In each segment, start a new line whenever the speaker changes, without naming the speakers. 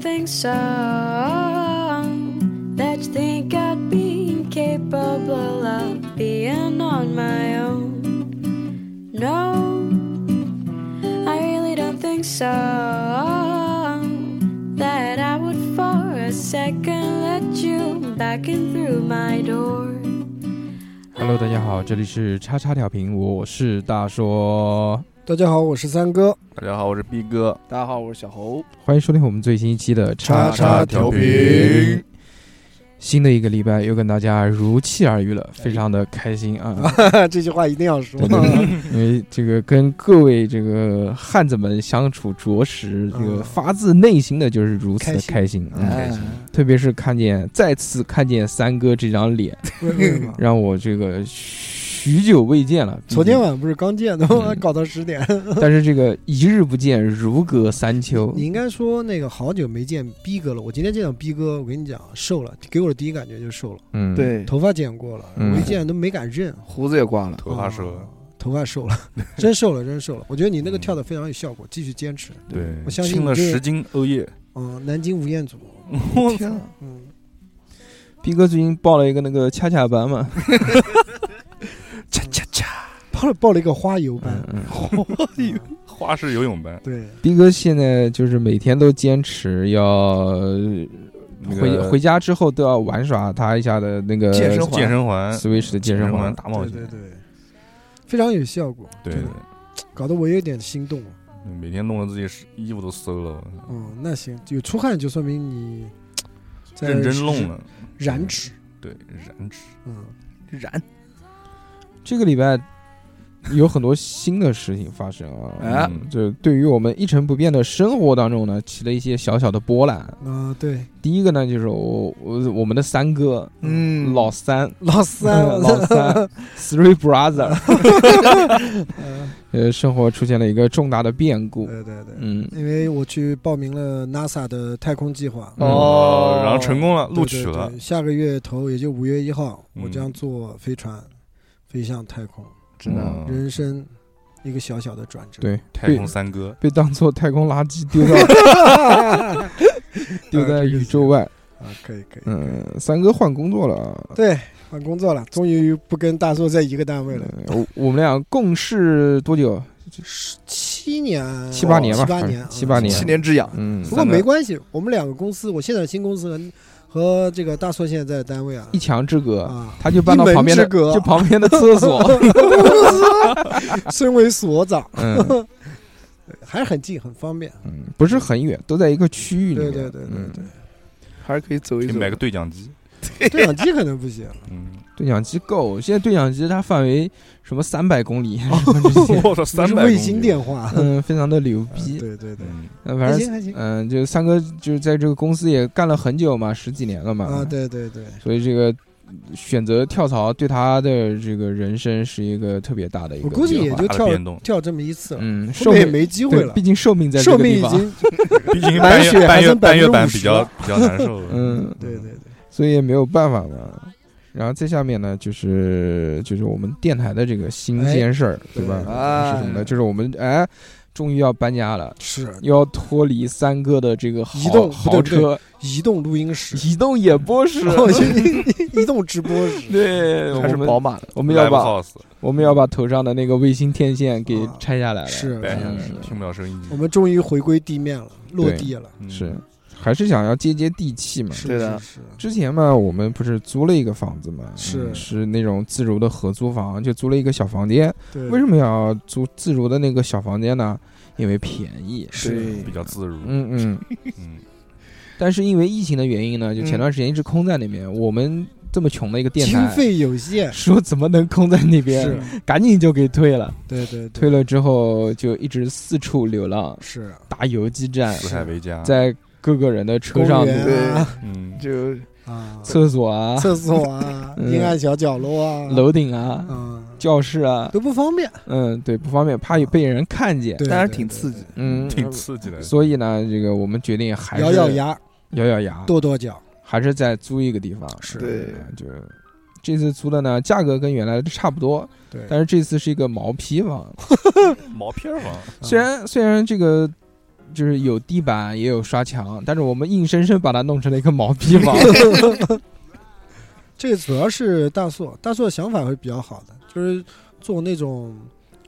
sing song that you think I'd be incapable of being on my own. No, I really don't think so. That I would for a second let you back in through my door.
Hello，大家好，这里是叉叉调频，我是大说，
大家好，我是三哥。
大家好，我是逼哥。
大家好，我是小侯。
欢迎收听我们最新一期的
叉叉调
频。
新的一个礼拜又跟大家如期而遇
哎
了，非常的开心 啊！
这句话一定要说
对，对对因为这个跟各位这个汉子们相处，着实这个
嗯
发自内心的就是如此的开
开
心啊！嗯
哎，
特别是看见再次看见三哥这张脸，
为 为什么？
让我这个许久未见了。
昨天晚上不是刚见的吗
嗯？
搞到十点。
但是这个一日不见，如隔三 秋。
你应该说那个好久没见逼哥了。我今天见到逼哥，我跟你讲，瘦了，给我的第一感觉就是瘦了，
嗯，，
对，
头发剪过了，
嗯
我一见都没敢认，啊
胡子也刮了。
头发是吧
头发瘦了， 真瘦了，真瘦了。我觉得你那个跳的非常有效果，继续坚持。
对
我，相信
轻了
你这
十斤欧耶！
嗯，南京吴彦祖，
我操，
嗯，
逼哥最近报了一个那个恰恰班嘛，
恰恰恰，
报了报了一个花游班
嗯，嗯，
花式游泳班，
对，
逼哥现在就是每天都坚持要呃
那
回
个
回家之后都要玩耍他一下的那个
健身环
健身环，
Switch 的健身
环
环。
大冒
对对
险，
对，非常有效果，
对
真的，搞得我有点心动了。
对每天弄得自己衣服都馊了，
嗯，那行，有出汗就说明你在
认真弄了，
染指。
对，燃脂，
嗯，
燃
这个礼拜有很多新的事情发生啊，
啊！
嗯
就对于我们一成不变的生活当中呢，起了一些小小的波澜。
啊、对，
第一个呢，就是我我我们的三哥，
嗯
老三，
老三，
老三，Three Brother，呃，生活出现了一个重大的变故，
嗯对对对，
嗯，
因为我去报名了 NASA 的太空计划，
嗯
哦
然后成功了，
对
录取
对
了
对，下个月头，也就五月一号，
嗯
我将坐飞船飞向太空，
真的，
嗯
人生一个小小的转折。
对，
太
被
空三哥，
被当做太空垃圾丢到 丢在宇宙外，
啊，可以可以，
嗯，三哥换工作了啊，
对，换工作了，终于不跟大硕在一个单位了，
嗯我我们俩共事多久？啊
七年，
七八年吧
七八年
嗯，
啊
七八年
七年之痒，
嗯，
不过
三个
没关系，我们两个公司，我现在新公司和和这个大硕现在在的单位啊
一，墙之隔，
啊，
他就搬到旁边的
一门之隔
就旁边的厕所，
身为所长，
嗯
还是很近，很方便。
嗯，不是很远，都在一个区域里面，
对对对对
嗯
对
还是可以走一
你
走。
买个对讲机，
对讲机可能不行，
嗯，
对讲机够，现在对讲机它范围什么三百公里，
哦
什么这些
我操，
那
三
是
百
卫星电，话。
嗯，非常的牛逼。
对对啊对，
嗯，
嗯，
还
反
行
正
还行
嗯，就三哥就是在这个公司也干了很久嘛，十几年了嘛。
啊，。对对对，
所以这个选择跳槽对他的这个人生是一个特别大的一个
我
变化。
估计也就
大的
跳
变动
跳这么一次，
嗯，寿
后面也
命
没机会
对，
了
毕。竟寿命在这
寿
个
命
地
已
方。
经，
毕竟
满
半
血
月
还
半月
剩
半月版
50%
比较比较难受，
嗯，
对对对，
所以也没有办法嘛。然后再下面呢，就是就是我们电台的这个新
哎
鲜事儿，对吧？
哎
是什么
啊
呢？就是我们哎，终于要搬家了，
是
要脱离三哥的这个豪
移动
豪车，
移动录音室，
移动演播室。
然后移移动直播室，
对，我
还是
们
宝马的，
我们要
Live
把
house
我们要把头上的那个卫星天线给
啊
拆下来了，
是
白
嗯
天听不了声音，
我们终于回归地面了，落
对嗯
地了。
嗯
是，还是想要接接地气嘛。
是
对的
是啊
之前嘛，我们不是租了一个房子嘛，
是
嗯是那种自如的合租房，就租了一个小房间。
是，对，
为什么要租自如的那个小房间呢？因为便宜。
是
比较自如，
嗯嗯，
嗯，
但是因为疫情的原因呢，就前段时间一直空在那边。我们这么穷的一个电
嗯经
台，
费有限？
说怎么能空在那边？
是，
赶紧就给退了。
对对对，
退了之后就一直四处流浪，
是
打游击战，
嗯四海为家，
在各个人的车
公
上、
园啊
嗯，
就
啊，
厕所啊、
厕所啊，
嗯
阴暗小角落啊，
楼顶啊、
啊
教室啊，
都不方便，
嗯，对，不方便，怕有被人看见。
啊对，
当然
对
挺
对
刺激。
嗯，
挺刺激的，
所以呢，这个我们决定还是
咬咬，牙，
咬咬牙，
跺跺脚，
还是再租一个地方。
是
对
嗯，就这次租的呢，价格跟原来的差不多，
对，嗯
但是这次是一个毛坯房。
毛坯房，
虽然虽然这个就是有地板也有刷墙，但是我们硬生生把它弄成了一个毛坯 房。
这个主要是大硕，大硕的想法会比较好的，就是做那种，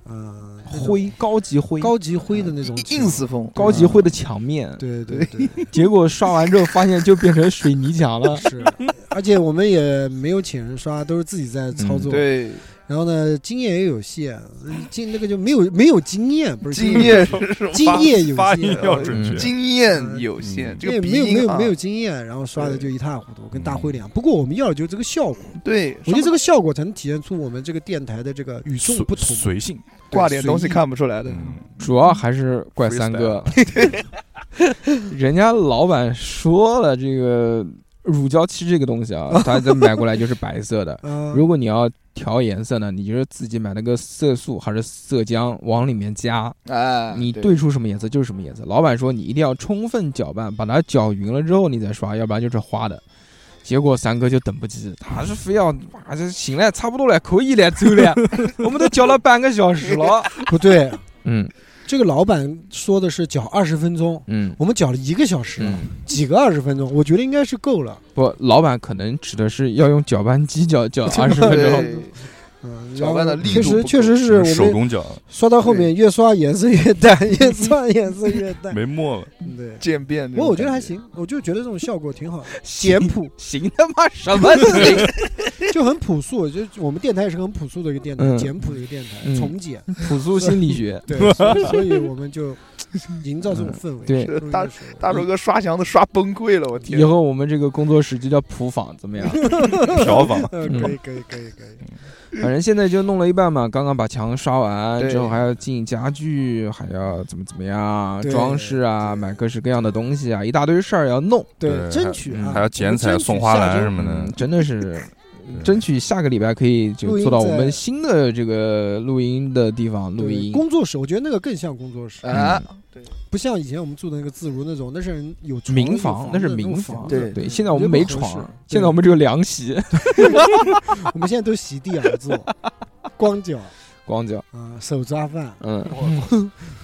嗯、那种
灰高级灰
高级灰的那种墙
硬死风，
高级灰的墙面，
对对对，。
结果刷完之后发现就变成水泥墙了
是，而且我们也没有请人刷，都是自己在操作。，
嗯对，
然后呢，经验也有限，经那个就没有没有经验，不是
经验是什么？
经验有嗯
发音
限，
要准确。
嗯 经验有限，这
对
个鼻
没有没
音
有
啊嗯
没有经验，然后刷的就一塌糊涂，跟大灰脸。不过我们要的就是这个效果，
对，
我觉得这
个
个效果才能体现出我们这个电台的这个与众
随
不同。
随性，
挂点东西
随意
看不出来的，
嗯，
主要还是怪三哥，人家老板说了，这个乳胶漆这个东西 啊，他再买过来就是白色的。
嗯，
如果你要调颜色呢，你就是自己买那个色素还是色浆往里面加，
啊
哎，
你兑出什么颜色就是什么颜色。老板说你一定要充分搅拌，把它搅匀了之后你再刷，要不然就是花的。结果三哥就等不及，他是非要哇，这行了，差不多了，可以了，走 了，我们都搅了半个小时了。
不对，啊
嗯
这个老板说的是搅二十分钟，
嗯
我们搅了一个小时，
嗯，
几个二十分钟，我觉得应该是够了。
不，老板可能指的是要用搅拌机搅搅二十分钟。
对，
嗯，
搅拌的力
确
度
实
不
确
够嗯
实 是我
手
们
工脚
刷到后面越刷颜色越淡，越刷颜色越淡。
没 墨了，
对，
渐变。
不过我觉得还，行，我就觉得这种效果挺好的，
行
简朴
行他妈什么行？
就很朴素。就我们电台也是很朴素的一个电台，
嗯
简朴的一个电台，
嗯
从简。
朴素心理学，
对，所以所以我们就营造这种氛围。
对
是
大大
嗯
手哥刷墙都刷崩溃了，我天
以！后我们这个工作室就叫普坊，怎么样？
瓢房
呃，可以可以可以可以，
反正现在就弄了一半嘛，刚刚把墙刷完
对
之后，还要进家具，还要怎么怎么样
对
装饰啊，
对
买各式各样的东西啊，一大堆事儿要弄。
对，
对嗯
争取嗯啊，
还要剪彩、送花篮什
么。
么
嗯
的，，
真的是
对
争取下个礼拜可以就做到我
录音在
们新的这个录音的地方录
对
音。
工作室，我觉得那个更像工作室，
啊，
不像以前我们住的那个自如那种，那是人有床
民
有
房
房，
那是
的
民
种
房，
房
对
子
对。
嗯
现在我
觉
们
得
没
不合适
床，现在我们只有凉席、
我们现在都席地而坐，光脚
光脚。
啊，手抓饭。
嗯，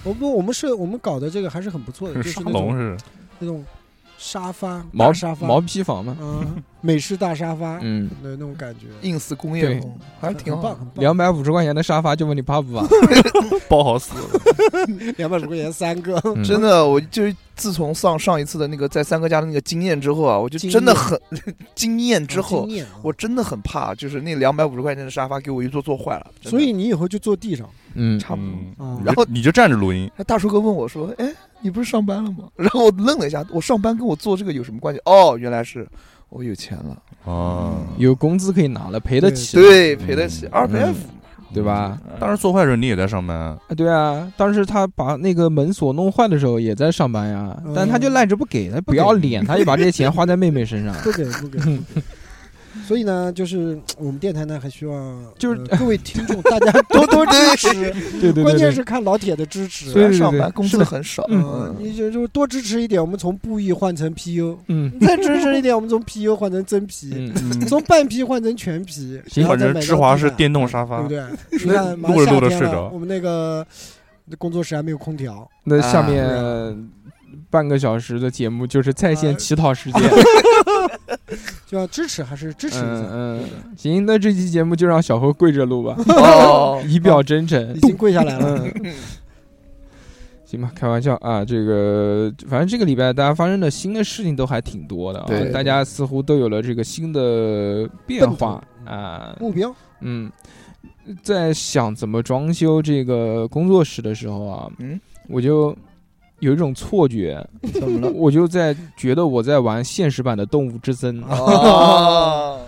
我不，我们是我们搞的这个还是很不错的，
跟
就
沙
是那
龙
种
似的。
那种沙发大
毛
沙发
毛坯房嘛。
啊，美式大沙发的
嗯，
那种感觉，
硬似工
对
业风，还是
很
挺
很
好
棒，
的。
很棒。
两百五十块钱的沙发，就问你怕不 怕？
包好死了，
两百五十块钱三个，
嗯
真的，我就是自从上上一次的那个在三哥家的那个经验之后啊，我就
经验
真的很 经验之后
经，验啊
我真的很怕，就是那两百五十块钱的沙发给我一坐坐坏了。真的
所以你以后就坐地上
嗯，
差不多。
啊
嗯你，
然后
就你就站着录音，
那大叔哥问我说：“哎，你不是上班了吗？” 然后我愣了一下，我上班跟我做这个有什么关系？哦，原来是我有钱了，
哦，
嗯
有工资可以拿了，赔得起，
对，赔得起二百五。
对吧？
嗯当时做坏人你也在上班啊，
啊，对啊，当时他把那个门锁弄坏的时候也在上班呀，
嗯
但他就赖着不给，他不要脸，他就把这些钱花在妹妹身上
。不给不给。不给所以呢，就是我们电台呢，还希望
就是
呃各位听众，大家多多支持，
对对
关
对
键
对，
是看老铁的支持。
对对对
上班工
是
资
的
很少，
嗯，
嗯，
你就就多支持一点，我们从布艺换成 PU，
嗯
再支持一点，我们从 PU 换成真皮，
嗯，
从半皮换成全皮，
行
然后
反
再
正
买
芝华是
张地嗯
电动沙
毯，对
发
不， 对？你看，马上
录着录着
夏天
睡
了
着
我们那个工作室还没有空调，
那下
啊
面半个小时的节目就是在
啊
线乞讨时间。
就要支持，还是支持一下。
嗯嗯，行，那这期节目就让小猴跪着录吧，
哦，
以表真诚
已。经跪下来了，
嗯，行吧，开玩笑啊，这个反正这个礼拜大家发生的新的事情都还挺多的啊
对，
大家似乎都有了这个新的变化
奔头
啊，
目标
嗯，在想怎么装修这个工作室的时候啊，
嗯，
我就有一种错觉，
怎么了？
我就在觉得我在玩现实版的《动物之森》
啊哦，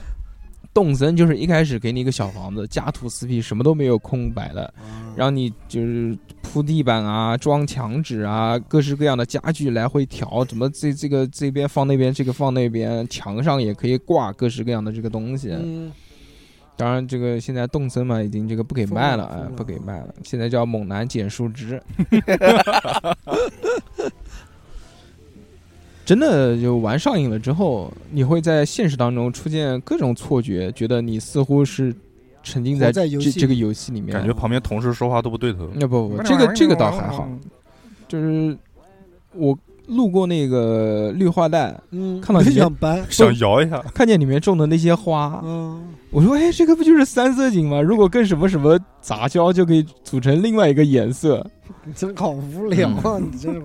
动森就是一开始给你一个小房子，家徒四壁，什么都没有，空白的，让你就是铺地板啊、装墙纸啊、各式各样的家具来回调，怎么这这个这边放那边，这个放那边，墙上也可以挂各式各样的这个东西。
嗯，
当然，这个现在动森嘛，已经这个不给卖了
疯了嗯
啊
疯，了
不给卖了，现在叫猛男剪树 枝。真的就玩上瘾了之后，你会在现实当中出现各种错觉，觉得你似乎是沉浸在
活在
这
游戏里
这个游戏里面。
嗯
啊
感觉旁边同事说话都不对头，
嗯
那不不，这个这个倒还好，就是我路过那个绿化带，
嗯，
看到
就
你
想搬，
想摇一下，
看见里面种的那些花，
嗯，
我说：“哎，这个不就是三色堇吗？如果跟什么什么杂交，就可以组成另外一个颜色。
真好无聊啊！你真是，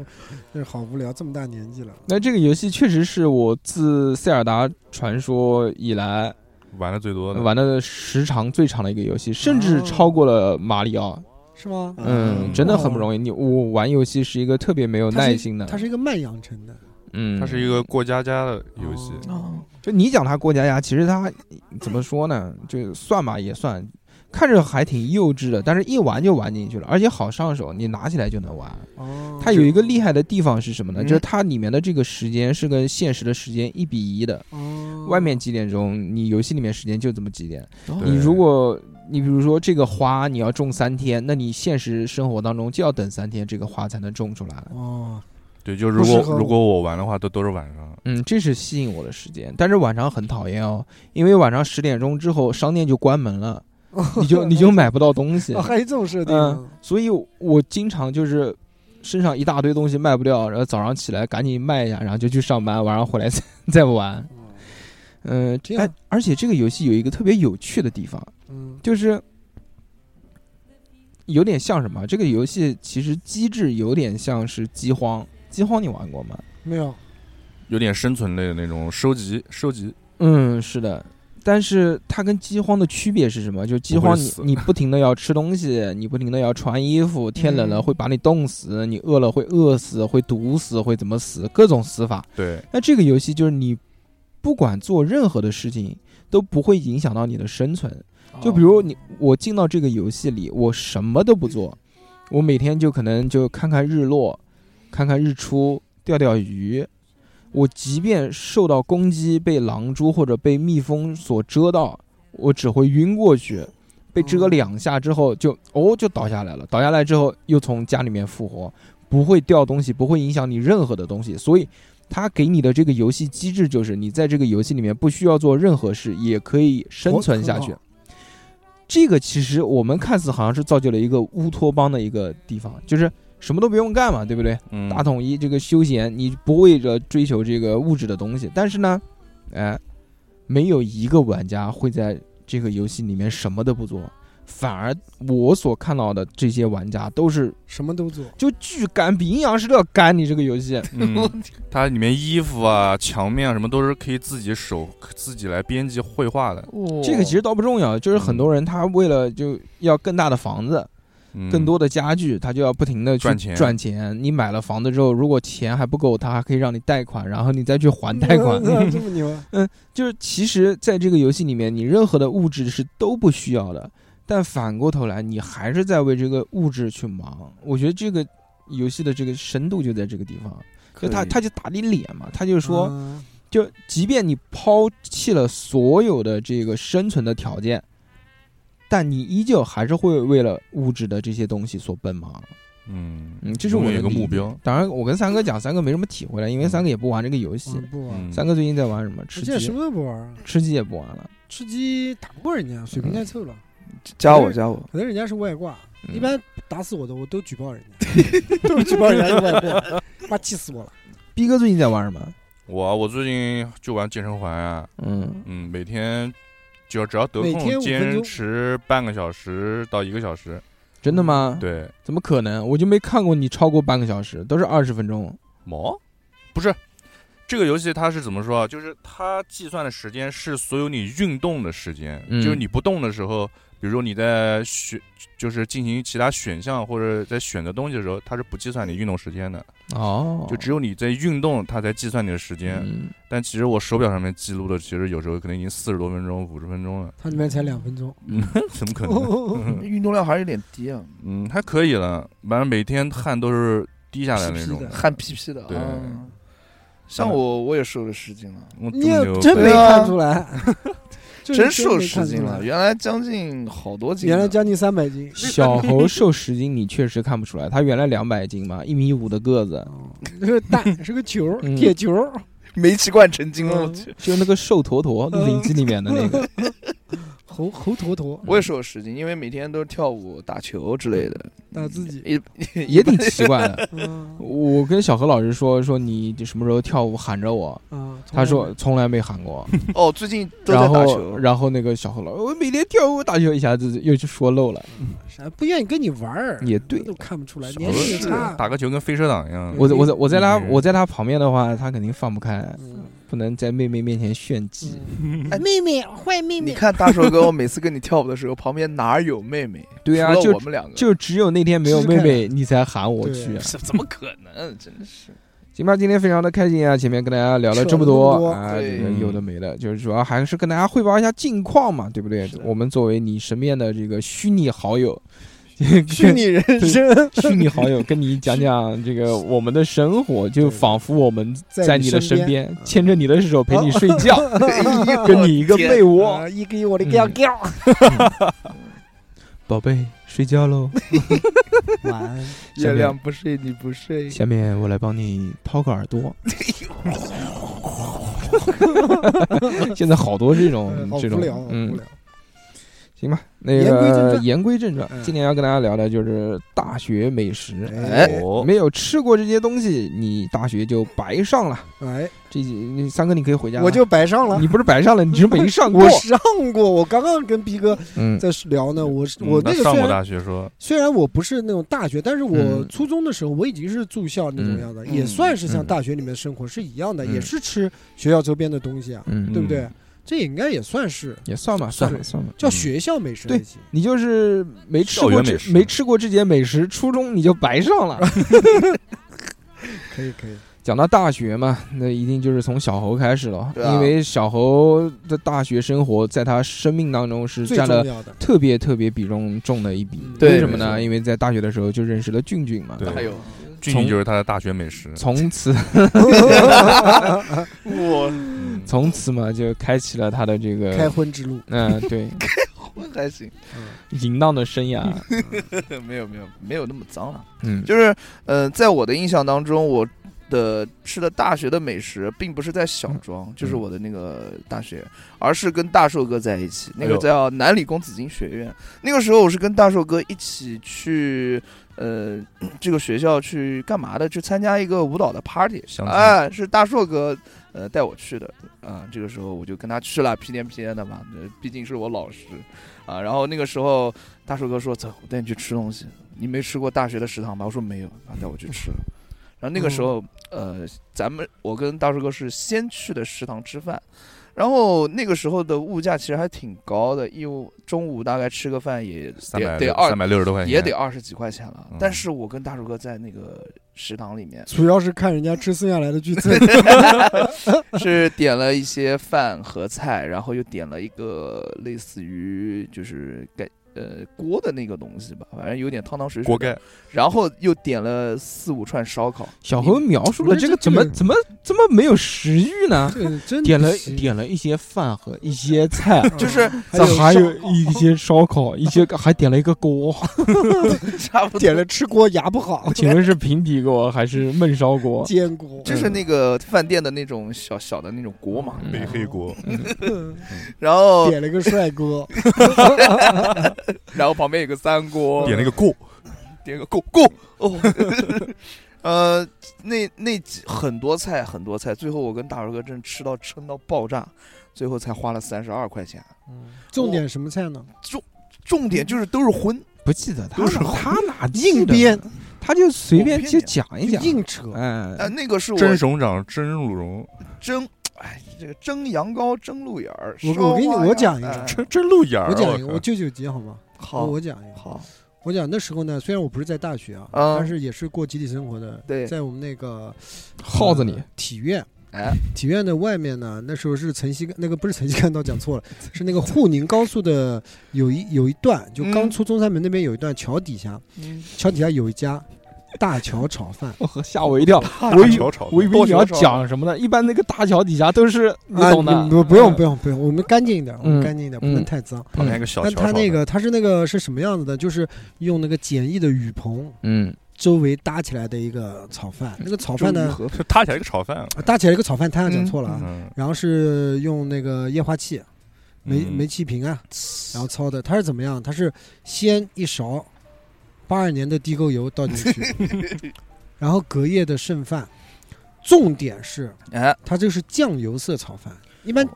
真是好无聊，这么大年纪了，
那这个游戏确实是我自《塞尔达传说》以来
玩的最多的。
玩的时长最长的一个游戏，甚至
哦
超过了《马里奥》。
是吗？
嗯，
嗯
真的很不容易。你我玩游戏是一个特别没有
它是
耐心的
它，是一个慢养成的
嗯，
它是一个过家家的游戏，
哦
就你讲它过家家，其实它怎么说呢？就算吧，也算，看着还挺幼稚的，但是一玩就玩进去了，而且好上手，你拿起来就能玩。
哦，
它有一个厉害的地方是什么呢？
嗯
就是它里面的这个时间是跟现实的时间一比一的，
哦，
外面几点钟，你游戏里面时间就这么几点。
嗯
对
你如果你比如说这个花你要种三天，那你现实生活当中就要等三天，这个花才能种出来。
哦，
对，就
不
如
适合
果
我
如果我玩的话，都都是晚上。
嗯，这是吸引我的时间，但是晚上很讨厌哦，因为晚上十点钟之后商店就关门了，你就你就买不到东西
哦，，还有这种设定
嗯
啊，
所以我经常就是身上一大堆东西卖不掉，然后早上起来赶紧卖一下，然后就去上班，晚上回来再再玩。嗯，这
这样
样，而且这个游戏有一个特别有趣的地方，
嗯，
就是有点像什么？这个游戏其实机制有点像是饥荒，饥荒你玩过吗？
没有，
有点生存类的那种收集收集，
嗯，是的。但是它跟饥荒的区别是什么？就饥荒
不会
你，
死
你不停的要吃东西，你不停的要穿衣服，天冷了
嗯
会把你冻死，你饿了会饿死，会毒死，会怎么死，各种死法。
对，
那这个游戏就是你不管做任何的事情都不会影响到你的生存。就比如你，我进到这个游戏里，我什么都不做，我每天就可能就看看日落，看看日出，钓钓鱼。我即便受到攻击，被狼蛛或者被蜜蜂所蛰到，我只会晕过去，被蛰
哦
两下之后就哦就倒下来了，倒下来之后又从家里面复活，不会掉东西，不会影响你任何的东西，所以。它给你的这个游戏机制就是，你在这个游戏里面不需要做任何事，也可以生存下去
我。
这个其实我们看似好像是造就了一个乌托邦的一个地方，就是什么都不用干嘛，对不对？
嗯，
大统一这个休闲，你不为了追求这个物质的东西，但是呢，哎，没有一个玩家会在这个游戏里面什么都不做，反而我所看到的这些玩家都是
什么都做，
就巨干，比阴阳师都要干。你这个游戏，
嗯，它里面衣服啊、墙面啊什么都是可以自己手自己来编辑绘画的，
这个其实倒不重要，就是很多人他为了就要更大的房子、
嗯
更多的家具，他就要不停的去
赚钱
赚钱。你买了房子之后，如果钱还不够，他还可以让你贷款，然后你再去还贷款。
那 这么牛啊，
就是其实，在这个游戏里面，你任何的物质是都不需要的，但反过头来，你还是在为这个物质去忙。我觉得这个游戏的这个深度就在这个地方，就他
可以
他就打你脸嘛，他就说。
嗯
就即便你抛弃了所有的这个生存的条件，但你依旧还是会为了物质的这些东西所奔忙。
嗯
嗯，这是我
有
的
一个
理解
目标。
当然，我跟三哥讲，三哥没什么体会了，因为三哥也不玩这个游戏。
嗯不玩，
嗯
三哥最近在玩什么？
我
吃
现在什
鸡，
么都不玩，
吃鸡也不玩了。
吃鸡打不过人家，水平太臭了，
加我加我，
可能人家是外挂，
嗯
一般打死我的我都举报人家，都是举报人家是外挂，妈气死我了，
逼哥最近在玩什么？
我啊我最近就玩健身环啊，
嗯，
嗯，每天只要只要得
每天5
空
分钟
坚持半个小时到一个小
啊
时，
真的吗？，
嗯对，
怎么可能？我就没看过你超过半个小时，都是二十分钟。
毛不是。这个游戏它是怎么说啊？就是它计算的时间是所有你运动的时间，
嗯
就是你不动的时候，比如说你在选，就是进行其他选项或者在选择东西的时候，它是不计算你运动时间的，
哦，
就只有你在运动，它才计算你的时间。
嗯
但其实我手表上面记录的，其实有时候可能已经四十多分钟、五十分钟了，
他那边才两分钟，
怎么 可能？
运动量还是有点低啊，
嗯，还可以了，反正每天汗都是滴下来那种
屁屁的
汗屁屁的。
对
啊像我我也瘦了十斤了，
我这
你
么
也
牛，
真没
对啊
看出来， 就是真
真瘦
没
十
看
斤
出
了，
来，
原来将近好多斤呢，
原来将近三百斤，
小猴瘦十斤，你确实看不出来。他原来两百斤嘛，一米五的个子，
那个蛋是个球儿，
嗯
铁球儿，
煤气罐成精了，我去，
就那个瘦坨坨《鹿鼎记》里面的那个。
猴猴坨坨，
我也瘦了十斤，因为每天都跳舞、打球之类的，
打自己。
也
也挺奇怪的。
嗯
我跟小何老师说说你什么时候跳舞喊着我，
啊，
他说从来没喊过。
哦，最近都在
然
打
后
球，
然后那个小何老师，我每天跳舞打球，一下子又去说漏了。
啥不愿意跟你玩儿，
也对
都看不出来，
小
年龄也
是
差。嗯
打个球跟飞车党一样。
我在我在我在他
嗯
我在他旁边的话，他肯定放不开，
嗯
不能在妹妹面前炫技。
哎
妹妹，坏妹
你，看大手哥，我每次跟你跳舞的时候，旁边哪有妹妹？
对啊，
除了
就
我们两个，
就只有那天没有妹妹，你才喊我
对
去啊。
是怎么可能？真的是，
行吧，今天非常的开心啊！前面跟大家聊了这么
扯了这么多
啊，
对
这个有的没的，就是主要还是跟大家汇报一下近况嘛，对不对
是？的
我们作为你身边的这个虚拟好友，
虚 拟 人生
虚拟好友，跟你讲讲这个我们的生活，就仿佛我们在你的身边，牵着你的手陪你睡觉，
哎
跟你一个被窝，
啊，一给我的叫叫，
宝贝睡觉喽。
晚安。
下
月
面
亮不睡你不睡，
下面我来帮你掏个耳 朵。现在好多这种
嗯好
这
无
种
聊，好，无
嗯，
聊。
行吧。那
言归正
个
传
言归正传，
嗯
今天要跟大家聊的就是大学美食。
哎
哦，
没有吃过这些东西，你大学就白上了。
哎，
这你三哥，你可以回家了。
我就摆上了。
你不是白上了，你是没上 过
我。上过，我刚刚跟逼哥
嗯，
在聊呢。我是
嗯
我那个虽
上过
然
大学说，
虽然我不是那种大学，但是我
嗯
初中的时候我已经是住校那种样的，
嗯
也算是像
嗯
大学里面生活是一样的，
嗯
也是吃学校周边的东西啊，
嗯，
对不对？这也应该也算是
也算吧，
算
算吧，算吧。
叫学校美食
对
类型。
你就是没吃
校
过
园
这
美食
没吃过这些美食，初中你就白上 了。
可以可以，
讲到大学嘛，那一定就是从小猴开始了，
对啊
因为小猴的大学生活在他生命当中是
最
占
重
了
要的
特别特别比重重的一笔。
嗯
对
为什么
没错
呢？因为在大学的时候就认识了俊俊嘛，
对
还有
俊俊就是他的大学美食。
从此
我，
嗯
从此嘛就开启了他的这
开
个
荤之路。
嗯、对
我还行，
淫荡的生涯。
没有没有没有那么脏啊了。
嗯，
就是呃，在我的印象当中，我的吃的大学的美食，并不是在
嗯
小庄，就是我的那个大学，而是跟大寿哥在一起。那
哎
个
呦
叫南理工紫金学院，那个时候我是跟大寿哥一起去。呃，这个学校去干嘛的？去参加一个舞蹈的 party，
相亲
哎、是大硕哥呃带我去的啊、这个时候我就跟他去了， 屁颠屁颠的嘛，呃毕竟是我老师啊。然后那个时候大硕哥说：“走，我带你去吃东西。”你没吃过大学的食堂吧？我说没有，啊，带我去吃了。然后那个时候，呃，咱们我跟大叔哥是先去的食堂吃饭，然后那个时候的物价其实还挺高的，一午中午大概吃个饭也
三
得
百
得二
三百六十多块钱，
也得二十几块钱了。
嗯
但是我跟大叔哥在那个食堂里面
主要是看人家吃剩下来的聚餐，
是点了一些饭和菜，然后又点了一个类似于就是盖呃锅的那个东西吧，反正有点汤汤水水
锅
的
盖。
然后又点了四五串烧 烤，
小猴描述了这个
我觉
怎
得
么
这个
怎么怎么没有食欲呢？
这真
点了
不行嗯
点了一些饭和一些菜，
就是
还有
还有
烧
一些烧烤，一些还点了一个锅，
差不多
点了吃锅牙不好，
请问是平底锅还是焖烧锅？
煎锅。
就是那个饭店的那种小小的那种锅嘛，
嗯
背黑锅，
然
嗯
后
点了个帅哥，
然后旁边有个三锅，
点了一个锅，
点个够够哦， 呃，那那几很多菜很多菜，最后我跟大头哥真吃到撑到爆炸，最后才花了三十二块钱。
重点什么菜呢？
重点就是都是荤，
不记得他
都是
哪他哪记
硬
得
编，
他就随便
我
去
骗你
讲一
就
讲，
硬扯，
呃，
哎，
那个是我
蒸熊掌，蒸鹿茸，
蒸，哎，这个蒸羊羔、蒸鹿眼儿，
我
烧
我给你
花
我
鸭
讲一个
哎
蒸蒸鹿眼儿。
我讲一个，
靠
我舅舅节好吗？
好
我讲一个，
好，
我讲那时候呢，虽然我不是在大学啊，
嗯
但是也是过集体生活的，
对
在我们那个
耗子你
呃体院。
哎，
体院的外面呢，那时候是城西那个不是城西干道，讲错了， 是那个沪宁高速的有一有一段，就刚
嗯
出中山门那边有一段桥底下，桥底下有一家大桥炒饭，
我呵 吓我一跳，我
大
以
桥炒
我以为
大
你
桥
要
炒
讲什么呢？一般那个大桥底下都是你
啊
懂的，
不不用不用不用，我们干净一点，我们
嗯
干净一点，不
嗯
能太脏。
旁边一个小
但
桥
它
炒
那
饭
个它是那个是什么样子的？就是用那个简易的雨棚
嗯，
周围搭起来的一个炒饭，那个炒饭呢
就搭起来一个炒饭，
啊搭起来一个炒饭摊啊，讲
嗯
错了啊。
嗯，
然后是用那个液化气，煤
嗯
煤气瓶啊，然后焯的。它是怎么样？它是先一勺，八二年的地沟油倒进去， 然后隔夜的剩饭。重点是
哎，
它这个是酱油色炒饭，一般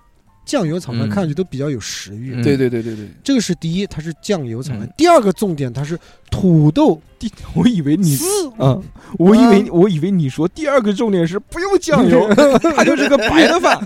酱油炒饭
嗯
看上去都比较有食欲。
哦嗯
对对对对对，
这个是第一，它是酱油炒饭。
嗯
第二个重点，它是土豆
第，我以为你
丝。
啊，我以为我以为你说第二个重点是不用酱油，它就是个白的饭，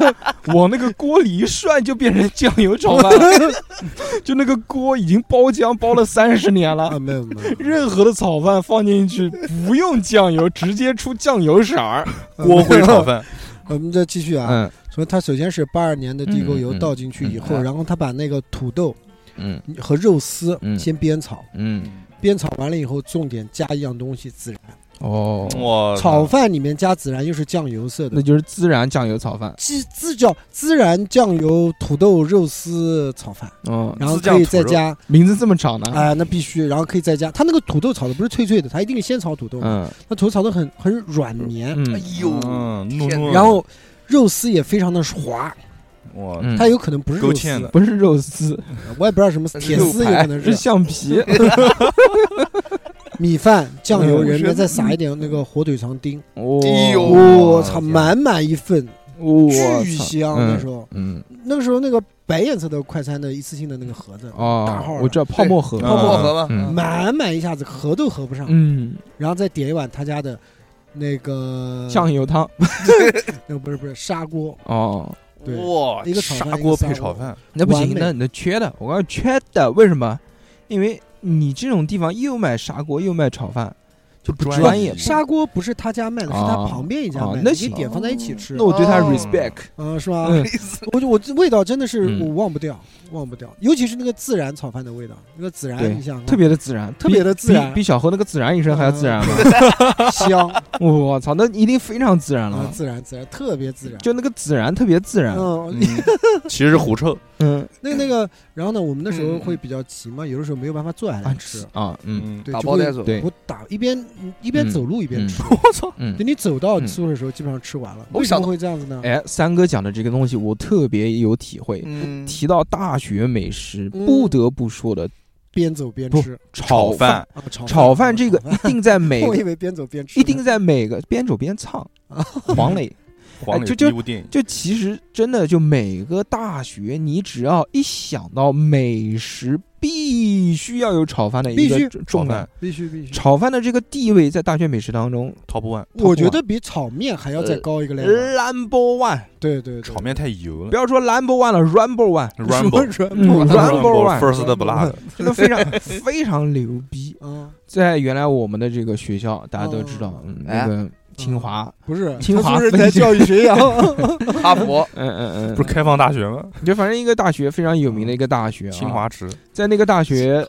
往那个锅里一涮就变成酱油炒饭了， 就那个锅已经包浆包了三十年
啊，
了。
没有没有，
任何的炒饭放进去不用酱油，直接出酱油色儿。
呃
锅烩炒。饭，
我们再继续啊，
嗯
所以它首先是八二年的地沟油
嗯嗯
倒进去以后，
嗯嗯
然后它把那个土豆
嗯
和肉丝
嗯
先煸炒，
嗯，
煸炒完了以后，重点加一样东西，孜然。
哦
我
炒饭里面加孜然又是酱油色
那
的，
就是孜然酱油炒饭。
鸡孜叫孜然酱油土豆肉丝炒饭，
哦，
然后
孜酱
可以再
土肉
加
名字这么长呢？
啊、那必须，然后可以再加。它那个土豆炒的不是脆脆的，它一定先炒土豆，
嗯
那土豆炒的很很软绵，
嗯
哎呦，
嗯，糯
天
糯，
然后肉丝也非常的滑，
我
嗯
它有可能不是
勾
肉
芡
丝，
的
不是肉丝，
我也不知道什么铁丝有可能
是
是哎
橡皮。
米饭、酱油，
嗯
人面再撒一点那个火腿肠丁，
哦
哎呦
我操，
天
满满一份，
我操
巨香！那时候，
嗯，
那个时候那个白颜色的快餐的一次性的那个盒子，
哦，
大号的
我知道泡沫盒，
对泡沫
盒嘛
嗯
满满一下子合都合不上，
嗯，
然后再点一碗他家的那个
酱油汤
那个不是不是砂锅，
哦，
对
哇，
一个炒
砂
饭
锅配炒，饭，
那不行
完，美
那那缺的，我刚缺的，为什么？因为你这种地方又卖砂锅又卖炒饭，就不
专
专
业
业。
砂锅不是他家卖的，是他
啊
旁边一家
啊
卖
那
的，你
行
点放在一起吃
那，我对他
哦
respect，
嗯，是吧？
嗯，
我就我这味道真的是
嗯
我忘不掉，忘不掉，尤其是那个孜然炒饭的味道，那个孜然
对
你想想啊
特别的自然，
特别的
比
自然嗯
比比小何那个孜然一声还要自然吗？ 啊
香
我操，那一定非常自然
啊，
了，
孜然孜然特别自然。
就那个孜嗯然特别自然，
嗯，
嗯其实是狐臭，
嗯
那那个，然后呢，我们那时候会比较急嘛，有的时候没有办法坐下来
啊
吃，
啊嗯
嗯，
对，
打
就
包带
会
走，
对
我打一边一边
嗯
走路一边
嗯
吃。
我操，
嗯
等。你走到
嗯
宿舍的时候，基本上吃完了。
我
为什
想
么
到
会这样子呢？
哎，三哥讲的这个东西，我特别有体会。
嗯，
提到大学美食，
嗯
不得不说的
边走边
不
吃
炒
饭，
啊，炒
炒饭这个
炒
一定在 每
我以
个
为边走边吃，
一定在每个边走边唱
啊。
黄磊，
黄
哎
磊
就
第一部电影，
就其实真的就每个大学，你只要一想到美食，必须要有炒饭的一
必
个
须
重
炒
量
饭。
必须必须。
炒饭的这个地位在大学美食当中
top one，
我觉得比炒面还要再
呃
高一个 level。
，number one，
对对，对
炒面太油
不
了
要说 number one 了，rumble one，
，rumble
说
嗯 Rumble
first blood，
这个非常非常牛逼。
嗯，
在原来我们的这个学校，大家都知道
哦，
嗯，那个清华，
不是
清华
他说是
分
在
校
教育学 院。
哈佛，
嗯嗯嗯，
不是开放大学吗？
就反正一个大学非常有名的一个大学、啊，
清华池，
在那个大学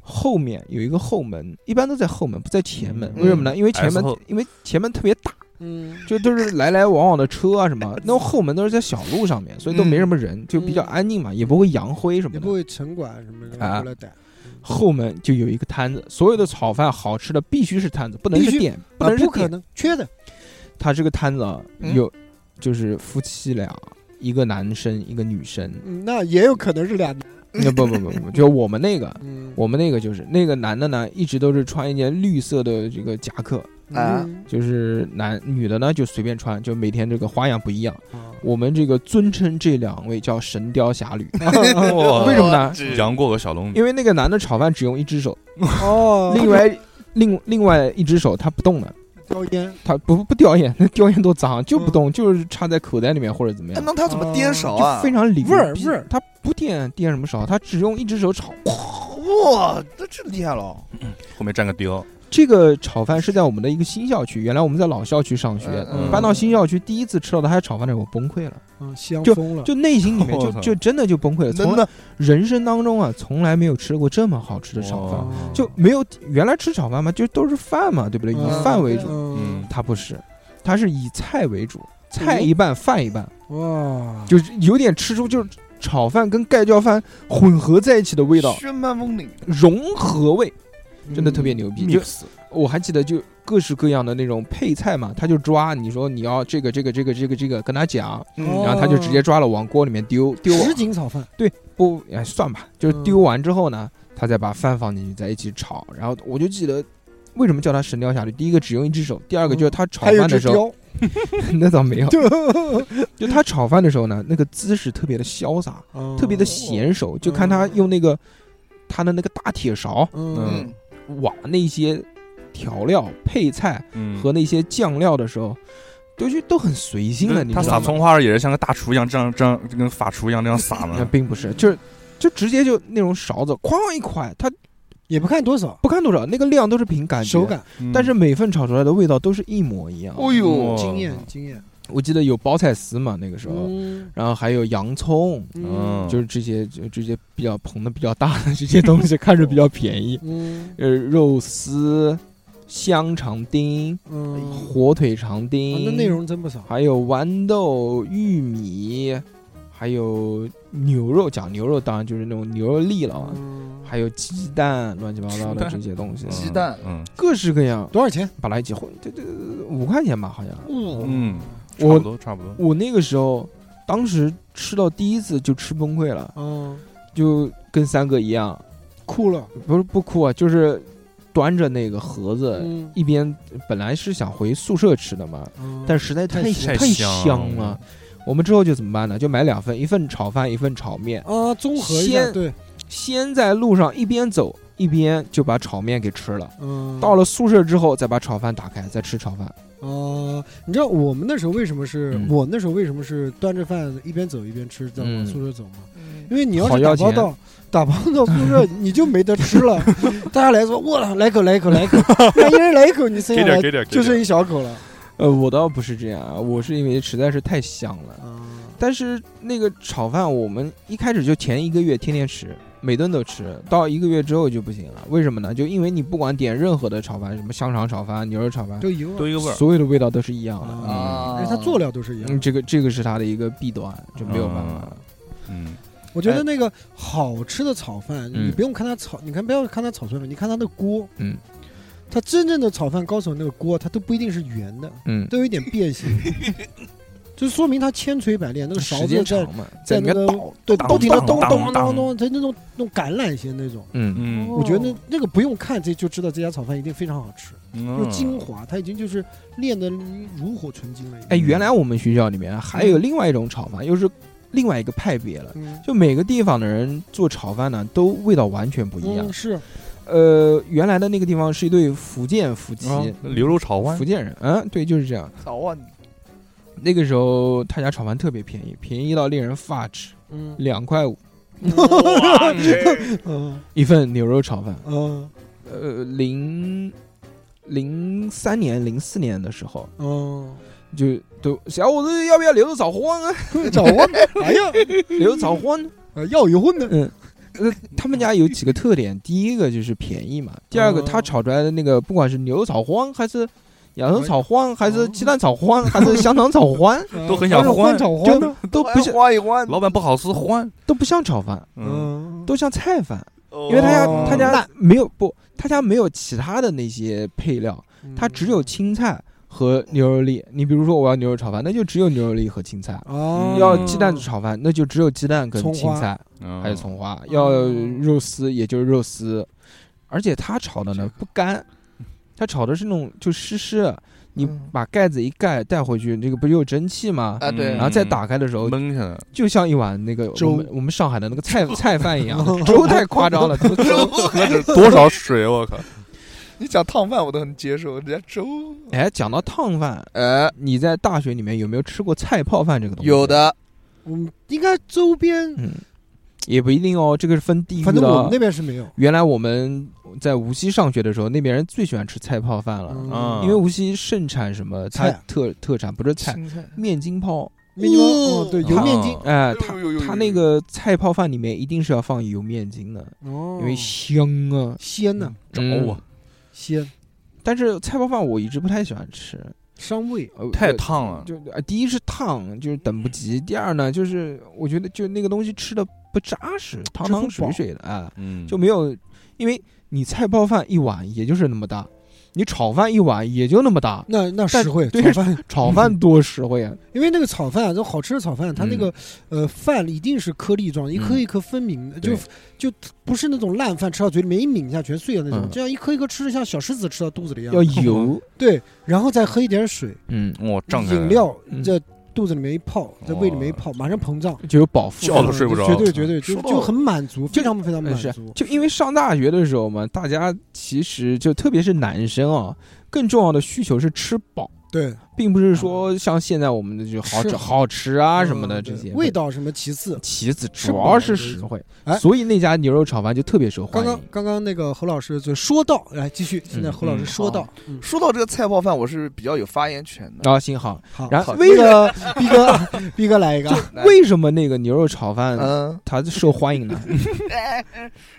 后面有一个后门，一般都在后门，不在前门。
嗯
为什么呢？因为前门
S 后，
因为前门特别大，
嗯，
就都是来来往往的车啊什么。那种后门都是在小路上面，所以都没什么人，就比较安静嘛，也不会扬灰什么
也不
的。
会城管什么的
啊
过来逮，
后门就有一个摊子，所有的炒饭好吃的必须是摊子，不能
必
是
须
店，不
啊
能是
不可
店。
能缺的。
他这个摊子啊
嗯
有，就是夫妻俩。一个男生，一个女生，
嗯那也有可能是俩。
那不不不不，就我们那个，
嗯，
我们那个就是那个男的呢，一直都是穿一件绿色的这个夹克，
啊
嗯
就是男女的呢就随便穿，就每天这个花样不一样。
啊
我们这个尊称这两位叫神雕侠 侣，
哇
为什么呢？
杨过和小龙女，
因为那个男的炒饭只用一只手，
哦，
另 外另另外一只手他不动的，
叼烟，
他不不叼烟，那叼烟多脏，就不动，就是插在口袋里面或者怎么
哎
样，
那他怎么颠勺啊？
就非常里
味儿味儿
他不垫垫什么勺，他只用一只手炒。
哇，这这厉害了！
后面站个哦雕，
这个炒饭是在我们的一个新校区，原来我们在老校区上学
嗯，嗯
搬到新校区第一次吃到他家炒饭的时候，我崩溃了，
嗯，香
就
疯了，
就内心里面就
我操
就真的就崩溃了，从
能的，
人生当中啊，从来没有吃过这么好吃的炒饭，
哦
就没有原来吃炒饭嘛，就都是饭嘛，对不对？以
嗯
饭为主，
嗯
嗯，
它不是，它是以菜为主，菜一半，饭一半，
哇，
就是有点吃出就是炒饭跟盖浇饭混合在一起的味道，
宣曼风铃，
融合味，真的特
嗯
别牛逼。就
Mix
我还记得就。各式各样的那种配菜嘛，他就抓你说你要这个这个这个这个这个，跟他讲，
哦
然后他就直接抓了往锅里面丢，丢
什锦炒饭，
不哎算吧，就是
嗯
丢完之后呢，他再把饭放进去，再一起炒。然后我就记得，为什么叫它《神雕侠侣》？第一个只用一只手，第二个就是
嗯
他炒
还有
饭
只
的时 候，
雕，
那倒没有， 就他炒饭的时候呢，那个姿势特别的潇洒，
哦
特别的娴熟，就看他用那个他的那个大铁勺
嗯，
嗯，
挖那些调料配菜
嗯
和那些酱料的时候，都就都很随性的，你
他
知
撒
道吗
葱花儿也是像个大厨一样，这样这样就跟法厨一样这样撒
那
呢。
并不是，就是就直接就那种勺子哐一㧟，他
也不看多少，
不看多少，那个量都是凭感觉
手。感，
嗯
但是每份炒出来的味道都是一模一样。
哦呦，
经验经验，
我记得有包菜丝嘛，那个时候，
嗯
然后还有洋葱，
嗯，
就是这些就这些比较捧的比较大的这些东西，看着比较便宜。
嗯
呃，肉丝、香肠丁、
嗯，
火腿肠
啊
丁，
那内容真不少，
还有豌豆、玉米，还有牛肉，讲牛肉当然就是那种牛肉粒了啊，
嗯
还有鸡蛋，乱七八糟的
鸡蛋
这些东西
嗯，
鸡蛋
嗯
各式各样，
多少钱？
把它一起混，这这五块钱吧，好像。
嗯，差
哦我
不多差不多。
我那个时候，当时吃到第一次就吃崩溃了，
嗯，
就跟三哥一样，
哭了，
不是不哭啊，就是端着那个盒子，
嗯，
一边本来是想回宿舍吃的嘛，
嗯
但实在
太
太
香
太
了
香了。我们之后就怎么办呢？就买两份，一份炒饭，一份炒面。
啊，综合一下，
先
对，
先在路上一边走一边就把炒面给吃了。
嗯，
到了宿舍之后，再把炒饭打开，再吃炒饭。
哦，你知道我们那时候为什么是、
嗯
我那时候为什么是端着饭一边走一边吃，在往
嗯
宿舍走吗？
嗯
因为你要
好
是打
要
包
钱
到打包到宿舍，你就没得吃 了。大家来说，我来一口，来一口，来一口，那一人来一口，你剩
给
下
点
来
给点，
就剩
是
一小口了。
呃，我倒不是这样啊，我是因为实在是太香了。
啊，
但是那个炒饭，我们一开始就前一个月天天吃，每顿都吃，到一个月之后就不行了。为什么呢？就因为你不管点任何的炒饭，什么香肠炒饭、牛肉炒饭，
就一个味
都
儿，
一个味儿。
所有的味道都是一样的。
啊
啊，
而且它佐料都是一样
嗯，
的。
这个这个是它的一个弊端，就没有办法
啊
了。
嗯，
我觉得
哎
那个好吃的炒饭，你
嗯
不用看它炒，你看不要看它炒出来，你看它的锅，
嗯，
它真正的炒饭高手那个锅，它都不一定是圆的，
嗯，
都有一点 变形，就说明它千锤百炼，那个勺
时
子
间
在
长嘛，在
在
里
那
面
个
倒，
对
当
不停的
当
咚
当
咚
当
咚咚，它那种那种橄榄型那种。
嗯，
嗯
我觉得那个不用看，这就知道这家炒饭一定非常好吃，
嗯，
又精华，它已经就是炼的炉火纯青了。已
哎，
经。
原来我们学校里面还有另外一种炒饭，又是另外一个派别了。
嗯，
就每个地方的人做炒饭呢，都味道完全不一样
嗯。是
呃，原来的那个地方是一对福建夫妻，
哦
啊牛肉炒饭
福，建人，嗯，对，就是这样。
早啊，
那个时候他家炒饭特别便宜，便宜到令人发指，
嗯
两块五
哇这
嗯
一份牛肉炒饭。
嗯
呃，零零三年、零四年的时候，
嗯，
就都小伙子要不要留着早婚 啊？
找我，哎呀，
留着早婚。
呃要有 混的，
嗯，呃，他们家有几个特点，第一个就是便宜嘛，第二个
哦
他炒出来的那个，不管是牛肉炒欢还是羊肉炒欢，还是鸡蛋炒欢，还是香肠炒 欢，
呃
都很想
还是
欢
换炒欢的，
就都不像
欢一欢，
老板不好吃，欢。
都不像炒饭，
嗯，
嗯，
都像菜饭，
哦，
因为他家
哦
他家没有不，他家没有其他的那些配料，
嗯
他只有青菜和牛肉粒。你比如说我要牛肉炒饭，那就只有牛肉粒和青菜。
哦，
要鸡蛋炒饭，那就只有鸡蛋跟
葱
青
花
菜。
嗯
还有葱花，要肉丝也就是肉丝，而且它炒的呢不干，它炒的是那种就湿湿的，你
嗯
把盖子一盖带回去，那个不就有蒸汽吗？
啊
嗯
对
然后再打开的时候，
闷下来，
就像一碗那个
粥
我们我们上海的那个菜菜饭一样，粥太夸张了，粥粥
喝着多少水，我靠！
你讲烫饭我都能接受，人家粥，
哎，讲到烫饭，
哎，
你在大学里面有没有吃过菜泡饭这个东西？
有，的，
嗯，应该周边，
嗯，也不一定哦，这个是分地域
反正我们那
的。
边是没有，
原来我们在无锡上学的时候，那边人最喜欢吃菜泡饭了。
嗯
因为无锡盛产什么？它
菜
特特产不是菜，
菜，
面筋泡。
面筋包，哦，对，油面筋，
哎，
呦
它
呦呦呦
它那个菜泡饭里面一定是要放油面筋的，
哦
因为香啊，
鲜呐，
找
嗯
我。
鲜
但是菜泡饭我一直不太喜欢吃，
伤胃，
呃
太
呃
烫了，
就呃第一是烫，就是等不及；第二呢，就是我觉得就那个东西吃的不扎实，汤汤水水的，哎，
嗯
就没有，因为你菜泡饭一碗也就是那么大，你炒饭一碗也就那么大，
那那
但
实惠
对
炒饭，
炒饭多实惠啊！
因为那个炒饭啊，这好吃的炒饭，它
嗯
那个呃饭一定是颗粒状，一颗
嗯
一颗分明的，
对
就就不是那种烂饭吃到嘴里面一抿一下全碎的那种
嗯，
这样一颗一颗吃的像小石子吃到肚子里一样
要。油，
对，然后再喝一点水，
嗯，
我胀开了
饮料
嗯哦
在肚子里面一泡，在胃里面一泡，马上膨胀，
就有饱腹
觉
感
都。睡不着
绝对绝对就
说到
就很满足，非常非常满
嗯是
足，
就因为上大学的时候嘛，大家其实就特别是男生啊，更重要的需求是吃饱，
对，
并不是说像现在我们的就好
吃
吃
好
好吃啊什么的
嗯
这
对
些
味。道什么其次。
其次，
吃
主
饱
要
了
是
就是
实惠，
哎
所以那家牛肉炒饭就特别受
刚
欢
刚
迎。
刚刚那个侯老师就说到，来继续，现在
嗯
侯老师
嗯
说到，嗯
说到这个菜泡饭，我是比较有发言权的。
啊，幸好，
好，
然后
好
为
那个逼哥，逼哥来一个，
来
为什么那个牛肉炒饭
嗯，
它受欢迎呢？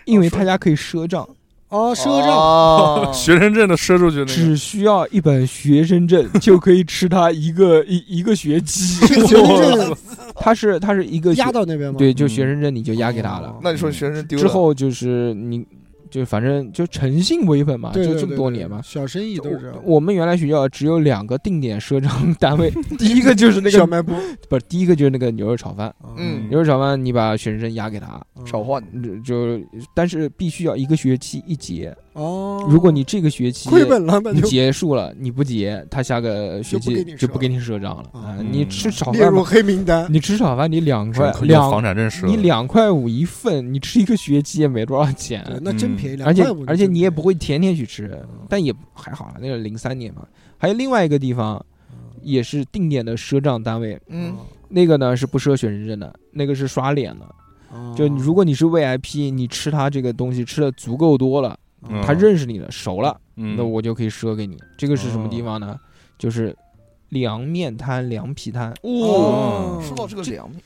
因为他家可以赊账，
哦，赊账，
账
学生证都赊出去那个，
只需要一本学生证就可以吃它一个 一一个学期。
学生
它是它是一个
证
学
压到那边吗？
对，就学生证你就压给他
哦
了。
那你说学生丢了
之后就是你就反正就诚信为本嘛，
对，对，
就
对
这么多
对
年嘛。
小生意都是这样。
我们原来学校只有两个定点赊账单 位，第一个就是那
小
个
卖部，
不是第一个就是那个牛肉炒饭，
嗯
牛肉炒饭你把学生证压给他，
少
花
换的，
嗯就但是必须要一个学期一结，
哦。
如果你这个学期
亏本了，那
你
就
结束了，你不结，他下个学
就不
期
给你
就不
赊
给你赊账了。啊
嗯
你吃炒
列
饭
入
吧，
黑名单。
你吃炒饭，你两块
可以用房
两，
产证赊，
你两块五一份，你吃一个学期也没多少钱，
对，那真便宜，
而
两
且
块五。
而且你也不，会天天去吃，
嗯
但也还好啦，那个零三年嘛。还有另外一个地方，
嗯
也是定点的赊账单位，
嗯，
那个呢是不赊学生证的，那个是刷脸的。
哦
就你如果你是 VIP，你吃他这个东西吃的足够多了，
嗯
他认识你了，熟了。
嗯，哦
那我就可以赊给你。这个是什么地方呢？就是凉面摊、凉皮摊。
哦
哦，
说到这个凉面，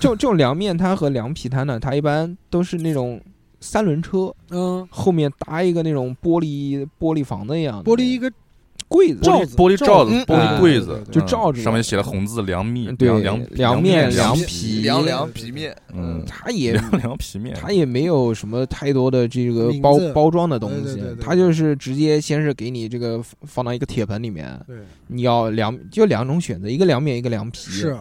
这种这种凉面摊和凉皮摊呢，它一般都是那种三轮车
嗯，
后面搭一个那种玻璃玻璃房子一样的
玻璃一个
柜子，
罩
玻璃玻璃罩子
嗯、
玻
嗯
璃柜子
对对对，
就罩住
上面写了红字凉面，
对
凉凉
凉面
面
凉
凉
皮
凉凉皮面，嗯
嗯，
它也
凉凉皮面，
它也没有什么太多的这个
名
包
字
包装的东
对
西
对对，对
它就是直接先是给你这个放到一个铁盆里面，
对
你要凉就两种选择，一个凉面一个凉皮，
是啊，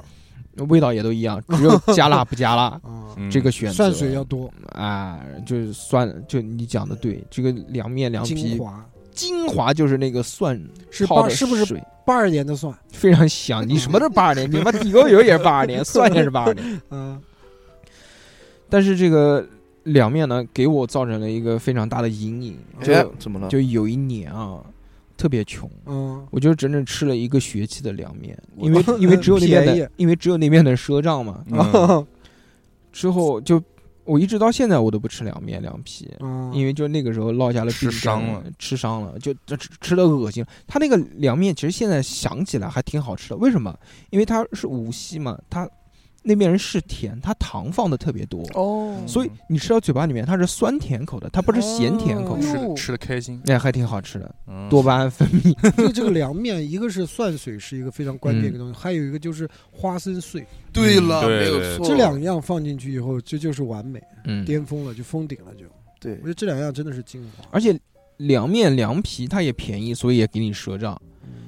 味道也都一样，只 有加辣不加辣
嗯
这个选择。
蒜水要多，
啊，就是蒜，就你讲的对，这个凉面凉
精
皮
华
精华就是那个蒜
是
泡的
八是不是
水
八二年的蒜？
非常香？你什么都是八二 年，你妈地沟油也是八二年，蒜也是八二年。
嗯，
但是这个凉面呢，给我造成了一个非常大的阴影。
哎
就
怎么了？
就有一年啊，特别穷，
嗯，
我就整整吃了一个学期的凉面，
我
因为因为只有那边
便
的
宜，
因为只有那边的赊账嘛。
嗯
之后就我一直到现在我都不吃凉面凉皮，
嗯，
因为就那个时候落下了
吃
病根
伤了，
吃伤了，就这吃吃的恶心了。它那个凉面其实现在想起来还挺好吃的，为什么？因为它是无锡嘛，它那边人是甜，它糖放的特别多，
哦，
嗯
所以你吃到嘴巴里面它是酸甜口的，它不是咸甜口
哦
的
吃
哟
的吃的开心，
那、还挺好吃的，
嗯
多巴胺分泌。
就这个凉面，一个是蒜水是一个非常关键的东西，还有一个就是花生碎，
对
嗯
了，
对
没有
对
错，
这两样放进去以后，这就是完美，
嗯，
巅峰了，就封顶了，就。
对
我觉得这两样真的是精华。
而且凉面凉皮它也便宜，所以也给你赊账。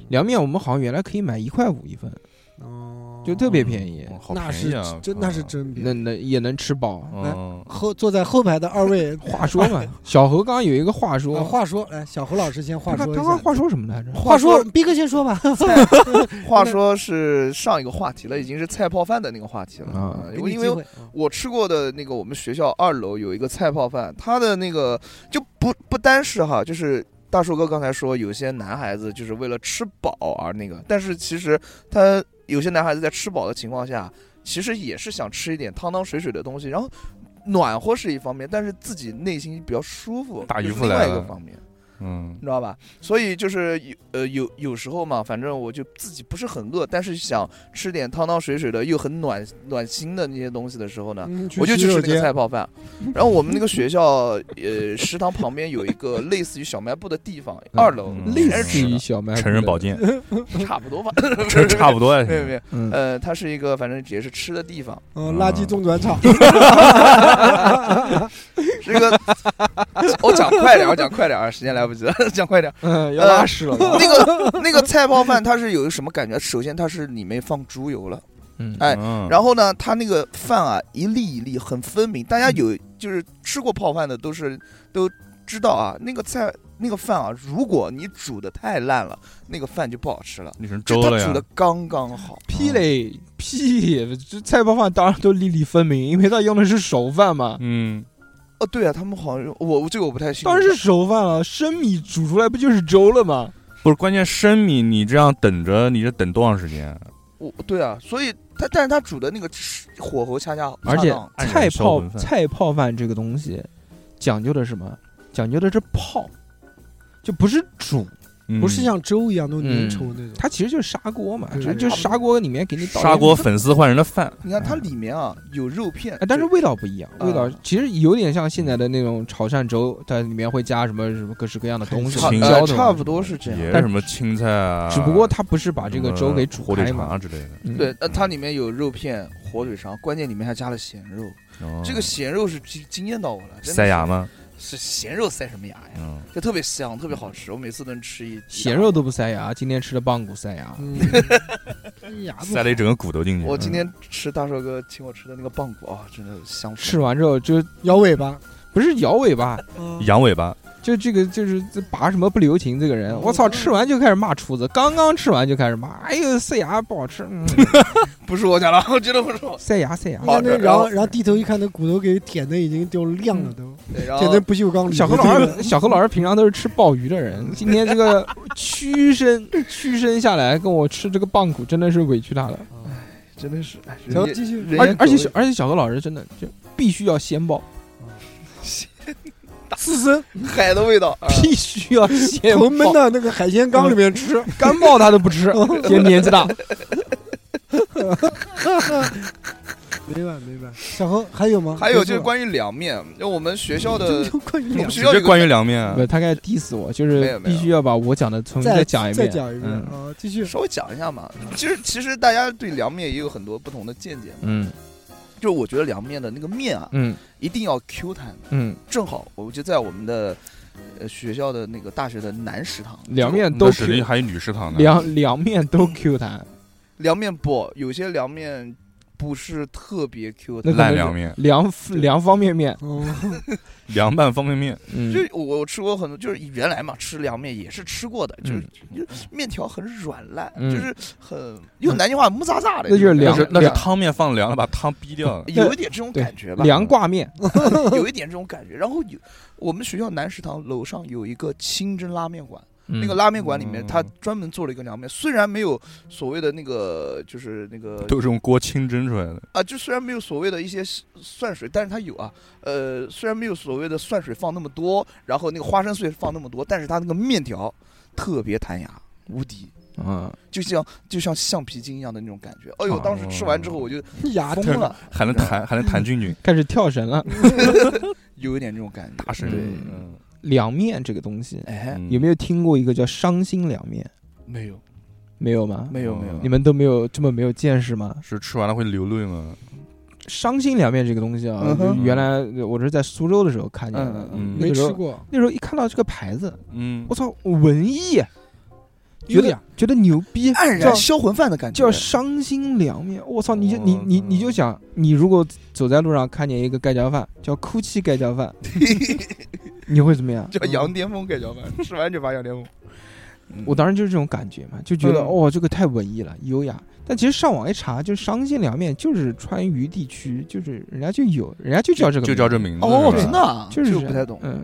凉面我们好像原来可以买一块五一份，
哦，
就特别便宜，
嗯好
那
便
是
宜啊，
真那是真
那
便宜。
那也能吃饱。
嗯，
后坐在后排的二位，
话说嘛， 小何刚刚有一个话
啊
说，
话说，来，小侯老师先话
他
说一
他刚
下。
话说什么来着？
话说，逼哥先说吧。
话说是上一个话题了，已经是菜泡饭的那个话题了
啊
啊
给
因
你
为因
机
为
会啊
我吃过的那个我们学校二楼有一个菜泡饭，它的那个就不不单是哈，就是。大树哥刚才说，有些男孩子就是为了吃饱而那个，但是其实他有些男孩子在吃饱的情况下，其实也是想吃一点汤汤水水的东西，然后暖和是一方面，但是自己内心比较舒服，
大姨
这是
夫
另
来
外一个
了
方面。
嗯
你，知道吧？所以就是有呃有有时候嘛，反正我就自己不是很饿，但是想吃点汤汤水水的又很暖暖心的那些东西的时候呢，
嗯
我就
洗
去
手
吃那个
间
菜泡饭。然后我们那个学校呃食堂旁边有一个类似于小卖部的地方，二楼
嗯
类
全是
似
吃
于
的
小卖部
成人保健，
差不多吧，
这差不多 啊，
没有没有，
嗯，
呃，它是一
嗯
个反正也是吃的地方，
嗯，垃圾中转场。
这个我讲快点，我讲快点啊，时间来不及了，讲快点。
嗯，要拉屎了。
那个那个菜泡饭它是有一个什么感觉？首先它是里面放猪油了，
嗯，
哎
嗯
然后呢，它那个饭啊一粒一粒很分明，大家有
嗯
就是吃过泡饭的都是都知道啊，那个菜那个饭啊，如果你煮的太烂了，那个饭就不好吃了。
那成
就
粥
它
了
煮的
呀，
刚刚好，
屁嘞屁！这菜包饭当然都粒粒分明，因为他用的是熟饭嘛，
嗯，
哦，对啊，他们好像用我我这个我不太清楚。
当然是熟饭了。生米煮出来不就是粥了吗？
不是，关键生米你这样等着，你这等多长时间？
我对啊，所以他但是他煮的那个吃火候恰恰
而
恰
且
哎
当
按
菜
人烧
泡
混饭
菜泡饭这个东西，讲究的是什么？讲究的是泡，就不是煮，
嗯
不是像粥一样都
嗯
粘稠那种。
它其实就是砂锅嘛，
对
就就砂锅里面给你倒
砂
点
锅粉丝换人的饭，
你看它里面啊有肉片
哎，，但是
就
味道不一样，
啊
味
嗯
道其实有点像现在的那种潮汕粥，它里面会加什么什么各式各样的东西，
差
青
椒
呃
的
差不多是这样。
也
但
是什么青菜啊，
只不过它不是把这个粥给煮
火腿
开嘛。
肠之类的。
嗯
对，呃，它里面有肉片、火腿肠，关键里面还加了咸肉。
哦
这个咸肉是惊惊艳到我了，真的是
塞牙？吗？
是咸肉塞什么牙呀？
嗯，
就特别香，特别好吃。我每次都能吃一
咸肉。都不塞牙，今天吃的棒骨塞牙。
嗯， 哎呀，
塞了一整个骨头进
一
去。
大碗我今天吃大寿哥请我吃的那个棒骨啊，真的香疯
吃完之后就
摇尾巴，
不是摇尾巴，
嗯羊尾巴，
就这个就是这拔什么不留情这个人，我操！吃完就开始骂厨子，刚刚吃完就开始骂，哎呦塞牙不好吃，嗯
不是我讲的， 我真的不是我。
塞牙塞牙
你。
好
看那，
的然
然
后嗯
后然后低头一看，那骨头给舔的已经都亮了，都
对然
舔
后
的不锈钢里。
小何老师，嗯小何老师平常都是吃鲍鱼的人，今天这个屈身屈身下来跟我吃这个棒骨，真的是委屈他了。
真的是，哎
行
人
继续
人也
而而且
狗
小而且小何老师真的就必须要鲜鲍，
刺 身
海的味道，啊
必须要鲜
头闷
鲍，
到那个海鲜缸里面
嗯
吃，
干鲍他都不吃，也年纪大。
没完没完。小何还有吗？
还有就是
关
关于凉面，因为我们学校 的
就关于
我们学
直
校
接
有
关
于
于凉面啊
不，，他该 diss 我，就
没有
是
没有
必须要把我讲的重新
再
讲一
再
遍。
讲一遍
嗯
啊，继续。
稍微讲一下嘛。其实其实大家对凉面也有很多不同的见解，
嗯
就是我觉得凉面的那个面啊，
嗯
一定要 Q 弹。
嗯，
正好我就在我们的呃学校的那个大学的男食堂，
凉面都
那指定
Q，
还有女食堂呢。
凉凉面都 Q 弹，
凉面不有些凉面不是特别 Q
那
弹。
可能
烂
是
凉面、
凉凉方便面。
哦，
凉拌方便面，
嗯
就，我我吃过很多，就是原来嘛吃凉面也是吃过的，就是就是面条很软烂，
嗯
就是很用南京话木扎扎
那
的
就
种
是
感觉，
凉
那是那是
凉
汤面放凉了，把汤逼掉了。
有一点这种
对
感觉吧，
凉挂面。
有一点这种感觉。然后有我们学校南食堂楼上有一个清真拉面馆，
那
那个拉面馆里面
嗯
他专门做了一个凉面，虽然没有所谓的那个就是那个
都是用锅清蒸出来的，
啊，就虽然没有所谓的一些蒜水，但是它有啊，呃，虽然没有所谓的蒜水放那么多，然后那个花生碎放那么多，但是它那个面条特别弹牙，无敌。
啊，
就像就像橡皮筋一样的那种感觉，哎呦！
哦
当时吃完之后我就
牙
疯
疼。
了，
还能弹还能弹菌菌，
开始跳绳了。
有一点这种感觉。
大神。
对，
嗯
凉面这个东西，
哎，
嗯
有没有听过一个叫伤心凉面？
没有，
没有吗？
没有，
嗯
没有
你。们都没有这么没有见识吗？
是吃完了会流泪吗？
伤心凉面这个东西啊
嗯，哼
就原来我是在苏州的时候看见
嗯
的，
嗯
嗯
那
没
个时
吃
候
过，
那时候一看到这个牌子，
嗯
我，操，文艺，觉
有
得
点
觉得牛逼，
黯
叫
然销魂饭的感觉，
叫伤心凉面。我操，你就你
我
你
操
你就想，你如果走在路上看见一个盖浇饭叫哭泣盖浇 饭，你会怎么样？
叫羊癫疯盖浇饭，吃完就发羊癫疯。
嗯
我当时就是这种感觉嘛，就觉得、
嗯
哦，这个太文艺了，优雅。但其实上网一查，就是伤心凉面，就是川渝地区，就是人家就有，人家就叫这个，
就叫这，名字
哦，
是吧
真的啊，
就是这
这个
样
不太懂。
嗯，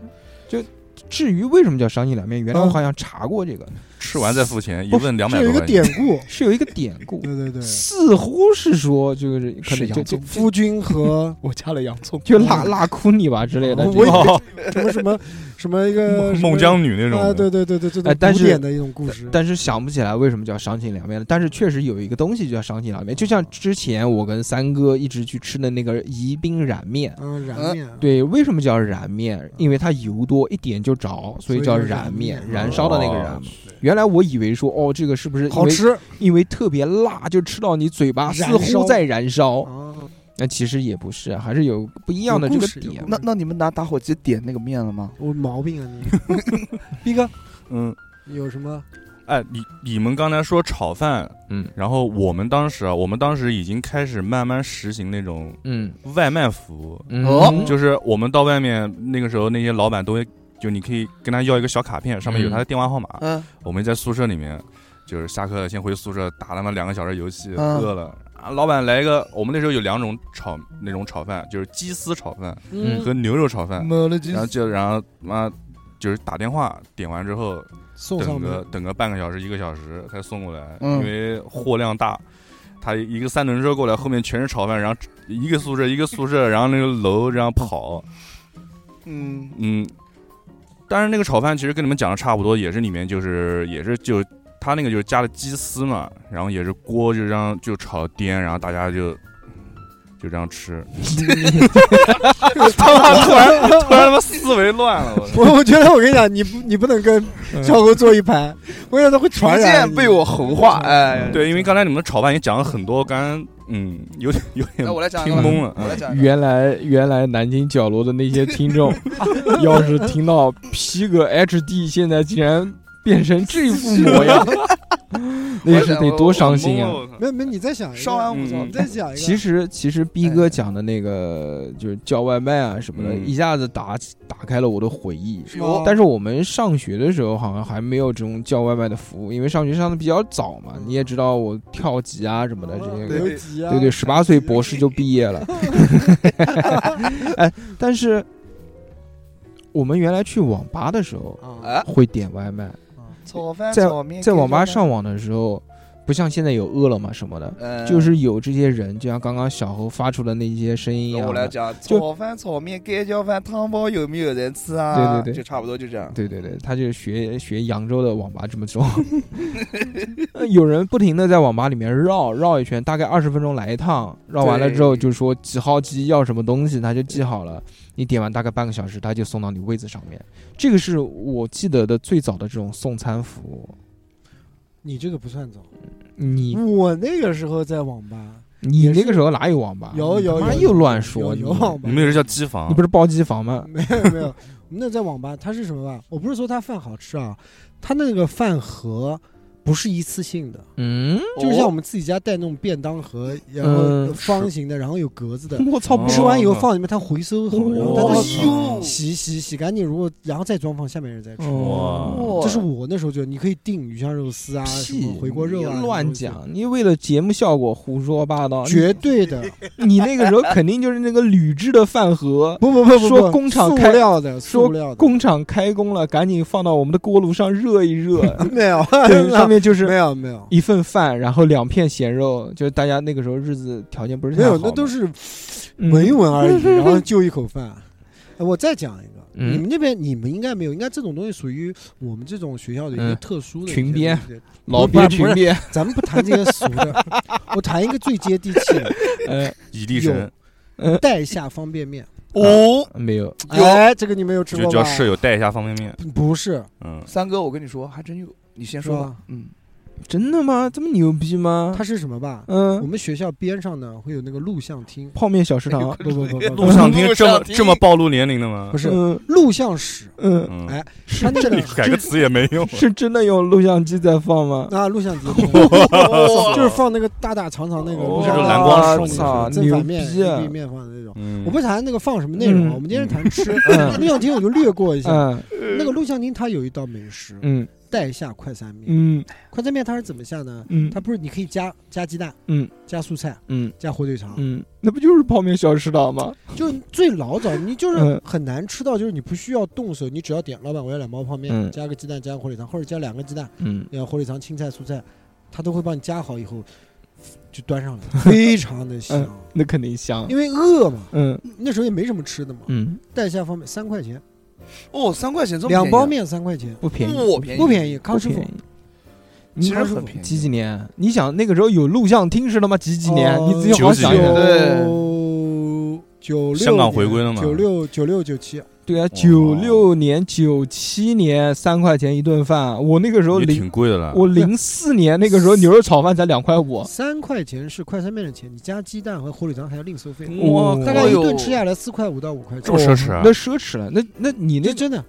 就至于为什么叫伤心凉面，
嗯
原来我好像查过这个，。
吃完再付钱，一
不
问两百
这有
多
一个
块
典
钱。
故
是有一个典 故，
对 对对，
似乎是说就是可
是
能就
洋
就
葱
夫君和
我加了洋葱，
就辣辣哭你吧之类的。
我
这个
以为
哦，
什么什么什么一 个什么
孟姜女那
啊，
种的
对，对对对，这
哎
种
但
古
是
典的一种故事。
但是想不起来为什么叫伤心凉面了。但是确实有一个东西就叫伤心凉面，就像之前我跟三哥一直去吃的那个宜宾燃面，
嗯，
嗯
燃面，
对，为什么叫燃面？因为它油多，一点就着，所以叫
所以叫
燃
燃
面，
面
燃烧的那个燃
哦。
原来我以为说，哦，这个是不是因
好
为
吃。
因为特别辣，就吃到你嘴巴似
燃烧
乎在燃烧，
哦，
那其实也不是，还是有不一样的这个
有故事有
点
故。事
那那你们拿打火机点那个面了吗？
我毛病啊
斌哥，嗯，
你，有什么？
哎，你你们刚才说炒饭，
嗯
然后我们当时啊，我们当时已经开始慢慢实行那种
嗯
外卖服务，
嗯，
哦
就是我们到外面那个时候，那些老板都会，就你可以跟他要一个小卡片，上面有他的电话号码。
嗯，
我们在宿舍里面，就是下课先回宿舍打他妈两个小时游戏，
嗯
饿了。啊，老板来一个，我们那时候有两种炒那种炒饭，就是鸡丝炒饭
嗯
和牛肉炒饭，
没了就
然后就然后妈就是打电话点完之后，
送
等
上
个
门，
等个半个小时一个小时才送过来，
嗯
因为货量大。他一个三轮车过来，后面全是炒饭，然后一个宿舍一个宿舍，然后那个楼这样跑，
嗯
嗯。但是那个炒饭其实跟你们讲的差不多，也是里面就是也是就他那个就是加了鸡丝嘛，然后也是锅就这样就炒颠，然后大家就就这样吃。他妈突然突然他妈思维乱了，我操
我我觉得我跟你讲，你不你不能跟
嗯
小狗坐一盘，我想他会
逐
传染
渐
你。嗯
被我猴化，哎，
对，因为刚才你们炒饭也讲了很多，刚刚嗯有点有点
那哎我来讲一
听
个吧，
懵了，
我来讲一
嗯
个，
原来原来南京角落的那些听 众，要是听到皮革 HD 现在竟然变成这副模 样，那是得多伤心啊！
我懵了！我操
没有没有，你再想一
稍安
个，
勿躁
嗯
你，再想一个。
其实其实逼
哎
哥讲的那个就是叫外卖啊什么的，
嗯
一下子打打开了我的回忆。
哦
有
但是我们上学的时候好像还没有这种叫外卖的服务，因为上学上的比较早嘛
嗯。
你也知道我跳级啊什么的这些个，
留级啊，
对对，十八岁博士就毕业 了。哎，但是我们原来去网吧的时候
啊，
哎，
会点外卖，
炒饭
在
炒
嗯
面，
在网吧上，网的时候，不像现在有饿了么什么的，
呃，
就是有这些人，就像刚刚小猴发出的那些声音一
那
样
我来
的。
讲，
就
炒饭、炒面、盖浇饭、汤包有没有人吃啊？
对对对
就差不多就这样。
对对对，他就学学扬州的网吧这么 做，呃有人不停的在网吧里面绕绕一圈，大概二十分钟来一趟，绕完了之后
对
就说几号机要什么东西，他就记好了。你点完大概半个小时，他就送到你位子上面。这个是我记得的最早的这种送餐服务。
你这个不算早。
你
我那个时候在网吧，
你
嗯也是
那个时候哪有网吧？
有
你
有
他妈
有
又乱说！
有
啊你
有网吧，
你们那是叫机房
你不是包机房吗？
没有没有，我们那在网吧，它是什么吧？我不是说它饭好吃啊，它那个饭盒不是一次性的，
嗯，
就像我
们
们自己家带那种便当盒，然后
嗯
方形的，然后有格子的，
我操，
哦
不
吃
是哦
完以后放里面，它回收好，然后它
哇
再
塞
洗
哟，
洗洗洗干净，如果然后再装放下面人再吃。
哦
哇
这是我那时候觉得，你可以订鱼香肉丝啊，什么
屁
回锅肉啊，
你乱，讲！你为了节目效果胡说八道，
绝对的，
你你那个时候肯定就是那个铝制的饭盒，
不不不不不，
说工厂
塑
开
料的，
说
塑料的，
工厂开工了，赶紧放到我们的锅炉上热一 热，
没有，
对，上面就
没
是
有没有。
一份饭，然后两片咸肉，就是大家那个时候日子条件不是
没
太好
有
嘛，，
那都是
嗯
闻一闻而已，然后就一口饭。哎我再讲一个，
嗯
你们那边你们应该没有，应该这种东西属于我们这种学校的一些
嗯
特殊的
群
一些
编
东西。
老
不
鳖
是不
群
是
鳖，
咱们不谈这些俗的，我谈一个最接地气的，
呃，
以力神，
带下方便面。
哦，
没有，
哎，这个你们有吃
就
过
叫
吧？
舍友带一下方便面。
不是，
嗯，
三哥，我跟你说，还真有，你先说
是
吧
吧。
嗯，
真的吗？这么牛逼吗
它？是什么吧？我
嗯，
们学校边上呢会有那个录像厅，
泡面小食堂，
不不不不
录
不，
像厅
录
这么
像厅
这么暴露年龄的吗
不？是
嗯
录像室，
嗯，
嗯，
哎
是
它那
真
个
改个词也没用。
是真的用录像机在放吗？
啊录像机。
哦
哇
就是放那个大大长长那个录像
就
机，
是蓝光
哇
束
操，
正
牛
反面、
逼
对立
啊！
面放的那种。
嗯
我不谈那个放什么内容啊，
嗯
我们今天谈吃。
嗯
录像厅我就略过一下，
嗯
那个录像厅它有一道美食，
嗯
带下快餐面。
嗯
快餐面它是怎么下呢？
嗯
它不是你可以加加鸡蛋、
嗯
加蔬菜、
嗯
加火腿肠，
嗯，那不就是泡面小食堂吗？
就是最老早你就是
嗯
很难吃到，就是你不需要动手，你只要点老板我要两包泡面，
嗯
加个鸡蛋，加个火腿肠，或者加两个鸡蛋，
嗯，
然后火腿肠、青菜、蔬菜，它都会帮你加好以后就端 上来，非常的香。
那肯定香。
因为饿嘛，
嗯
那时候也没什么吃的嘛，
嗯，
带下方便三块钱，
哦，三块钱这么便宜啊
两包，面三块钱，
不便宜，
我便宜，
不便宜。康师
不
傅
便宜。
其实
康师
很
傅
便宜。
几几年？啊你想那个时候有录像厅是他妈几哦几年？啊
呃
你自己好好
九
想
几
一
年
想。
九九六
香港回归了嘛
九六九六九七，
对啊，九六年、九七年三块钱一顿饭，啊我那个时候
也
零
挺贵的了。
我零四年那个时候牛肉炒饭才两块五，
三块钱是快餐面的钱，你加鸡蛋和火腿肠还要另收费，
我
大
哦
概一顿吃下来四块五到五块
这
钱哦
么，奢侈啊
哦那奢侈了。那那你那
这真的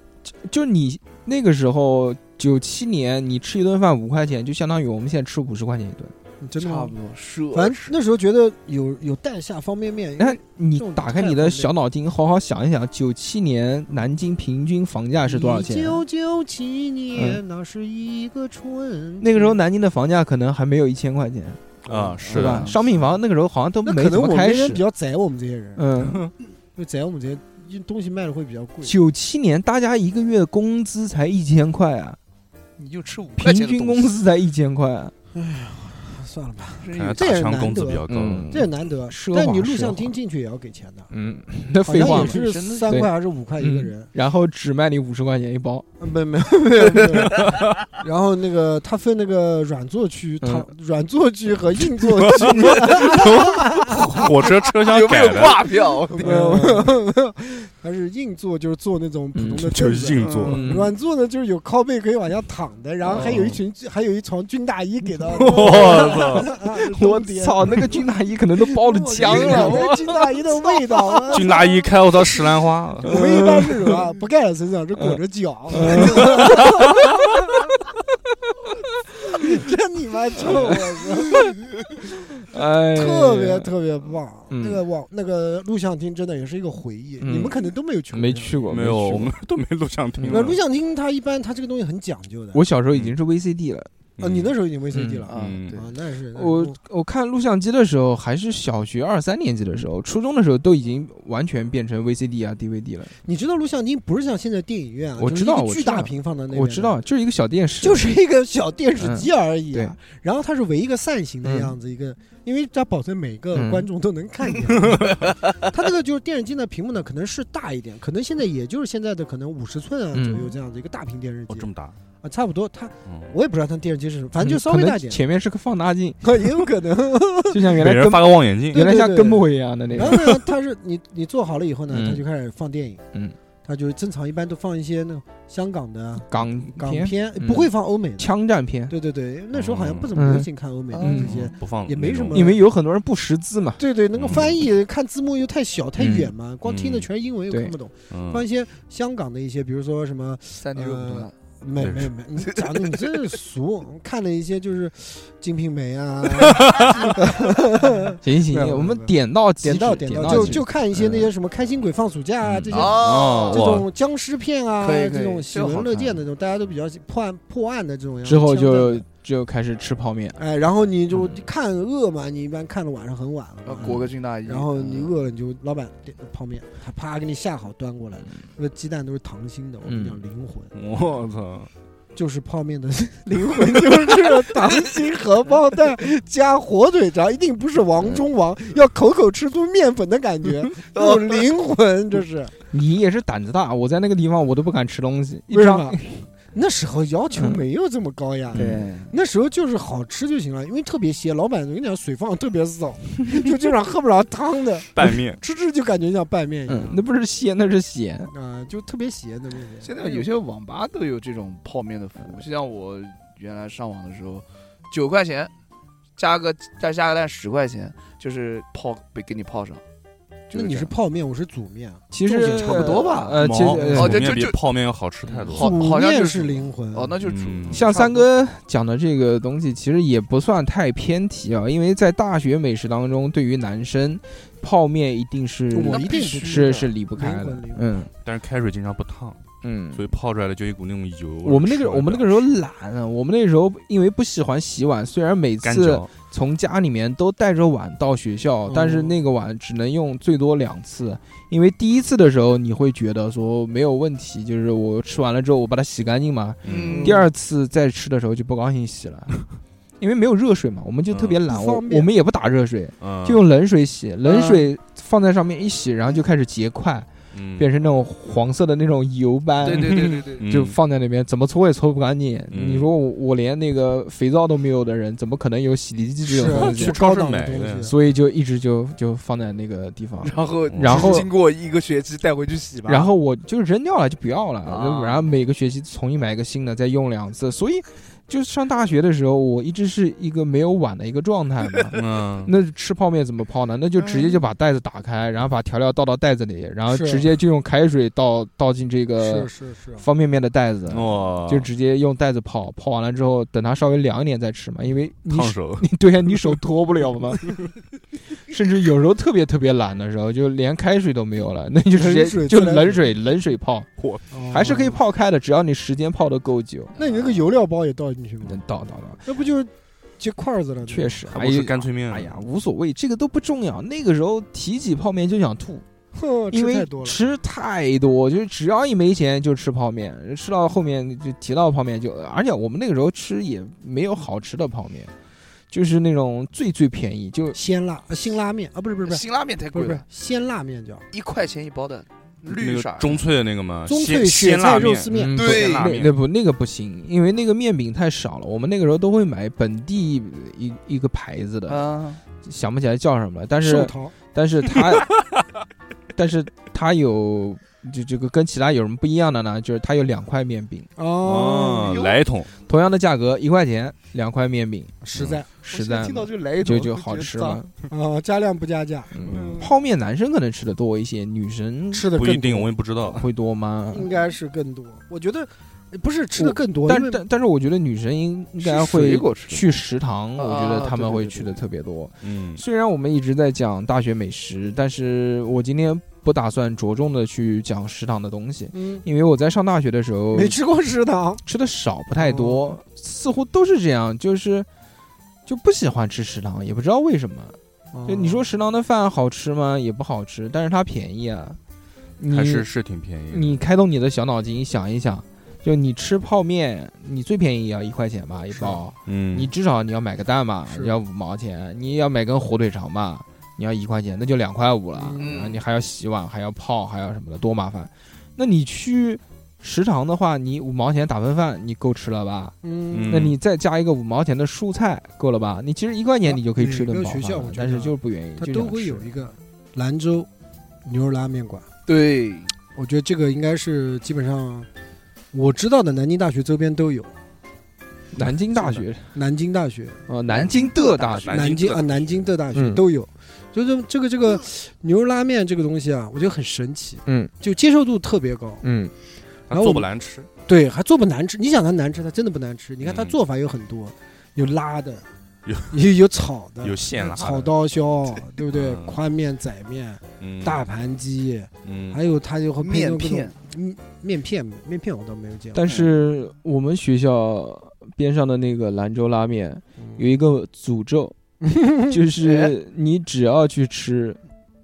就你那个时候九七年，你吃一顿饭五块钱，就相当于我们现在吃五十块钱一顿。
你真的
差
吗
不？多奢侈，
反正那时候觉得有有蛋下方便面，
那你打开你的
这
小
种太方便
脑筋，好好想一想，九七年南京平均房价是多少钱？啊嗯
九九七年，那是一个春。
那个时候南京的房价可能还没有一千块钱，
啊，是
对吧？
的，
商品房那个时候好像都
那
没
可
怎
能我
么
们
开
那边
始
比。较宰我们这些人，
嗯，
就宰我们这些因为东西卖的会比较贵。
九七年大家一个月工资才一千块啊，
你就吃五块
平
钱的
均工
东西，
资才一千块啊。
算了吧，
真
看来
有
这
大
也
强
难
工资
得
比较高。
嗯
这也难得
奢。华
但你录
奢华
像厅进去也要给钱的，
嗯，那
好
废话
像
嘛。
也是
真的
三
对
块还是五块一个
嗯
人。
然后只卖你五十块钱一 包，
嗯，没没有 没有没有。然后那个他分那个软座区、
嗯
躺软座区和硬座 区。
火车车厢
有没
改
有
的，
挂表？
没有没有没有，他是硬座，就是坐那种普通的凳子。
硬
座
嗯
软座呢，就是有靠背可以往下躺的，然后还有一群，还有一床军大衣给到。
我操，
我操，那个军大衣可能都包了
香
浆
了，
了。
那军大衣的味道。啊我
军大衣开，我操，石兰花，
我们一般是什
嗯
么？不盖在身上，是裹着脚。 你 真你妈臭！我操，
哎，
特别特别棒。
嗯
那个网那个录像厅真的也是一个回忆，
嗯
你们可能都没有去，
没。去过，
没有，
去
我
过
们都没录像厅
那
了。
录像厅它一般它这个东西很讲究的。嗯
我小时候已经是 VCD 了。
啊，你那时候已经 VCD
嗯
了啊
啊，
嗯
对，
啊，那是那是
我我看录像机的时候，还是小学二三年级的
嗯
时候，初中的时候都已经完全变成 VCD 啊 DVD 了。
你知道录像厅不是像现在电影院啊，
我
就
知
是一个
道我
巨
知
大
道
屏放在那边，
我知道，，就是一个小电视，
就是一个小电视机而已啊。
嗯
然后它是围一个扇形的样子，一个，因为它保证每个
嗯
观众都能 看见。它那个就是电视机的屏幕呢，可能是大一点，可能现在也就是现在的可能五十寸啊
嗯
左右这样子一个大屏电视
哦
机
这么大，
啊，差不多。它
嗯
我也不知道它电视机是什么，反
嗯
正就稍
可
微
能
大一点，
前面是个放大 镜，
也有可能。
就像原
每
来
人
根
发个望远镜，
对嗯
原来像根部一样的那
啊然
个。
后呢，它是你你做好了以后呢，
嗯
它就开始放电影，
嗯，
它就是正常一般都放一些那种香港的
港
港
片、
片，
嗯
不会放欧美的。
枪战片，
对对对，那时候好像不怎么
嗯
流行看欧美的
嗯
这些。
不放
也没什么
因为有很多人不识字嘛。
对对，那个
嗯
翻译看字幕又太小太
嗯
远嘛，光听的
嗯
全是英文又
对
看不懂。
嗯
放一些香港的一些，比如说什么，
三 D 肉不
呃没没没，你讲的你真是俗。 看了一些就是《金瓶梅》啊，
行行
没有没
行，
有
我们点到即
点
止，
到
点
到，就
即止
就看一些那些
嗯
什么《开心鬼放暑假》啊
嗯
这些
烂哦
这种僵尸片啊，
可以可以
这种喜
这个好
闻乐
看
见的这种，大家都比较喜破案破案的这种样子。
之后
枪战
就
的
就开始吃泡面。
哎，然后你就
嗯
看饿嘛，你一般看的晚上很晚了
要
嘛，
啊裹个军大衣，
然后你
嗯
饿了你就老板点泡面，他啪给你下好端过来，那个鸡蛋都是溏心的，我跟你讲
嗯
灵魂
我操，
就是泡面的 灵魂就是溏心荷包蛋加火腿肠，一定不是王
嗯
中王，要口口吃出面粉的 感觉，有灵魂这是
你也是胆子大，我在那个地方我都不敢吃东西，一
为什
张
么？那时候要求没有这么高呀，
对，
那时候就是好吃就行了，因为特别鲜，老板我跟你讲水放得特别少， 就经常喝不着汤的，
拌面，
吃吃就感觉像拌面一样
嗯，那不是鲜，那是咸。
啊、就特别咸的东西。
现在有些网吧都有这种泡面的服务，就像我原来上网的时候，九块钱加个再加个蛋十块钱，就是泡被给你泡上。就
那你
这
是
样
泡面，我是煮面，
其
重
实
点差不
多吧
呃，其实
毛
呃
哦
煮
对
面
就
比
就
泡面要好吃太多
好
了。
煮
好像
面
就是是
灵魂
哦，那就是煮
嗯
像
差
三
不多
哥讲的这个东西，其实也不算太偏题啊，因为在大学美食当中，对于男生，泡面一定是
我
那
一
必
定
须
不
的
是是离不开
灵
的
魂灵，魂
嗯
但是开水经常不烫，
嗯。
所以泡出来的就一股那种油。
我们那个我们那个时
候
候懒啊，我们那时候因为不喜欢洗碗，虽然每
干
次
嚼，
从家里面都带着碗到学校
哦，
但是那个碗只能用最多两次，因为第一次的时候你会觉得说没有问题，就是我吃完了之后我把它洗干净嘛，
嗯
第二次再吃的时候就不高兴洗了，因为没有热水嘛，我们就特别懒，
嗯不
我
方便
我们也不打热水，
嗯
就用冷水洗，冷水放在上面一洗，然后就开始结块，
嗯
变成那种黄色的那种油斑，
对对对对对，
嗯
就放在那边，怎么搓也搓不干净。
嗯
你说我我连那个肥皂都没有的人，怎么可能有洗涤剂这种东
去
西？啊
超市
高档的
买
东西
的。
所以就一直就就放在那个地方。
然后
然后
经过一个学期带回去洗吧，
然后我就扔掉了，就不要了。
啊
然后每个学期重新买一个新的，再用两次。所以，就上大学的时候，我一直是一个没有碗的一个状态嘛
嗯，
那吃泡面怎么泡呢？那就直接就把袋子打开，然后把调料倒到袋子里，然后
嗯是
直接就用开水倒倒进这个
是哦是是，
方便面的袋子，
哇，
就直接用袋子泡。泡完了之后，等它稍微凉一点再吃嘛，因为你
哦
烫
手
手，
你 对呀，你手脱不了嘛。 甚至有时候特别特别懒的时候，就连开水都没有了，那就直
冷
接
水
就
自来
冷水冷水泡。
哦
还是可以。泡开的，只要你时间泡的够久。
那你那个油料包也倒进去吗？
能倒倒倒，
那不就是结块子了？
嗯确，实，
还
哎
不是
呀，
干脆面？
哎呀，，无所谓，这个都不重要。那个时候提起泡面就想吐，
哼，
因
吃太
为
多了。
吃太多，就是只要一没钱就吃泡面，吃到后面就提到泡面就，而且我们那个时候吃也没有好吃的泡面，就是那种最最便宜，就
鲜辣呃辛拉面啊，不是不是不是
辛拉面太
不
贵
是不
了
是，鲜辣面叫
啊
一块钱一包的
那
绿
个
色儿
中脆的那个嘛，
中
鲜
脆
鲜
雪
辣
菜肉
面，啊
丝
嗯
面，
对
拉
那
面
那不那个不行，因为那个面饼太少了。我们那个时候都会买本地一一个牌子的，
啊，
想不起来叫什么了，但
寿
是
桃
但是 它，但是它有就这个跟其他有什么不一样的呢？就是它有两块面饼，
哦，
哦，来一桶，
同样的价格，一块钱两块面饼，
实在
嗯实
我现在
在
听
嘛
到就来一
就
桶
就
觉
好
得
吃
脏
嘛。
啊，加量不加价，
嗯，泡面男生可能吃的多一些，女生
吃的
不一
更
定，
多
我也不知道。
会多吗？
应该是更多。我觉得呃不是吃的更多，因
但
为
但但是我觉得女生应应该
是水
会
果吃的
去食堂，
啊
我觉得
啊
他们
对对
会
对
去
对
的特别多。
嗯，
虽然我们一直在讲大学美食，但是我今天不打算着重的去讲食堂的东西，
嗯，
因为我在上大学的时候
没吃过食 堂，
吃的少，不太多，似乎都是这样，就是就不喜欢吃食堂，也不知道为什么。就你
哦
说食堂的饭好吃吗？也不好吃，但是它便宜啊。你
还是是挺便宜的。
你开动你的小脑筋想一想，就你吃泡面，你最便宜也要啊一块钱吧一
是
包，
嗯，
你至少你要买个蛋吧，
是
要五毛钱，你要买根火腿肠吧，你要一块钱，那就两块五了。
嗯
然后你还要洗碗，还要泡，还要什么的，多麻烦。那你去食堂的话，你五毛钱打份饭，你够吃了吧？
嗯，
那你再加一个五毛钱的蔬菜，够了吧？你其实一块钱你就可以吃顿
每
饱
个学
饭
校
了
我，觉
但是
得
就是不愿意，
它
就
都
想
会
吃
有一个兰州牛肉拉面馆，
对，
我觉得这个应该是基本上我知道的南京大学周边都有，
南京大学，
南京大学、
呃，南京的大学，
南
南京
京
的
啊南京的大学
嗯
都有。所以说这个这个牛肉拉面这个东西啊，我觉得很神奇，
嗯
就接受度特别高，
嗯，
它
然后
做
我
不
们
难吃，
对，还做不难吃。你想它难吃，它真的不难吃。你看它
嗯
做法有很多，有拉的，
有
有有炒的，
嗯
有馅辣的
炒，刀削，对不对？
嗯
宽面、仔面、
嗯
大，盘鸡，
嗯，
还有它就会配
面
那种各种
片，
嗯，面片，面片我倒没有见过。
但是我们学校边上的那个兰州拉面有
嗯哎
一个诅 咒，就是你只要去吃，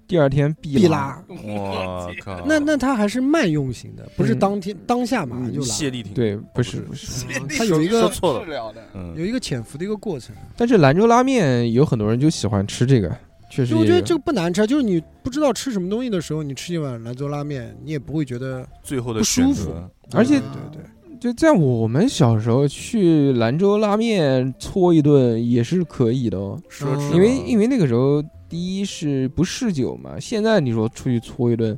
第二天必
必拉，
我靠，
那那它还是慢用型的，不是
嗯
当天当下马上就拉。
谢丽婷，
对，不是
是
不是。
嗯
它有一个
说错了
治疗的，
嗯，
有一个潜伏的一个过程，
但是兰州拉面有很多人就喜欢吃这个，确实
就我
也
觉得
有
这个不难吃，就是你不知道吃什么东西的时候，你吃一碗兰州拉面，你也不会觉得
最后的
不
选
舒
择，
而且
对对对，
就在我们小时候去兰州拉面搓一顿也是可以的哦，
奢侈了，
因
嗯
为因为
为
那个时候第一是不嗜酒嘛，现在你说出去搓一顿，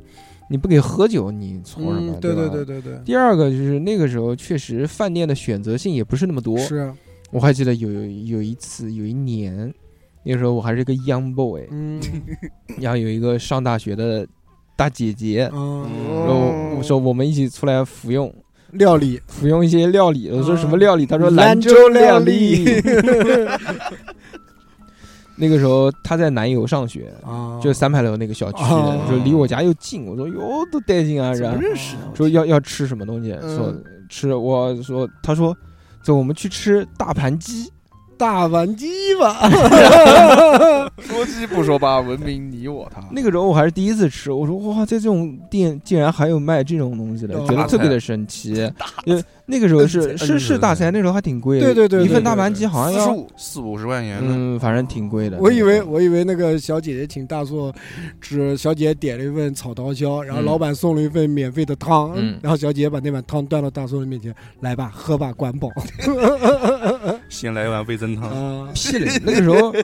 你不给喝酒，你搓什么？
嗯，对
对
对
吧
对。对对，
第二个就是那个时候确实饭店的选择性也不是那么多，
是啊，
我还记得有有有一次有一年，那个时候我还是个 young boy，
嗯
然后有一个上大学的大姐姐，然
嗯，
后我说我们一起出来服用，
料理
服用一些料理。我说
啊
什么料理？他说
兰
州
州料
理。 那个时候他在南邮上学，
啊，
就三牌楼那个小区
啊
的，就离我家又近。我说哟，多带劲啊！
怎么
然后
认识的？
说要要吃什么东西，
嗯
说吃。我说他说走，我们去吃大盘鸡。
大碗鸡吧，
说鸡不说八，文明你我他。
那个时候我还是第一次吃，我说哇，在这种店竟然还有卖这种东西的，
哦
觉得特别的神奇。因为那个时候是
嗯
是是大餐，那时候还挺贵的，
对对对对
一份大盘鸡好像
四十
要
五四五十块钱的，
嗯，反正挺贵的。
哦我以为我以为那个小姐姐请大硕吃，小姐姐点了一份炒刀削，然后
嗯
老板送了一份免费的汤，
嗯
然后小姐姐把那碗汤端到大硕的面前，来吧，喝吧，管 饱。
先来一碗味增
嗯
汤，
啊，
屁嘞，那个时候。呃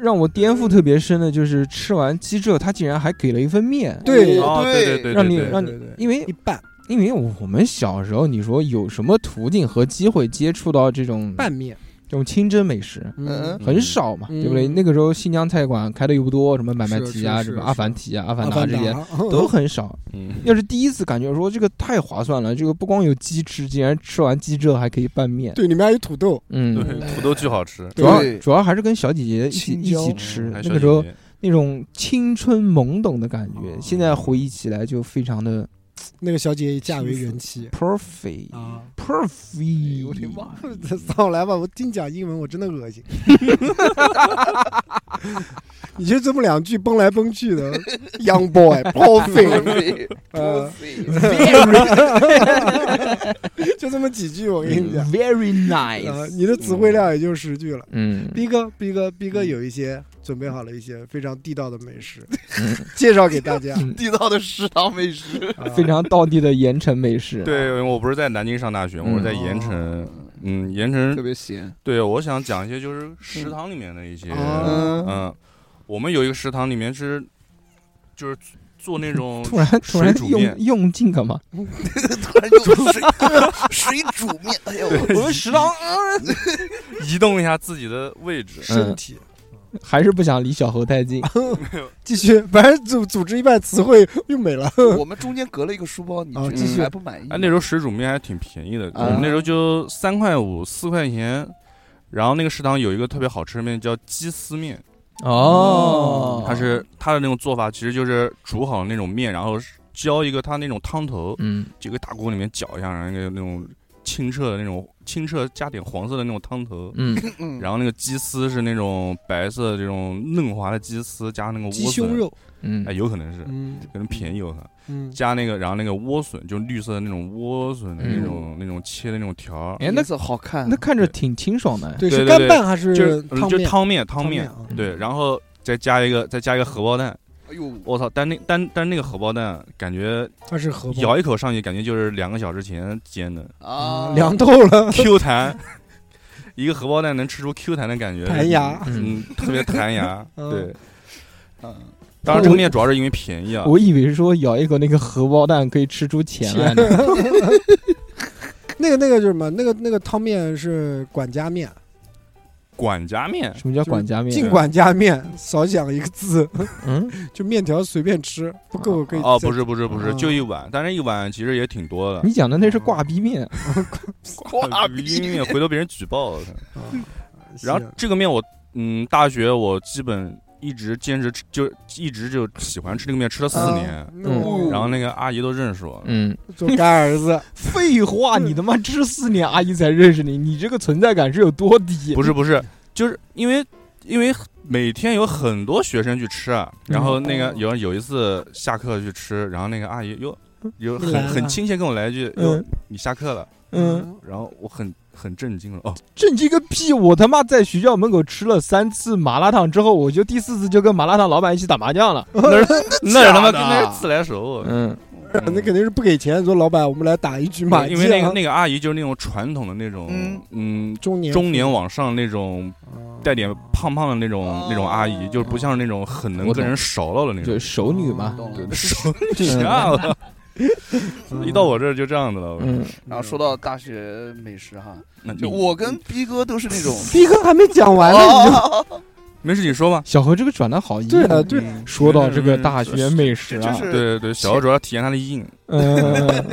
让我颠覆特别深的就是吃完鸡之后，他竟然还给了一份面，
对
哦对对对
让你
对
让
对
你
对对，
因为
一半
因为我们小时候，你说有什么途径和机会接触到这种
拌面，
这种清真美食，
嗯，
很少嘛，对不对？
嗯
那个时候新疆菜馆开的又不多，什么买卖
是
提啊，
是
什
是
么阿凡提啊、阿凡
阿
达
凡
这些
达
都很少。
嗯，
要是第一次感觉说这个太划算了，这个不光有鸡吃，竟然吃完鸡之后还可以拌面，
对，里面还有土豆，
对
嗯。，
土豆巨好吃。
主要
对
主要还是跟小姐姐一起
青
一
椒哎
起吃，
还
嗯那
小
个时候
姐姐
那种青春懵懂的感觉
哦，
现在回忆起来就非常的
那个小姐姐嫁为人妻
perfect
啊。哎
perfect。
哎我的妈！
上来吧，我净讲英文，我真的恶心。 你就这么两句蹦来蹦去的，Young Boy Perfect，呃就这么几句，我跟你讲，
嗯 Very
嗯
啊，
nice。
你的词汇量也就十句了。
嗯，
逼哥，逼哥，逼
嗯
哥有一些准备好了一些非常地道的美食， 介绍给大家。
嗯
地道的食堂美 食，
啊
非常道地的盐城美食。，
对，我不是在南京上大学，我是在盐城。
哦
嗯，盐城
特别咸。
对，我想讲一些就是食堂里面的一些，
哦
嗯
嗯，我们有一个食堂里面是就是做那种
突然突然
水煮
用
面，
用劲干嘛？
突然就哎水 水煮面，哎呦，
我们食堂
移 动一下自己的位置。
身体，
还是不想离小猴太 近。
继续，反正组组织一半词汇又没了。
我们中间隔了一个书包，你
啊
这
继续
还不满意？
哎，那时候水煮面还挺便宜的，
啊
嗯
那时候就三块五、四块钱。然后那个食堂有一个特别好吃的面叫鸡丝面，
哦，
它是它的那种做法其实就是煮好那种面，然后浇一个它那种汤头，
嗯
就一个大锅里面搅一下，然后那个那种清澈的那种清澈加点黄色的那种汤头，
嗯
嗯，
然后那个鸡丝是那种白色的这种嫩滑的鸡丝加那个
鸡
莴
胸
笋，
肉，
嗯
哎，有可能是
嗯
可能便宜我靠，
嗯，
加那个然后那个莴笋就绿色的那种莴笋的
嗯
那种那种切的那种条儿，
哎那
色好看，
那看着挺清爽的。
对，是
对对
干
对
拌还是
就是
嗯
嗯
汤
就
面？
汤面
汤
汤面，
啊
对，然后再加一个再加一个荷包蛋，
嗯哎呦，
我操，但那但但那个荷包蛋感觉
它是荷包
咬一口上去，感觉就是两个小时前煎的
啊，
凉透了，
Q 弹，一个荷包蛋能吃出 Q 弹的感觉，
弹牙
嗯，特别弹牙，
嗯
对。
嗯
当然，这个面主要是因为便宜啊，
我以为说咬一口那个荷包蛋可以吃出钱来
啊
呢。
那个那个就是什么？那个那个汤面是管家面，
管家面
什么叫管家面？啊
进管家面，少讲一个字，
嗯，
就面条随便吃，不够可以
哦，
再
不是不是不是，
嗯
就一碗，但是一碗其实也挺多的。
你讲的那是挂逼面。啊
挂
因
逼，
面回头被人举报了。
啊行
然
啊
后这个面我，嗯，大学我基本一直坚持吃，就一直就喜欢吃这个面，吃了四年
啊。
嗯
然后那个阿姨都认识我，
嗯，
做干儿子，
废话，你他妈吃四年阿姨才认识你，你这个存在感是有多低？啊
不是不是，就是因为因为每天有很多学生去吃啊，然后那个有有一次下课去吃，然后那个阿姨又有
你来
很
了
很亲切跟我来一句，哟
嗯，
你下课了，
嗯，
然后我很很震惊了，哦，
震惊个屁！我他妈在学校门口吃了三次麻辣烫之后，我就第四次就跟麻辣烫老板一起打麻将了。
那是那是他妈
假的
跟那是自来熟，
嗯，
嗯
那肯定是不给钱，说老板，我们来打一局麻将。
因为那个那个阿姨就是那种传统的那种，嗯，
中年
中年往上那种，
啊
带点胖胖的那种
哦
那种阿姨，就是不像那种很能
我懂
跟人熟络的那
对，
种。
熟女嘛，
哦懂了
对，。熟吓了，
嗯
一到我这儿就这样子了。
嗯，
然后说到大学美食哈，
那
就
就
我跟逼哥都是那 种
逼哥还没讲完呢，你就
哦
没事，你说吧。
小何这个转的好硬。
对啊的，对的，
嗯
说到这个大学美食啊
就，是
对对对，小欧主要体验他的硬。
嗯，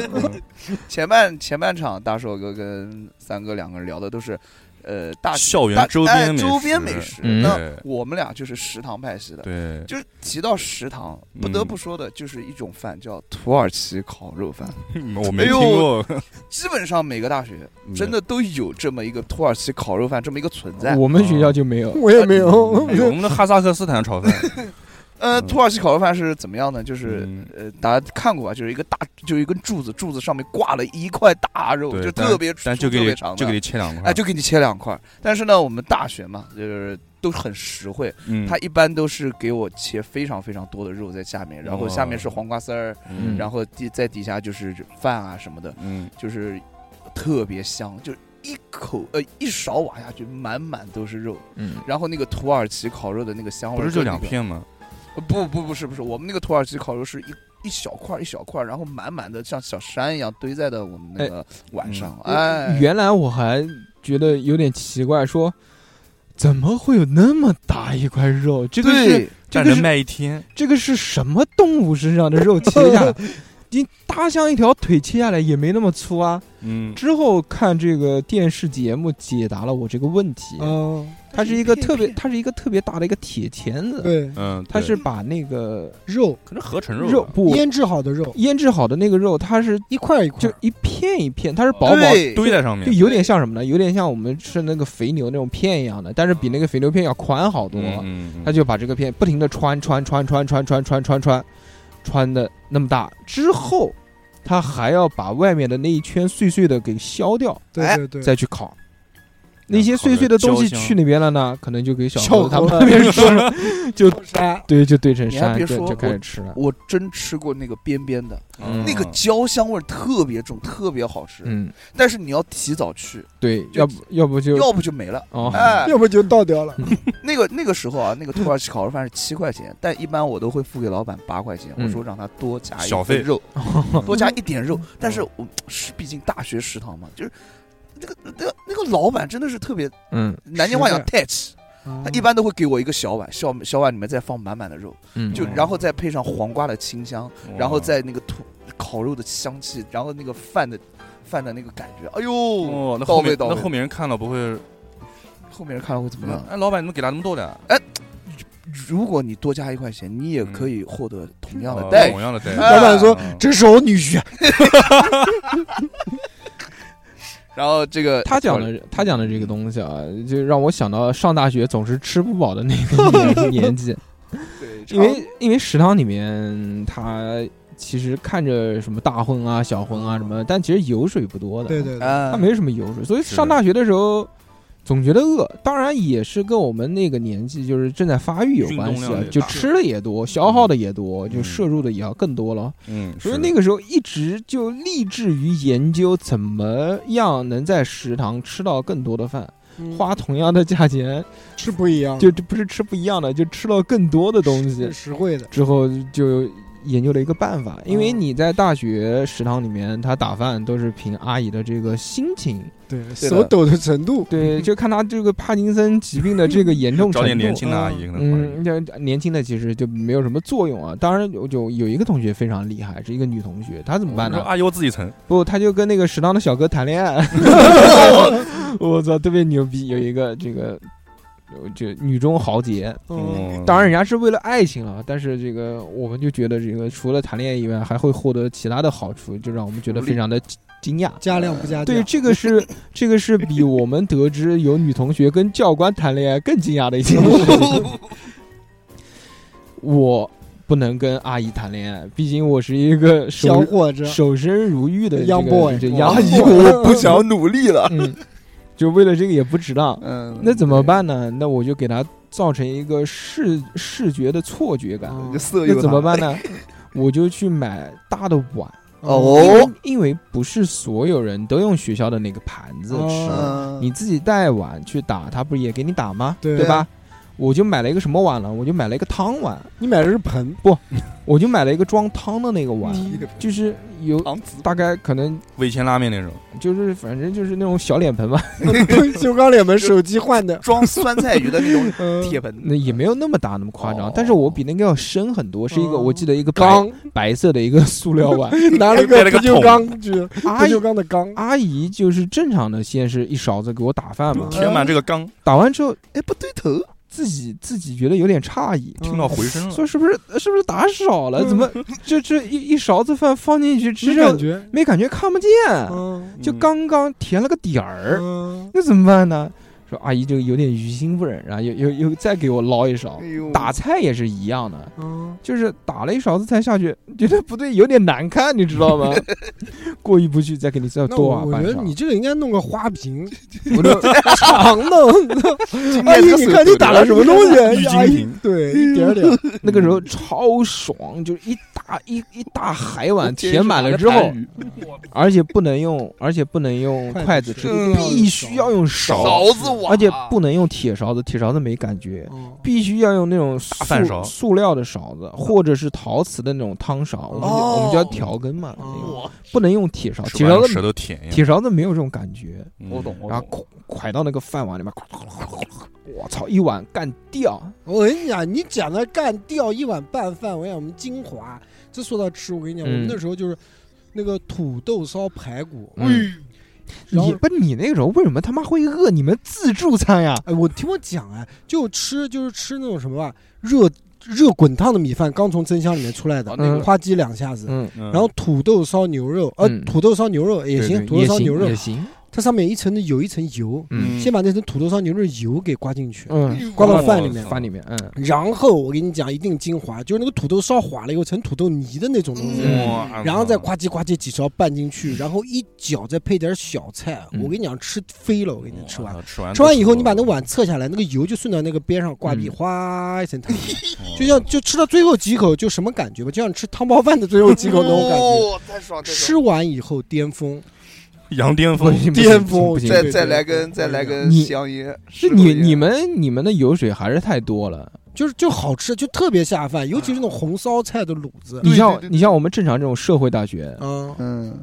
前半前半场，大硕哥跟三哥两个人聊的都是呃大学
校园
大
周
哎
边美
周边
食
美食。
嗯
那我们俩就是食堂派系的，
对，
就是提到食堂，不
嗯
得不说的就是一种饭叫土耳其烤肉饭，
我没
哎
听
呦
过，
基本上每个大学 真的都有这么一个土耳其烤肉饭这么一个存在。哦
我们学校就没有。
我也没有，
嗯
哎呦我们的哈萨克斯坦炒饭，
呃，土耳其烤肉饭是怎么样呢？ 就是
嗯
呃，大家看过吧？就是一个大，就是一根柱子，柱子上面挂了一块大肉，
对
就
但
特别粗
但就给
特
你
别长的
就给你切两块，
哎，就给你切两块儿。但是呢，我们大学嘛，就是都很实惠，
嗯
他一般都是给我切非常非常多的肉在下面，然后下面是黄瓜丝儿，
哦嗯
然后底在底下就是饭啊什么的，
嗯
就是特别香，就一口呃一勺挖下去，满满都是肉。
嗯，
然后那个土耳其烤肉的那个香味
不
儿、
是就
跟那
两
个
片吗？
呃不不不是不是，我们那个土耳其烤肉是一一小块儿一小块儿，然后满满的像小山一样堆在的我们那
哎
个碗
嗯
上。哎，
原来我还觉得有点奇怪，说怎么会有那么大一块肉？这个是
对，
这
但
个
能
是
卖一天，
这个是什么动物身上的肉切下来？ 你大象一条腿切下来也没那么粗啊。
嗯，
之后看这个电视节目解答了我这个问题，
嗯，
它是一个特别，
哦片片
它是一个特别大的一个铁钳子，
对，
嗯，
它
对
是把那个
肉
可能合成肉
肉
吧
不
腌制好的肉，
腌制好的那个肉，它是
一块一块，
就一片一片，它是薄薄的。
对
堆在上
就
面，
有点像什么呢？有点像我们吃那个肥牛那种片一样的，但是比那个肥牛片要宽好多。
嗯嗯，
他就把这个片不停的穿穿穿穿穿穿穿穿穿，穿的那么大之后，他还要把外面的那一圈碎碎的给削掉，
对
哎
对对，
再去烤。那些碎碎的东西
焦香
去那边了呢，可能就给小
小
猴子他们
猴
那边吃了，就
山
对，就堆成
你还
山，
别
对，
说
就开
我
始吃了。
我真吃过那个边边的，
嗯
那个焦香味儿特别重，特别好吃。
嗯，
但是你要提早去，
对，
就
要不要不就
要不就没了。
哦，
哎，
要不就倒掉了。
那个那个时候啊，那个土耳其烤肉饭是七块钱，但一般我都会付给老板八块钱，
嗯
我说让他多加一
小费
份肉，多加一点肉。但是我是毕竟大学食堂嘛，就是那个那个那个老板真的是特别
嗯
南京话讲 touch，他
他
一般都会给我一个小碗，小小碗里面再放满满的肉，
嗯，
就
嗯
然后再配上黄瓜的清香。然后再那个土烤肉的香气，然后那个饭的饭的那个感觉，哎呦，
哦，那
到
后
位
面
到
那
位。
后面人看了不会，
后面人看了会怎么
嗯
样？
哎，老板你怎么给他那么多的？
如果你多加一块钱，你也可以获得同样的
嗯哦
待遇
同。样的待遇。
老
板说
嗯
这是我女婿，
然后这个
他讲的他讲的这个东西啊，就让我想到上大学总是吃不饱的 那个年年纪。
对，
因为因为食堂里面它其实看着什么大荤啊、小荤啊什么，但其实油水不多的，
对，对对，
啊，
它没什么油水，所以
是
上大学的时候。总觉得饿，当然也是跟我们那个年纪就是正在发育有
运动
关系
量
啊
也，大
就吃的也多，消耗的也多，
嗯
就摄入的也要更多了。
嗯，
所以
是
那个时候一直就立志于研究怎么样能在食堂吃到更多的饭，
嗯
花同样的价钱，
是不一样，
就就不是吃不一样的，就吃到更多的东西
嗯是。实惠的。
之后就研究了一个办法，因为
嗯
你在大学食堂里面，他打饭都是凭阿姨的这个心情，
对，
的
手抖的程度，
对，就看他这个帕金森疾病的这个严 重
找
程
点年
度。
轻的阿姨可能好一点
嗯，就年轻的其实就没有什么作用啊。当然，有有有一个同学非常厉害，是一个女同学，她怎么办
我哦说
呢？
阿姨我自己盛，
不，她就跟那个食堂的小哥谈恋 爱。我操，特别牛逼！有一个这个，就女中豪杰，
嗯，
嗯
当然，人家是为了爱情了，但是这个我们就觉得，这个除了谈恋爱以外，还会获得其他的好处，就让我们觉得非常的惊惊讶。
加量不加价，
对，这个 是这个是比我们得知有女同学跟教官谈恋爱更惊讶的一件事 情。我不能跟阿姨谈恋爱，毕竟我是一个
小
守
伙子，
守身如玉的
Young
这
boy
个这
哇
阿
阿
姨
姨，
啊我不想努力了。
嗯，就为了这个也不值当。
嗯，
那怎么？办呢？那我就给他造成一个视视觉的错觉感。
嗯
色诱
那怎么？办呢？ 我就去买大的碗，因
嗯
哦
为因为不是所有人都用学校的那个盘子吃，
哦
嗯，
你自己带碗去打，他不是也给你打吗？
对啊
吧？我就买了一个什么碗呢？我就买了一个汤碗，
你买的是盆，
我就买了一个装汤的那个碗，
嗯
就是有
搪瓷
大概可能
味千拉面那种，
就是反正就是那种小脸盆吧，
修钢脸盆手机换的，
装酸菜鱼的 那种
嗯，
铁盆，
那也没有那么大那么夸张
哦，
但是我比那个要深很多，是一个
哦
我记得一个白
缸
白色的一个塑料 碗，
拿了一
变
个
了
不
个
锈
桶
钢去，不
阿姨
锈钢的钢，
阿姨就是正常的，先是一勺子给我打饭嘛，
嗯
填满这个缸，
打完之后
哎，不对头，
自己自己觉得有点诧异，
听到
嗯
回声了。
说是不是是不是打少了？怎么这这一一勺子饭放进去
只
之后
嗯感觉，
没感觉看不见，
嗯
就
嗯
刚刚填了个底啊儿，
嗯，
那怎么办呢？说阿姨这个有点于心不忍，然后又又又再给我捞一勺
哎。呦
打菜也是一样的，
嗯
就是打了一勺子菜下去，觉得不对，有点难看，你知道吗？ 过意不去，再给你再
那
多
我
挖
我
半
觉得
勺
你。这个应该弄个花瓶，
我就
长的。 阿
哎
姨，你看你打了什么东
浴
西？
巾
阿姨
瓶，
对，一点点。
那个时候超爽，就一大一一大海碗
今
填
天
满了
是拿
之后
盘，鱼
而且不能用，而且不能用 筷子吃，
嗯
必须要用勺，
勺子啊碗，
而且不能用铁勺子，铁勺子没感觉，
啊
必须要用那种塑
饭勺
塑料的勺子，或者是陶瓷的那种汤勺，我们就
哦
我们叫调羹嘛，
哦
那个
我
不能用铁勺，
吃
铁
完
勺
了
子
舌头舔一下。
铁勺子没有这种感觉，
嗯
我懂，我
然后
懂，
蒯蒯到那个饭碗里面， 哐哐哐哐哐我操，一碗干掉，
我跟你讲，你讲的干掉一碗拌饭，我跟你讲我们金华，这说到吃，我跟你讲，我们
嗯
那时候就是那个土豆烧排骨，
嗯，
哎然
你
后。
不你那个时候为什么他妈会饿？你们自助餐呀？
哎，我听我讲哎，就吃就是吃那种什么吧，热热滚烫的米饭，刚从蒸箱里面出来的，
哦
那个
夸叽两下子，
嗯，
然
然后土豆烧牛肉，呃，
嗯
土豆烧牛肉也
对
行，
对
土豆
也
烧
行
牛肉
也，行，
它上面一层的有一层油，
嗯
先把那层土豆烧牛肉油给刮进去，
嗯，
刮到饭
哦
里面
饭里面，
哎
嗯，
然后我跟你讲，一定精华，就是那个土豆烧滑了以后成土豆泥的那种东西。
嗯
然后再呱唧呱唧几勺拌进去，然后一搅，再配点小菜。
嗯
我跟你讲，吃飞了！我跟你讲吃完，
哦吃完
吃完以后，你把那碗侧下来，那个油就顺到那个边上挂壁，
嗯
哗一层汤，就
哦
像就吃到最后几口，就什么感觉吧？就像吃汤包饭的最后几口那种感觉。
哦，太爽，太爽
吃完以后巅峰，
羊巅
不
峰
行不行
巅
不行
峰
不行
再
对
再
对
来
对
根，再来根
嗯你
香烟。
是
石头
你
烟
你们你们的油水还是太多了。
就是就好吃，就特别下饭，尤其是那种红烧菜的卤子。
你像
对对
你像我们正常这种社会大学，
嗯
嗯，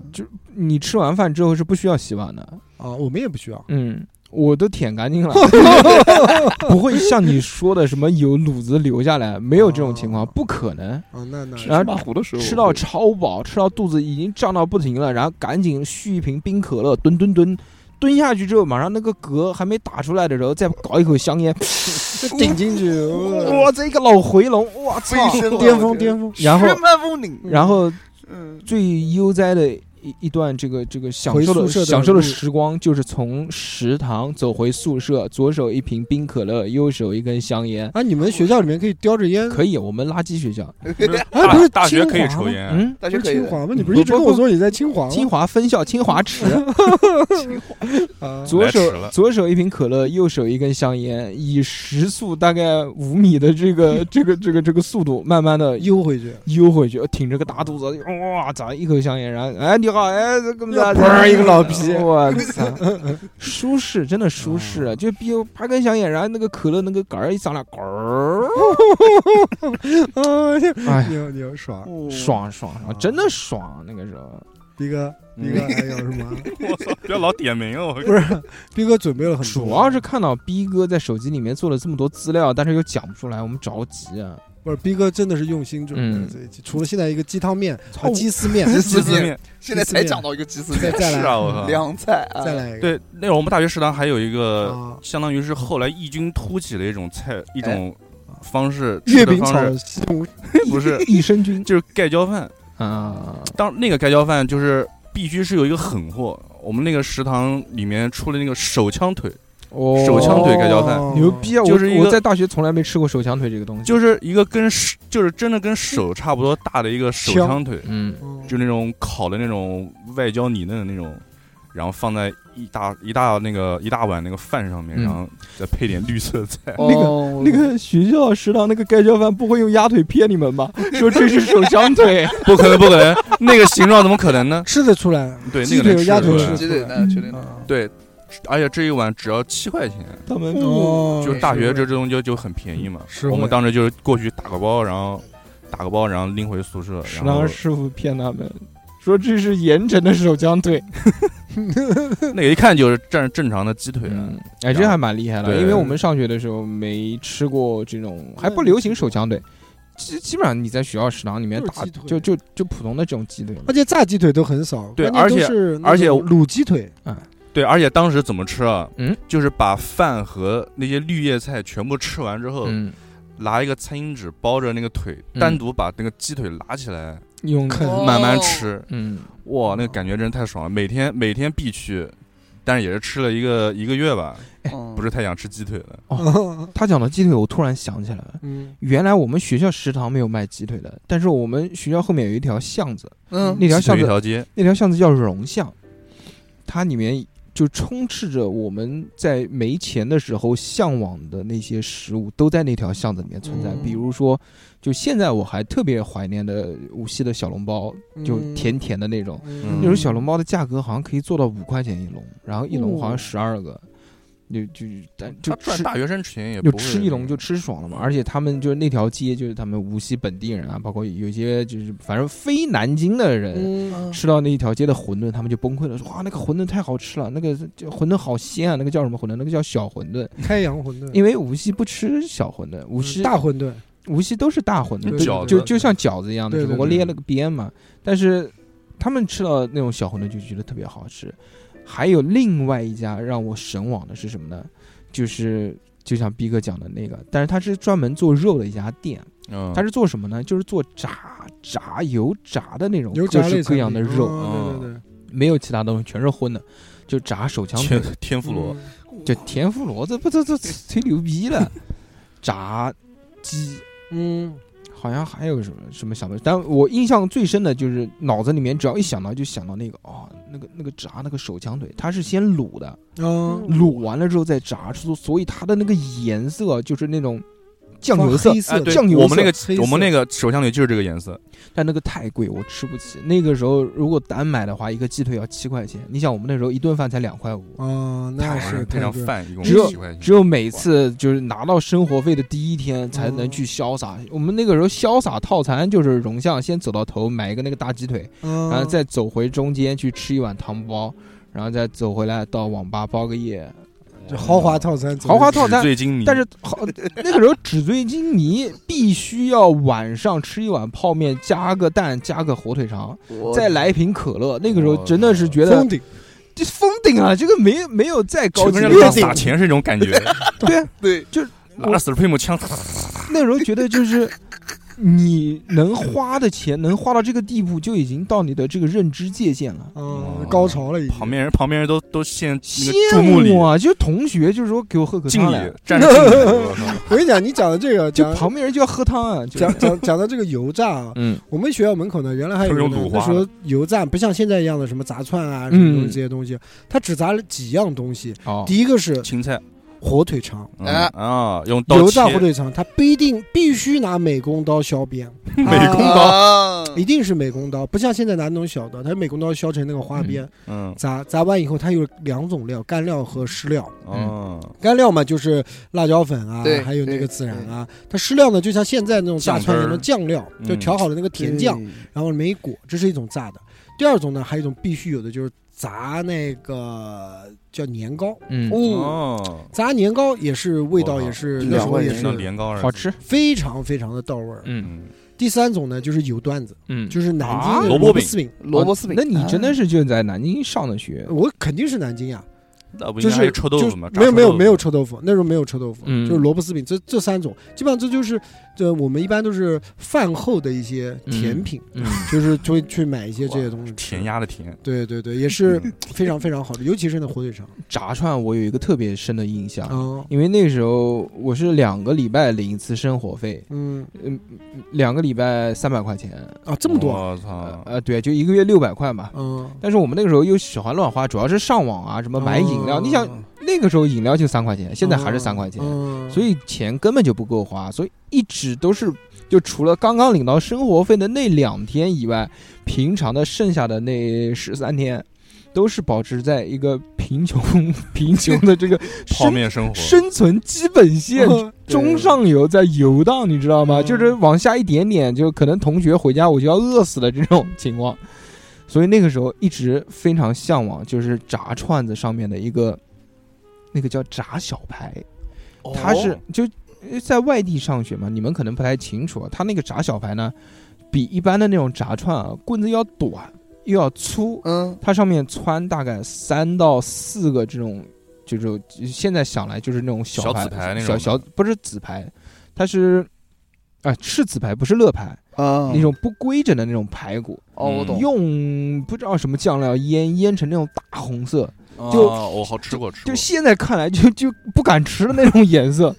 你吃完饭之后是不需要洗碗的。
啊，我们也不需要。
嗯，我都舔干 净了，不会像你说的什么有卤子留下来，没有这种情况，
哦
不可能。
啊，那那
吃
然后
马糊的时候
吃到
会
超饱，吃到肚子已经胀到不行了，然后赶紧续一瓶冰可乐，蹲蹲蹲。蹲下去之后，马上那个嗝还没打出来的时候，再搞一口香烟，
就顶进去，嗯
哇，这一个老回龙，我操！
飞升了
巅
我
峰
觉得
巅峰。
然后
十万风铃
然后
嗯，
最悠哉的一一段这个这个享
回
受
宿
的
舍的
享受的
路
时光，就是从食堂走回宿舍，左手一瓶冰可乐，右手一根香烟。
啊，你们学校里面可以叼着烟？
可以，我们垃圾学校，
哎，不是
大学
清
可以
华
抽
吗，
烟，啊
嗯，
大
不
学
是
可以
清
的。
华吗？你不是一直跟我说你在清华吗？
清华分校清华池，
啊，
左
来迟
手
了
左手一瓶可乐，右手一根香烟，以时速大概五米的这 个这个这个这个速度，慢慢的
悠回去，
悠回去，呃挺着个大肚子，哇，咋一口香烟，然后哎你好，哎这个
要砰一个老皮
我操，舒适真的舒适啊，就比如啪根香烟，然后那个可乐那个杆儿一上来，杆儿，
啊，
哎呀，
牛牛爽，
哦
爽爽爽，真的爽，那个时候，
逼哥，逼哥还有什么？
我操，不要老点名哦，
不是，逼哥准备了很多，
主要是看到逼哥在手机里面做了这么多资料，但是又讲不出来，我们着急啊，
不是逼哥真的是用心准备了
嗯
这一期，除了现在一个鸡汤面、
操
啊鸡丝面，
鸡丝面
现在才讲到一个鸡丝
再
面，
再
是啊，
来
我靠。
凉菜啊，
再来一个，
对，那会儿我们大学食堂还有一个，
啊，哎
相当于是后来异军突起的一种菜，一种方式，吃
月
的
饼
方
炒
式
西红柿，
不是，
益生菌
就是盖浇饭。
啊，
当那个盖浇饭就是必须是有一个狠货，我们那个食堂里面出了那个手枪腿，
哦
手枪腿盖浇饭
哦
牛逼啊！我
就是一个
我在大学从来没吃过手枪腿这个东西，
就是一个跟手就是真的跟手差不多大的一个手
枪
枪腿，
嗯，
嗯
就那种烤的那种外焦里嫩的那种，然后放在一大一大那个一大碗那个饭上面，
嗯
然后再配点绿色菜。
那个
哦
那个学校食堂那个盖浇饭不会用鸭腿骗你们吧？ 说这是手枪 腿，
不可能，不可能，那个形状怎么可能呢？
吃得出来，
对，
鸡
那个
腿
能
鸭腿嗯
出
吃
来
得出
鸡腿
嗯
来
呢，绝对呢。
啊，
对，而且这一碗只要七块钱，
他们
哦
就是大学这这东西就就很便宜嘛。
实惠
我们当时就是过去打个包，然后打个包，然后拎回宿舍，
食
然后
堂师傅骗他们说这是盐城的手枪腿，
那个一看就是正正常的鸡腿啊了。
嗯，哎，这还蛮厉害的，
对
因为我们上学的时候没吃过这
嗯
种，还不流行手枪腿，基基本上你在学校食堂里面
就是
打
鸡腿
就就就普通的这种鸡腿，
而且炸鸡腿都很少，
对
关键
而且
都是那
而且
种卤鸡腿，
对，而且当时怎么吃啊？
嗯，
就是把饭和那些绿叶菜全部吃完之后，
嗯，
拿一个餐巾纸包着那个腿，
嗯
单独把那个鸡腿拿起来，
用
啃哦
慢慢吃。
嗯，
哇，那个感觉真是太爽了！每天每天必去，但是也是吃了一个一个月吧，
嗯
不
不
是太想吃鸡腿了。哦
他讲到鸡腿，我突然想起来了。
嗯，
原来我们学校食堂没有卖鸡腿的，但是我们学校后面有一条巷子，
嗯
那条
鸡
巷
腿一
子
条街，
那条巷子叫荣巷，它里面就充斥着我们在没钱的时候向往的那些食物，都在那条巷子里面存在。
嗯
比如说，就现在我还特别怀念的无锡的小笼包，就甜甜的那种。
嗯
那种小笼包的价格好像可以做到五块钱一笼，然后一笼好像十二个，就就但就
哦他赚
吃
大学生钱也
就
不会嗯
吃一笼就吃爽了嘛。而且他们就是那条街，就是他们无锡本地人啊，包括有些就是反正非南京的人。
嗯，
吃到那一条街的馄饨，他们就崩溃了，说哇，那个馄饨太好吃了，那个就馄饨好鲜啊，那个叫什么馄饨？那个叫小馄饨，
开阳馄饨，
因为无锡不吃小馄饨，
嗯
无锡
大馄饨，
无锡都是大馄饨，
对
对
饺子
就就像饺子一样的，
对
只
对
不过
对
捏了个边嘛。但是他们吃到那种小馄饨就觉得特别好吃。还有另外一家让我神往的是什么呢？就是就像逼哥讲的那个，但是他是专门做肉的一家店，
嗯，
他是做什么呢？就是做炸炸油炸的那种
有
各
炸类
式各
产
样的
品
肉，
哦对对对，
没有其他东西，全是荤的，就炸手 枪腿
天，天妇
嗯
罗，
就田馥罗，这不这这吹牛逼了，炸鸡。
嗯，
好像还有什么什么想的，但我印象最深的就是脑子里面只要一想到就想到那个哦，那个那个炸那个手枪腿，它是先卤的，
嗯啊，
卤完了之后再炸，所所以它的那个颜色就是那种酱油色
黑，
哎，
色的
对，
酱油
我们那个
色黑色
我们那个手枪里就是这个颜色，
但那个太贵，我吃不起。那个时候如果单买的话，一个鸡腿要七块钱，你想我们那时候一顿饭才两块五。
啊，那
配
是
上配上
太贵
饭一共
只有
几块钱，
只有每次就是拿到生活费的第一天才
嗯
能去潇洒。我们那个时候潇洒套餐就是荣巷先走到头买一个那个大鸡腿，
了，
然后
啊
再走回中间去吃一碗汤包，然后再走回来到网吧包个夜，
这豪华套餐，
豪华套
纸
餐。
醉金迷，
但是好， 那个时候纸醉金迷必须要晚上吃一碗泡面，加个蛋，加个火腿肠，再来一瓶可乐。那个时候真的是觉得
封顶，
这封顶啊，这个没没有再高
全
级
身
的
上
东西。
撒钱是一种感觉，
对啊，
对，
拿着 Supreme 枪，
那时候觉得就是你能花的钱能花到这个地步，就已经到你的这个认知界限了。
嗯，高潮了已经，
哦旁边人旁边人都都陷那
羡
个注目礼
慕啊！就同学就是说给我喝可
敬
汤来
礼，，站着敬礼我靠。
我跟你讲，你讲的这个，
就
讲
旁边人就要喝汤啊，就
讲讲讲到这个油炸啊，
嗯
我们学校门口呢，原来还有
它是
一
用
个
卤
那
花
时
的
候油炸不像现在一样的什么炸串啊什么东西
嗯
这些东西，它只炸了几样东西。
哦，
第一个是
青菜
火腿肠，
嗯
哎
啊，用刀
油
切
炸火腿肠，它不一定必须拿美工刀削边， 啊
美工刀，
刀
一定是美工刀，不像现在拿那种小刀，它是美工刀削成那个花边。
嗯
炸炸完以后，它有两种料，干料和湿料。
哦，
干料嘛，就是辣椒粉啊
对，
还有那个孜然啊。它湿料呢，就像现在那种炸
酱
串
汁儿
什么酱料，就
嗯
调好的那个甜酱。，
哎
然后里面一裹，这是一种炸的。第二种呢，还有一种必须有的就是炸那个叫年糕，
嗯，
哦，
哦，
炸年糕也是味道
哇
也是
这
那时
两
候
味
也
人
那
是
年糕儿
好，吃，
非常非常的到味儿。
嗯
嗯，
第三种呢就是油段子，
嗯，
就是南京
啊
的
萝卜
萝卜
饼
丝饼，啊
萝卜丝饼
哦那你真的是就在南京上的学，
我肯定是南京呀，
那不应
就
该还
是
有臭豆
就
腐吗？炸
没有没
臭
有
豆
没有
腐
臭豆腐，那时候没有臭豆腐，
嗯
就是萝卜丝饼，这这三种基本上这就是这我们一般都是饭后的一些甜品，
嗯，
就是就会去买一些这些东西吃
甜。鸭的甜，
对对对，也是
嗯
非常非常好的，尤其是那火腿肠。
炸串我有一个特别深的印象，
嗯
因为那时候我是两个礼拜领一次生活费，
嗯
两个礼拜三百块钱，
啊，这么多啊，
我
呃
操，
呃，对，就一个月六百块嘛。
嗯，
但是我们那个时候又喜欢乱花，主要是上网啊，什么买饮料。
嗯
你想那个时候饮料就三块钱，现在还是
嗯
三块钱，
嗯
所以钱根本就不够花，所以一直都是就除了刚刚领到生活费的那两天以外，平常的剩下的那十三天。都是保持在一个贫穷 贫穷的这个
泡
生
面生活，嗯
生存基本线中上游在游荡，你知道吗？
嗯
就是往下一点点，就可能同学回家我就要饿死的这种情况。所以那个时候一直非常向往，就是炸串子上面的一个，那个叫炸小排，
哦
它是就呃在外地上学嘛，你们可能不太清楚啊。它那个炸小排呢，比一般的那种炸串啊棍子要短又要粗，
嗯
它上面穿大概三到四个这种，就是现在想来就是那种小
小
牌
紫牌那
小
种
小不是紫牌，它是啊、是紫牌不是乐牌、
啊
那种不规整的那种排骨，
哦，我懂，
用不知道什么酱料腌腌成那种大红色，就
啊我好吃过吃
就
过，
现在看来就就不敢吃的那种颜色，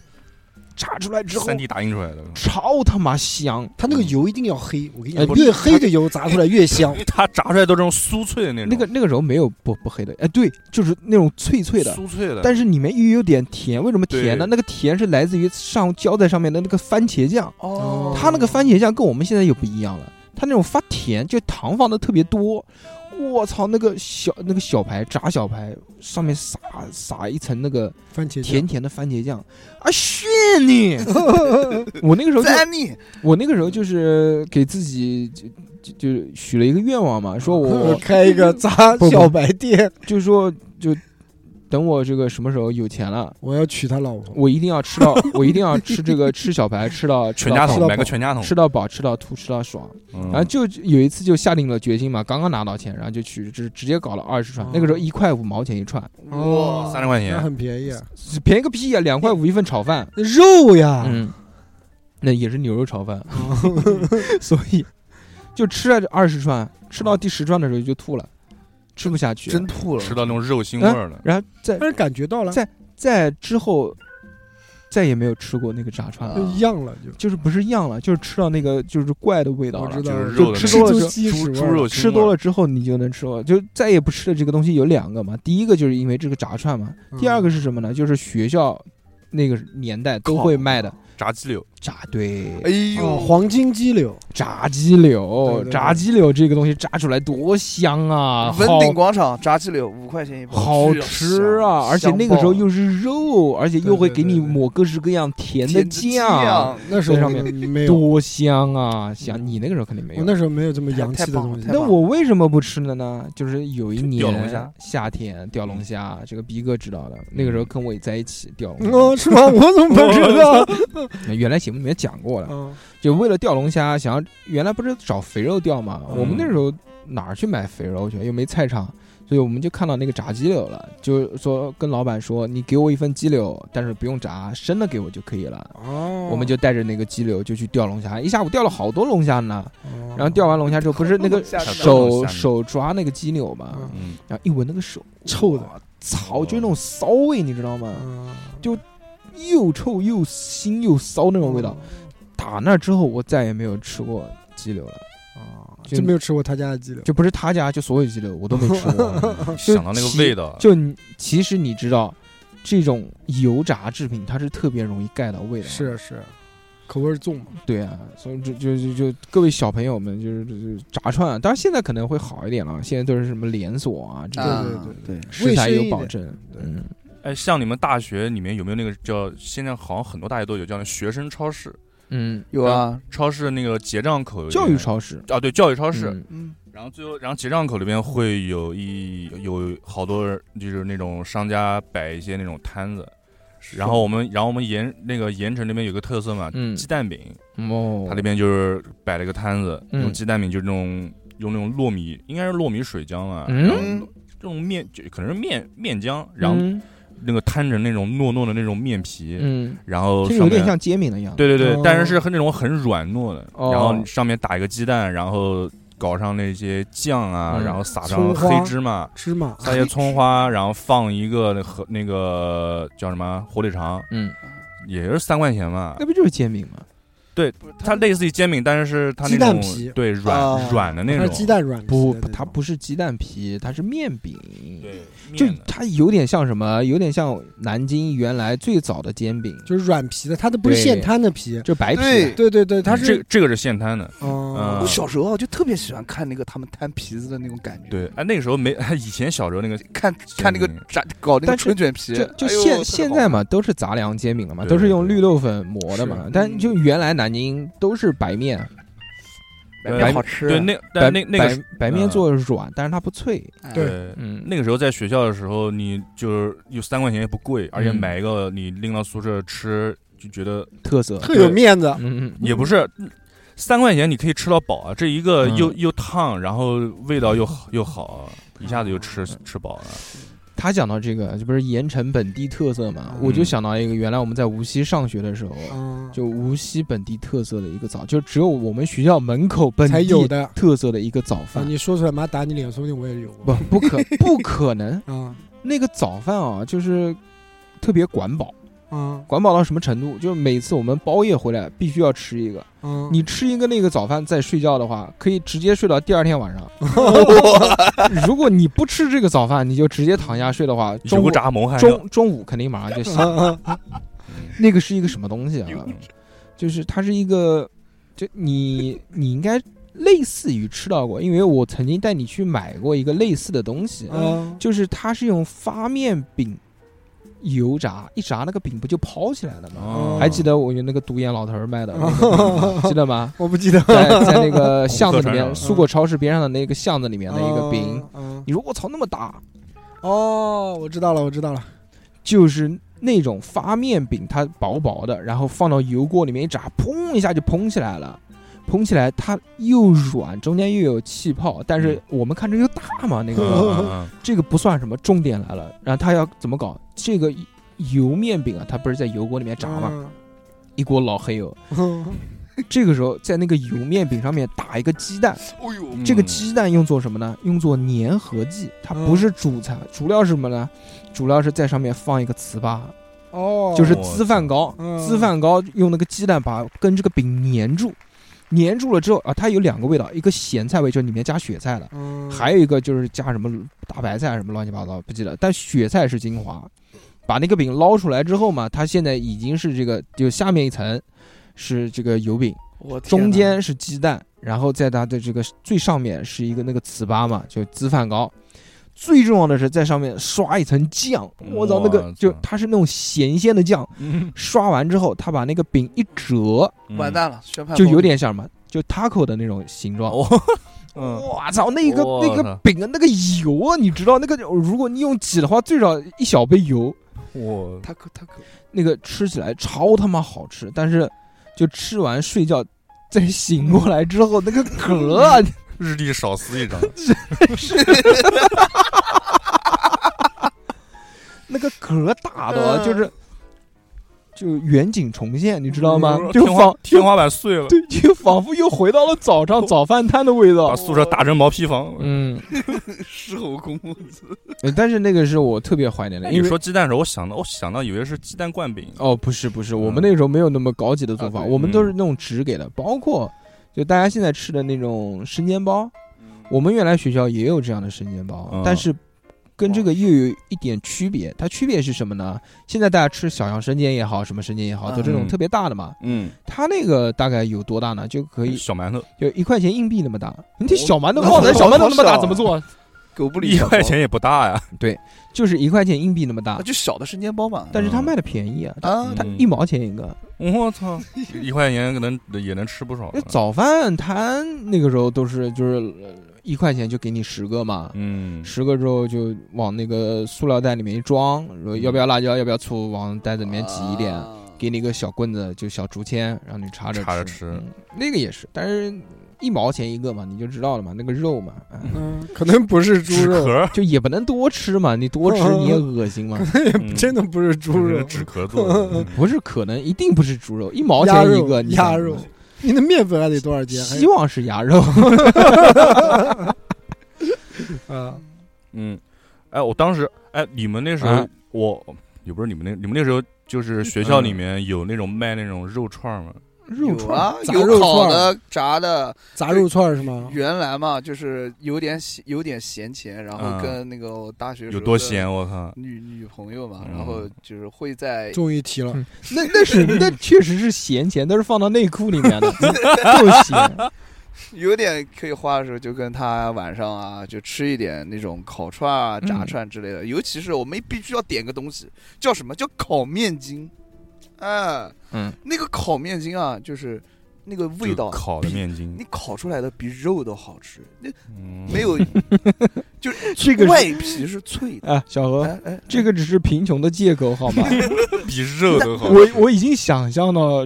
炸出来之后
三 D 打印出来的，
超他妈香，
它那个油一定要黑，我跟你
哎
讲，
不是
越黑的油炸出来越香，
它炸出来都是那种酥脆的那种，
那个那个时候没有不不黑的，哎对，就是那种脆脆的，
酥脆的，
但是里面又有点甜，为什么甜呢？
对
那个甜是来自于上浇在上面的那个番茄酱，
哦，
它那个番茄酱跟我们现在又不一样了，它那种发甜，就糖放的特别多。我操，那个小那个小排炸小排上面撒撒一层那个
番茄
甜甜的番茄酱，啊炫你！我那个时候就
在你
我那个时候就是给自己就就就许了一个愿望嘛，说我
我开一个炸
不不
小白店，
就说就等我这个什么时候有钱了，
我要娶他老婆。
我一定要吃 到，我一定要吃这个吃小排，吃到
全家
吃
桶
到
买个
饱
全家桶，嗯
吃到饱，吃到吐，吃到爽。
然
然后就有一次就下定了决心嘛，刚刚拿到钱，然后就去直直接搞了二十串
哦，
那个时候一块五毛钱一串，
哦
三十块
那
钱，
很便宜啊，
便宜个屁呀、两块五一份炒饭，
那啊肉呀，
嗯，那也是牛肉炒饭，
哦
所以就吃了这二十串，吃到第十串的时候就吐了，吃不下去，
真吐了，
吃到那种肉
嗯
腥味儿了，
然后再
但是感觉到了
在，在之后再也没有吃过那个炸串了。
就一样了，就
就是不是样了，就是吃到那个就是怪的味道
我
了
知。
就
道
是
了，
肉的
吃
那
多
种
了吸
猪
食味
猪
儿
肉腥
吃
味儿
多了之后，你就能吃了，就再也不吃的这个东西有两个嘛。第一个就是因为这个炸串嘛，
嗯
第二个是什么呢？就是学校那个年代都会卖的
炸鸡柳，
炸对
哎
哦，
呦，
黄金鸡柳，
炸鸡柳
对对，对
炸鸡柳这个东西炸出来多香啊，
文
好
鼎广场炸鸡柳五块钱一包，
好吃啊！而且那个时候又是肉，而且又会给你抹各式各样甜的
甜
酱，，
那时候
在上面
没有，我
多香啊！想你那个时候肯定没有，
那时候没有这么
太
洋
太
气的
棒了
东西
太。
那
棒了
我为什么不吃了呢？就是有一年
钓龙虾
夏天钓龙虾，这个逼哥知道的。那个时候跟我也在一起钓龙
哦，是吗？我怎么不知道？
虾，原来节目里面讲过了，
嗯
就为了钓龙虾，想要原来不是找肥肉钓嘛？
嗯
我们那时候哪儿去买肥肉去？又没菜场，所以我们就看到那个炸鸡柳了，就说跟老板说，你给我一份鸡柳，但是不用炸，生的给我就可以了。
哦
我们就带着那个鸡柳就去钓龙虾，一下午钓了好多龙虾呢。
哦
然后钓完龙虾之后，不是那个
吓死
我
手
了
手抓那个鸡柳嘛？
嗯
嗯，
然后一闻那个手
臭的，
操，就那种骚味，你知道吗？
嗯
又臭又腥又骚那种味道。
嗯
打那之后，我再也没有吃过鸡柳了，
啊，
就
就没有吃过他家的鸡柳。
就不是他家，就所有鸡柳我都没吃过。
想到那个味道，
就你其实你知道，这种油炸制品它是特别容易盖到味道的，
是是，口味儿重嘛。
对啊，所以就就就就各位小朋友们，就是就是炸串啊，当然现在可能会好一点了，现在都是什么连锁啊，这
啊
种
对对
对，
食材
卫生一
有
点
保证，
对
嗯，
哎，像你们大学里面有没有那个叫现在好像很多大学都有叫那学生超市，
嗯，
有啊，
超市那个结账口有一
教育
个
超市
啊，对，教育超市，
嗯
嗯，
然后最后，然后结账口里面会有一有好多人就是那种商家摆一些那种摊子，然后我们然后我们盐那个盐城那边有个特色嘛，
嗯
鸡蛋饼，
哦，
它那边就是摆了个摊子，
嗯
用鸡蛋饼就是那种用那种糯米，应该是糯米水浆啊，
嗯
然后这种面就可能是面面浆，然后
嗯
那个摊成那种糯糯的那种面皮，
嗯
然后
听着
上
有点
面。
像煎饼的样子。
对对对，
哦
但是是很那种很软糯的，
哦
然后上面打一个鸡蛋，然后搞上那些酱啊，
嗯
然后撒上
葱花
黑芝麻，
芝麻，
撒些葱花，然后放一个那和那个叫什么火腿肠，
嗯，
也是三块钱嘛
那。不就是煎饼吗？
它
嗯
类似于煎饼，但是是它那
鸡蛋
种
皮
对软
啊
软的那
它是
种
鸡蛋软皮的
不
那，种
它不是鸡蛋皮，它是面饼。
对，
就
面的
它有点像什么，有点像南京原来最早的煎饼，
就是软皮的，它的不是现摊的皮，
就白皮啊
对
的。
对对对，它
这
是
个这个是现摊的，
哦
嗯
我小时候啊就特别喜欢看那个他们摊皮子的那种感觉，，
对，哎，那个时候没， 以前小时候那个
看看那个炸搞那个
但是
春卷皮
就，就
哎呦
现
特别
现
好
在嘛，都是杂粮煎饼了嘛，
对
都是
对
用
对
绿豆粉磨的嘛
是。
嗯
但就原来南京都是白面，
白
对
面好吃，啊
对那
白
但那那个
白白面
嗯
做的软，但是它不脆。
那
对
对
嗯，
那个时候在学校的时候，你就是有三块钱也不贵，而且
嗯
买一个你拎到宿舍吃，就觉得
特色。
特有面子，
嗯，嗯
也不是三块钱你可以吃到饱啊，这一个
嗯
又又烫，然后味道又好又好，一下子就吃
嗯
吃饱了。
他讲到这个，这不是盐城本地特色嘛，我就
嗯
想到一个，原来我们在无锡上学的时候，
嗯，
就无锡本地特色的一个早，就只有我们学校门口本
才有
地
的。
特色的一个早
啊
饭。
你说出来，妈打你脸，说不定我也有
不
过。，
不可 不可能，
啊
那个早饭啊，就是特别管饱，
啊
管饱到什么程度？就是每次我们包夜回来，必须要吃一个。
啊！
你吃一个那个早饭再睡觉的话，可以直接睡到第二天晚 上。如果你不吃这个早饭，你就直接躺下睡的话，中
油
午
炸蒙汗药，
中中午肯定马 上就醒
啊
了。
啊啊
那个是一个什么东西啊
油？
就是它是一个，就你你应该类似于吃到过，因为我曾经带你去买过一个类似的东西，
嗯
啊！
就是它是用发面饼油炸，一炸那个饼不就抛起来了吗？
哦
还记得我有那个独眼老头儿卖的那个饼吗，记得吗？
我不记得
在在那个巷子里
嗯 红色船嗯
面，
长
苏果超市边上的那个巷子里面的一个饼，
啊。啊
你说我操那么大，
哦，我知道了，我知道了。
就是那种发面饼，它薄薄的，然后放到油锅里面一炸，砰一下就蓬起来了。蓬起来，它又软，中间又有气泡，但是
嗯
我们看着又大嘛，那
嗯
个
嗯嗯
这个不算什么。重点来了，然后它要怎么搞？这个油面饼啊，它不是在油锅里面炸
嗯
嘛，一锅老黑油。
嗯？
这个时候，在那个油面饼上面打一个鸡蛋，
哎呦，
嗯
这个鸡蛋用作什么呢？用作粘合剂，它不
嗯
是主材，主料是什么呢？主料是在上面放一个糍粑，
哦，
就是粢饭糕
嗯，
粢饭糕用那个鸡蛋把跟这个饼粘住，粘住了之后啊，它有两个味道，一个咸菜味，就是里面加雪菜的，
嗯
还有一个就是加什么大白菜什么乱七八糟不记得，但雪菜是精华。把那个饼捞出来之后嘛，它现在已经是这个，就下面一层是这个油饼，
我天哪
中间是鸡蛋，然后在它的这个最上面是一个那个糍粑嘛，就粢饭糕。最重要的是在上面刷一层酱，我操，那
哇
个
塞
就它是那种咸鲜的酱，
嗯
刷完之后，它把那个饼一折，
嗯
完蛋了，宣判
就有点像什么，就 taco 的那种形状。
哦，嗯，
我操，那个
哇
那个
塞
饼啊，那个油啊，你知道那个，如果你用挤的话，最少一小杯油，
我
他可他可
那个吃起来超他妈好吃，但是就吃完睡觉再醒过来之后，那个嗝啊，
日历少撕一张，
那个嗝打的啊
嗯
就是就远景重现， 你知道吗？就
天花
仿
天花板碎了，
对，就仿佛又回到了早上早饭摊的味
把
道。
宿舍打成毛坯房。
嗯，
狮吼公公子，
呃但是那个是我特别怀念的，
你
因为
说鸡蛋的时候，我想到我想到以为是鸡蛋灌饼，
哦，不是不是，我们
嗯
那时候没有那么高级的做法，
啊对
我们都是那种纸给的，包括就大家现在吃的那种生煎包，我们原来学校也有这样的生煎包，
嗯
但是跟这个又有一点区别。它区别是什么呢？现在大家吃小杨生煎也好，什么生煎也好，
嗯
都这种特别大的嘛。
嗯，
它那个大概有多大呢？就可以
小馒头
有一块钱硬币那么大。你这
哦
小馒头，旺仔小馒头那么
啊
大，怎么 做？
狗不理
一
小
块
包
钱也不大呀，
就是一块钱硬币那么大
啊，，就小的生煎包嘛
但是它卖的便宜啊，
啊
嗯，
它一毛钱一个。
我操，一块钱可能也能吃不少
那。哎早饭摊那个时候都是就是呃一块钱就给你十个嘛，
嗯，
十个之后就往那个塑料袋里面一装，说要不要辣椒，要不要醋，往袋子里面挤一点，
啊
给你个小棍子，就小竹签，让你插着
插着
吃。
吃
嗯那个也是，但是一毛钱一个嘛，你就知道了嘛，那个肉嘛，啊
嗯，可能不是猪
纸
肉，
壳，
就也不能多吃嘛，你多吃你也恶心嘛。
嗯
真的不是猪肉，
纸壳做的，嗯
不是可能，一定不是猪肉，一毛
鸭
钱一
肉
个，你
鸭
想
肉
嘛，
你的面粉还得多少斤？还
希望是鸭肉。
啊，
嗯，哎，我当时，哎，你们那时候
啊，
我也不是你们那，你们那时候就是学校里面有那种卖那种肉串儿吗？
肉
有啊
串，炸
有
肉
烤
串
的、炸的。
炸肉串儿是 吗？
原来嘛，就是有点闲有点闲钱，然后跟那个我大学时
有
候
多
的
闲？我靠！
女女朋友嘛，
嗯
然后就是会在
终于提了，
那那是 那确实是闲钱，都是放到内裤里 面的，够 闲。
有点可以花的时候，就跟他晚上啊，就吃一点那种烤串啊、炸串之类
嗯
的。尤其是我们必须要点个东西，叫什么叫烤面筋，哎，
嗯，
那个烤面筋啊，就是那个味道
就，烤的面筋
你，烤出来的比肉都好吃，那
嗯
没有，就是这
个是
外皮是脆的。
啊，小何，
哎哎，
这个只是贫穷的借口 好吗？
比肉都好。
我我已经想象到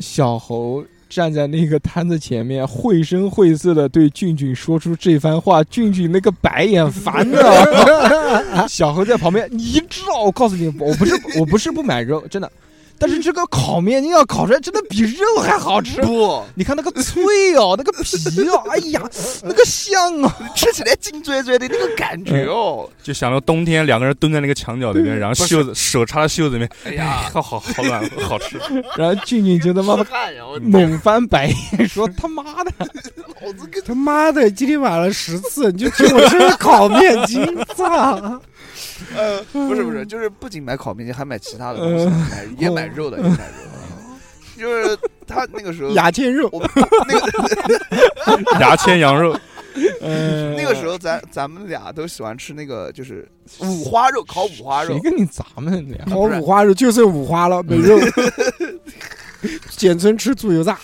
小猴站在那个摊子前面，绘声绘色的对俊俊说出这番话，俊俊那个白眼烦 的，小猴在旁边，你知道，我告诉你，我不是我不是不买肉，真的，但是这个烤面筋要烤出来，真的比肉还好吃。
不，
你看那个脆哦，那个皮哦，哎呀，那个香啊！
吃起来筋撅撅的那个感觉哦，
就想到冬天两个人蹲在那个墙角那边，然后袖子手插到袖子里面，
哎呀，
好好好暖和，好 吃。
然后俊俊就他妈
出
的
汗呀！我
猛翻白眼，说他妈的，
脑子跟
他妈的，今天晚了十 次，你就请我吃烤面筋，操！
呃，不是不
嗯
是，就是不仅买烤面筋，还买其他的东西，买也买肉的，也买肉的。
嗯
就是他那个时候，
牙签肉，
我们那个
牙签羊肉，
呃，
那个时候咱咱们俩都喜欢吃那个，就是五花肉，烤五花肉
谁。跟你咱们俩？
烤五花肉就剩五 花了，没肉。 简称吃猪油炸，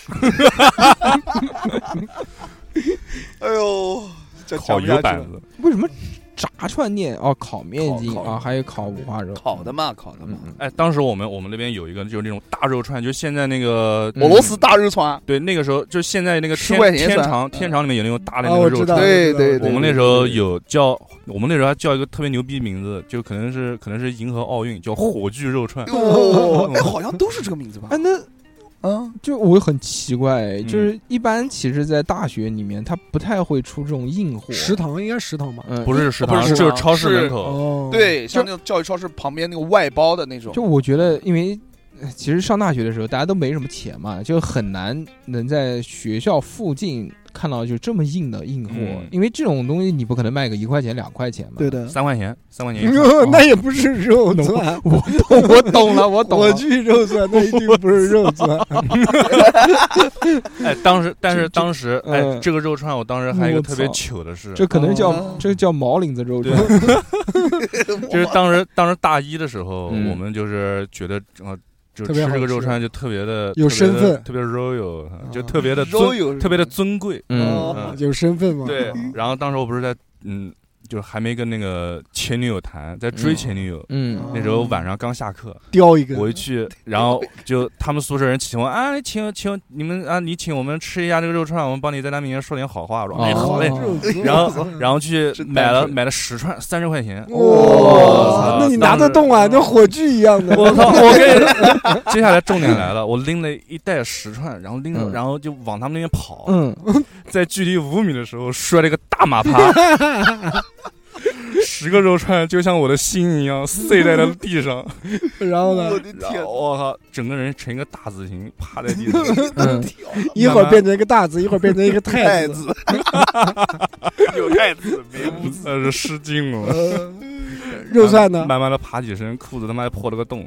哎呦，这
烤
讲
油
不下去
板
了
子，
为什么炸串店哦，烤面筋
烤烤
啊，还有烤五花肉，
烤的嘛，烤的嘛
嗯，，嗯，
哎，当时我们我们那边有一个就是那种大肉串，就现在那个
嗯
俄罗斯大肉串，
对那个时候就现在那个
10
天
块钱
天
算
长
嗯
天长里面有那种大的
啊
那
我
个
知
肉
道，
串。
对
我知道
对对
我们那时候有叫，我们那时候还叫一个特别牛逼的名字，就可能是可能是迎合奥运，叫火炬肉串。
哦，哎，好像都是这个名字吧
哎，？那
嗯，
就我很奇怪，就是一般其实，在大学里面，他不太会出这种硬货，
食堂应该食堂吧？
嗯，
不是食
不
堂，
是食
就是
堂
超市
是
门口。
哦，，
对，像那种教育超市旁边那个外包的那种，
就我觉得，因为呃其实上大学的时候，大家都没什么钱嘛，就很难能在学校附近看到就这么硬的硬货，
嗯
因为这种东西你不可能卖个一块钱两块钱嘛。
对，的。
三块钱，三块钱 一串。
哟 那也不是肉 串，
我懂，我懂了，我懂了
火。炬肉串那一定不是肉串。
哎，当时，但
这这
是当时，哎
嗯，
这个肉串，我当时还有一个
我
特别
操
糗的事，
这可能叫、
哦
这叫毛领子肉串，
对
就
就是当时，当时大一的时候，
嗯
我们就是觉得，啊，就
特
吃
别好
这个肉
吃
串就特别的
有
特别的
身份
特别 royal，就
啊
特别的
肉
尊，
有
特别的尊贵。
嗯，
哦
有身份吗？
对，然后当时我不是在，嗯，就是还没跟那个前女友谈，在追
嗯
前女友。
嗯
哦
那时候晚上刚下课，
叼一根，
我一去，然后就他们宿舍人请我啊，请请你们啊，你请我们吃一下这个肉串，我们帮你在他面前说点好话。我说哎，
哦
好嘞，
肉串
然后然后去
真
买
单
了
纯
买了十串，三十块钱。
哇
哇，
那你拿得动啊？
当时
那火炬一 样的，
我操！我跟你说，接下来重点来了，我拎了一袋十串，然后拎着，
嗯
然后就往他们那边跑，
嗯，
在距离五米的时候摔了一个大马趴， 十个肉串就像我的心一样碎在了地上，
然后呢
哦我，的
然
天
后，我靠，整个人成一个大字形趴在地上。
嗯
一会儿变成一个大字，一会儿变成一个太
太
子。
子， 有太子没有
那是失禁了。
呃肉串呢？
慢慢的爬起身，裤子他妈还破了个洞，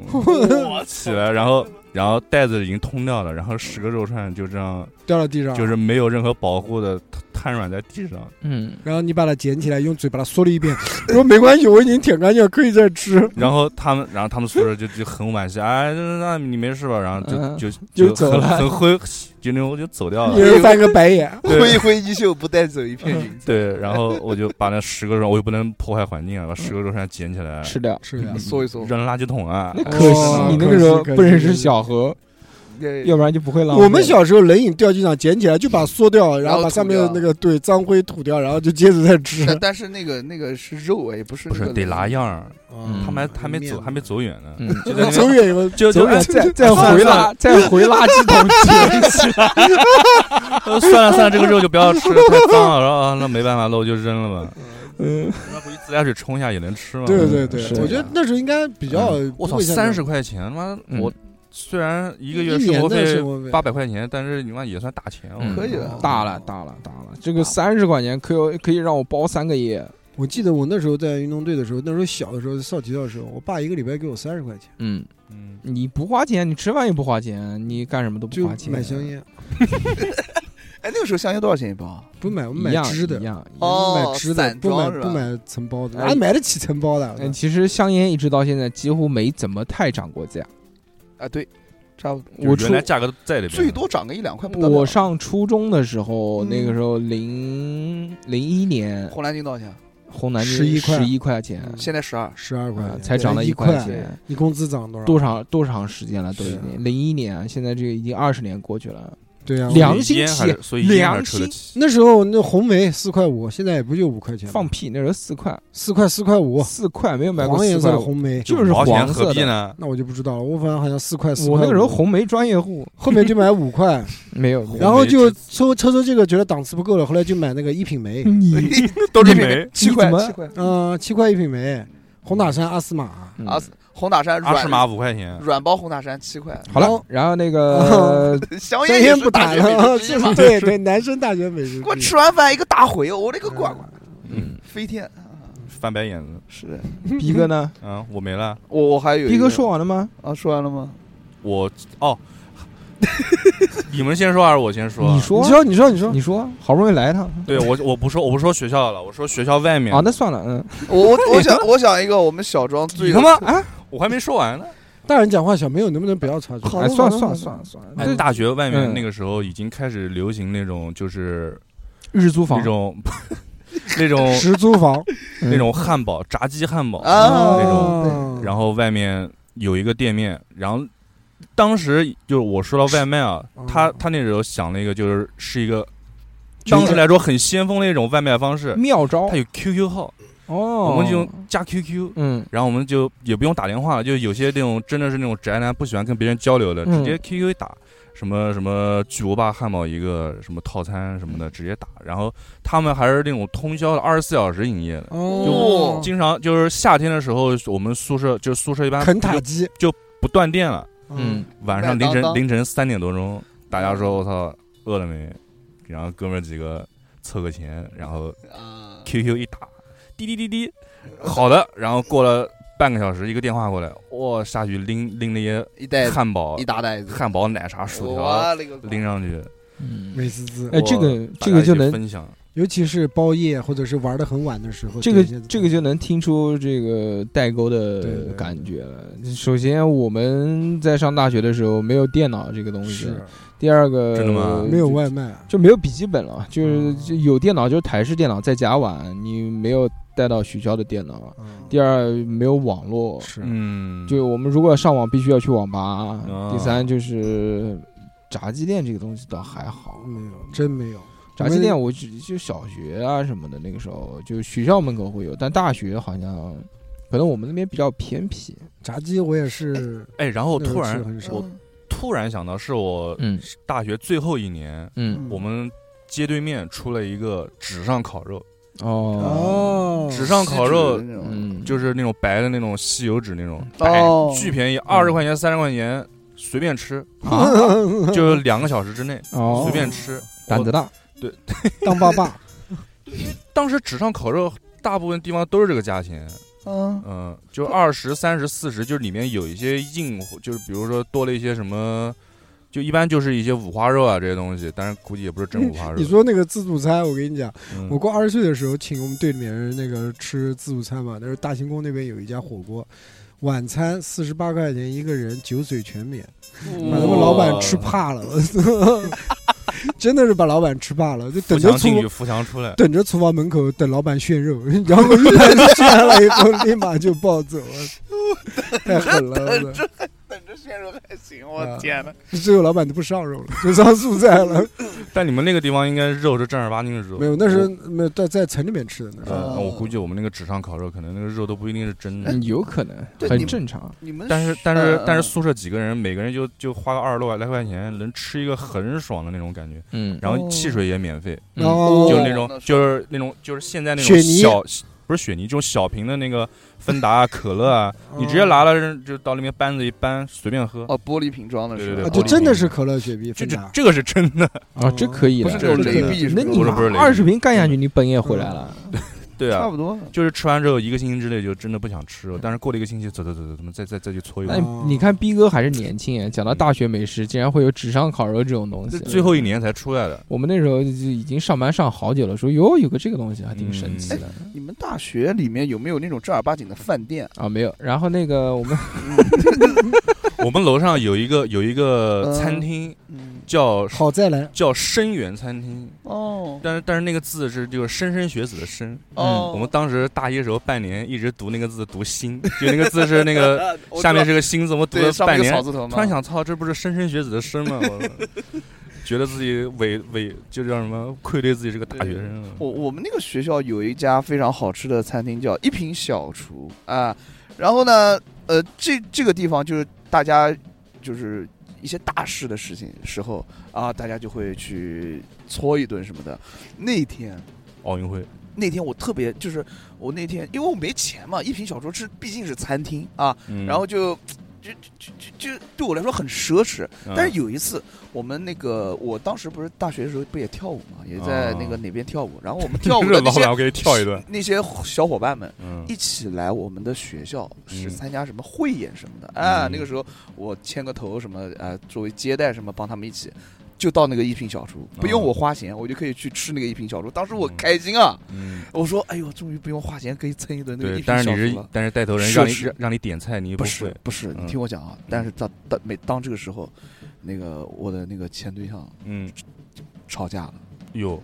起来，然后然后袋子已经通掉了，然后十个肉串就这样，
掉到地上，
就是没有任何保护的瘫软在地上。
嗯，
然后你把它捡起来，用嘴把它嗦了一遍， 说没关系，我已经舔干净，可以再吃。
然后他们，然后他们宿舍就就很惋惜，哎，那那你没事吧？然后
嗯
就
就
就很
走了
很灰，就那种就走掉
一
了。
人翻个白眼，
对嗯
挥一挥衣袖，不带走一片云彩。
对，然后我就把那十个肉，我又不能破坏环境啊，把十个肉串捡起来，
吃掉。
是呀
嗯
搜一搜
扔垃圾桶啊。
那
哎
可惜
哦
你那
可
个
惜
时候
可
不
惜
认识小何，
对
要不然就不会浪费。
我们小时候冷饮掉地上，捡起来就把它缩掉，然后把上面的
然
那
后吐掉
个对脏灰吐掉，然后就接着再吃。
但但是那个那个是肉哎，不是
不
那
是
个
得拿样儿，
嗯
他们还还没走，还没走远呢，
嗯，
就 在那
走
边
远以后，
就哎
走
就
远 再再
算了
回
算了
垃再回垃圾桶捡起来。
呃算了算了，这个肉就不要吃了，太脏了。然后啊，那没办法了，我就扔了吧。
嗯，
那不一自来水冲一下也能吃吗？
对对
是
对，我觉得那时候应该比较
嗯我操，
不会像
三十块钱，他妈
嗯
我虽然一个月
一
生活
年的
费
生活费
八百块钱，但是你妈也算大钱哦
嗯
了。
可以的
大了，大了，大了！这个三十块钱可以可以让我包三个夜。
我记得我那时候在运动队的时候，那时候小的时候，少体校的时候，我爸一个礼拜给我三十块钱，
嗯，
嗯，
你不花钱，你吃饭也不花钱，你干什么都不
就
花钱，
买香烟，
哎，那个时候香烟多少钱一包？
不买我
一
买
样
支
一
的，
样。一样
哦
买支的，
散
不买
装是吧
不买层包的，
哎
俺买得起层包的。
嗯，其实香烟一直到现在几乎没怎么太涨过价。
啊，对，差不多，
我
就原
出
来价格在里边，
最多涨个一两块不得了。
我上初中的时候，
嗯
那个时候零零一年，
红蓝金多少钱？
红南京
11块
十一块钱，
嗯
现在十二。
十二块
啊
钱
才涨了
一
块
钱，
钱。
你工资涨了多少？
多长多长时间了？都已
是啊
经零一年啊，现在这个已经二十年过去了。
对呀，
所以
两良心
烟还
企
是所以烟还是
良
吃得
心
起。
那时候那红梅四块五，现在也不就五块钱吗，
放屁，那时候四块，
四块四块五，
四块没有买过
黄
四
颜色
块
的
五，
红梅，
就是
五毛钱
黄色
何必
的
呢？
那我就不知道了。我反正好像四块四
我
块五，
那个时候红梅专业户
后面就买五块，
没有，没有
然后就抽抽抽这个，觉得档次不够了，后来就买那个一品梅，
你
都
这
是
边
煤，
七块
嗯你怎么
七块。
嗯，七块一品梅，红塔山阿斯玛，
嗯
啊，红塔山
阿诗
软
玛五块钱，
软包红塔山七块，
好了，然后那个
香
香
烟哦也
烟
是
不
大
打
学美
了，。
食之一 嘛
对对，男生大学美食
我
之一
吃完饭一个大回，我勒个乖乖，
嗯，
飞天！啊
翻白眼子。
是的，
逼哥呢？
嗯，我没了。
我我还有
逼
一
哥
个
说完了吗？
啊，说完了吗？
我 哦，你们先说还是我先说啊？
你
你
说，
说你说你说
你，说，好不容易来一趟
对我我不说我不说学校了，我说学校外面
啊，那算了，嗯，
我我我想我想一个我们小庄最
你他妈
啊，
我还没说完呢。
大人讲话，小朋友能不能不要插嘴？
哎，算了算了算了算了，
哎，
这
大学外面
嗯
那个时候已经开始流行那种就是
日租
那
房
种那种
十租房
那种汉堡炸鸡汉堡，
啊
那种
哦
然后外面有一个店面，然后当时就是我说到外卖啊
嗯，
他他那时候想了一个就是是一个当时来说很先锋的一种外卖方
嗯
式，
妙招
他有 QQ 号，
哦，
我们就用加 QQ，
嗯
然后我们就也不用打电话了，就有些那种真的是那种宅男不喜欢跟别人交流的，
嗯
直接 QQ 一打，什么什么巨无霸汉堡一个，什么套餐什么的直接打，然后他们还是那种通宵的，二十四小时营业的。
哦，
经常就是夏天的时候，我们宿舍就是宿舍一般
肯塔
就
基，
不断电了，
嗯，
晚上凌
麦当
晨
当
凌晨三点多钟，大家说我操饿了没？然后哥们儿几个凑个钱，然后
啊
QQ 一打，滴滴滴滴，好的。然后过了半个小时，一个电话过来，哇，下去拎拎了些
一袋子
汉堡
哎一、大袋子，
汉堡、奶茶、薯条
我勒个乖
拎上去，
嗯，
美滋滋。
哎，这个这个
大家一起
就能
分享。
尤其是包夜或者是玩的很晚的时候，
这个
点一些
这个就能听出这个代沟
对对
的
对
感觉了。首先，我们在上大学的时候没有电脑这个东西
是；
第二个，
真的吗
没有外卖，啊
就没有笔记本了，就是
嗯
就有电脑就是台式电脑在家玩，你没有带到学校的电脑。
嗯
第二，没有网络，
是
嗯，
就我们如果要上网，必须要去网吧。
啊
第三就是炸鸡店这个东西倒还好，
嗯没有，真没有。
炸鸡店我就就小学啊什么的，那个时候就学校门口会有，但大学好像可能我们那边比较偏僻。
炸鸡我也是，
哎，然后突
那时候吃
然
很少
我
嗯
突然想到，是我
嗯
大学最后一年，
嗯
我们街对面出了一个纸上烤肉，
哦
哦，
纸上烤肉
锡纸的那种
嗯，
就是那种白的那种吸油纸那种，
哦
哎巨便
嗯
宜，二十块钱三十块钱随 便吃，
啊
就是两个小时之内
哦
随，便吃。
胆子大，
当爸爸，
当时纸上烤肉大部分地方都是这个价钱，
嗯，
嗯，就二十三十四十，就是里面有一些硬货，就是比如说多了一些什么。就一般就是一些五花肉啊这些东西，但是估计也不是真五花肉。
你说那个自助餐，我跟你讲，
嗯
我过二十岁的时候，请我们队里面人那个吃自助餐嘛，那时候大行宫那边有一家火锅。晚餐四十八块钱一个人，酒水全免，把他们
嗯
老板吃怕了， 真的是把老板吃怕了，就
扶
等着
墙
出
进去，扶墙出来，
等着厨房门口等老板炫肉，然后老板炫完了以后 立马就暴走了，太狠了！我操
等着鲜肉还行，
啊
我天哪！
最后老板都不上肉了， 就上素菜了。
但你们那个地方应该肉是正儿八经的肉。
没有，那时候没有在在城里面吃的那时候。
呃，我估计我们那个纸上烤肉，可能那个肉都不一定是真的
嗯。有可能
对
很
你
正常。
你们
但是但是但是
嗯
宿舍几个人，每个人就就花个二十多来块钱，能吃一个很爽的那种感觉。
嗯，
然后汽水也免费，
嗯
然后
就是那
哦
种
那是
就是那种就是现在那
雪
种
泥
小不是雪泥，这种小瓶的那个芬达啊、可乐啊，你
哦
直接拿了就到那边扳子一扳，随便喝。
哦，玻璃瓶装的
对
是
对
吧？
对
啊，就
玻璃
真的
瓶
是可乐雪碧
这
芬
这
达，
这个是真的，
啊，这可以
不
的
是。
这
那种
个
雷碧是
那
吧，
你
不是不是雷
二十瓶干下去，你本也回来了。
对啊
差，不多。
就是吃完之后一个星期之内就真的不想吃了，但是过了一个星期，走走走走，怎么再再再去搓一
那
把
哎，
你看逼哥还是年轻哎，讲到大学美食，竟然会有纸上烤肉这种东
这
西。
最后一年才出 来的。
我们那时候就已经上班上好久了，说哟有个这个东西还挺神奇的
你们大学里面有没有那种正儿八经的饭店？
啊，没有。然后那个我们
我们楼上有一个有一个
嗯
餐厅
嗯，
叫
好再来，
叫深源餐厅，
哦
但是但是那个字是就是莘莘学子的莘。
哦，
嗯我们当时大一的时候半年一直读那个字读心，就那个字是那 个下面
是
是个心字，我读
对
了
上
半
面是
年
草，字头吗？
突然想，操，这不是莘莘学子的莘 吗？我觉得自己委委就叫什么愧对自己是个大学生啊了。
我我们那个学校有一家非常好吃的餐厅，叫一品小厨啊。然后呢，呃，这这个地方就是大家就是一些大事的事情时候啊，大家就会去搓一顿什么的。那天
奥运会，
那天我特别就是我那天因为我没钱嘛，一品小厨吃毕竟是餐厅啊，
嗯
然后就。就就就就对我来说很奢侈，
嗯
但是有一次，我们那个我当时不是大学的时候不也跳舞嘛，也
哦
在那个哪边跳舞，然后我们跳舞的
这
那
老
些
板我给你跳一段，
那些小伙伴们
嗯
一起来我们的学校是
嗯
参加什么汇演什么的，啊，
嗯
那个时候我牵个头什么，啊，作为接待什么，帮他们一起。就到那个一品小厨，不用
哦
我花钱，我就可以去吃那个一品小厨。当时我
嗯
开心啊，
嗯，
我说：“哎呦，终于不用花钱可以蹭一顿那个一
对，
品
但是
小
你
厨
是
了。
但是带头人
奢
让你
侈
让让你点菜，你”又
不
会
是，不是，你
嗯
听我讲啊！但是到到每当这个时候，那个我的那个前对象
嗯，
吵架了，
有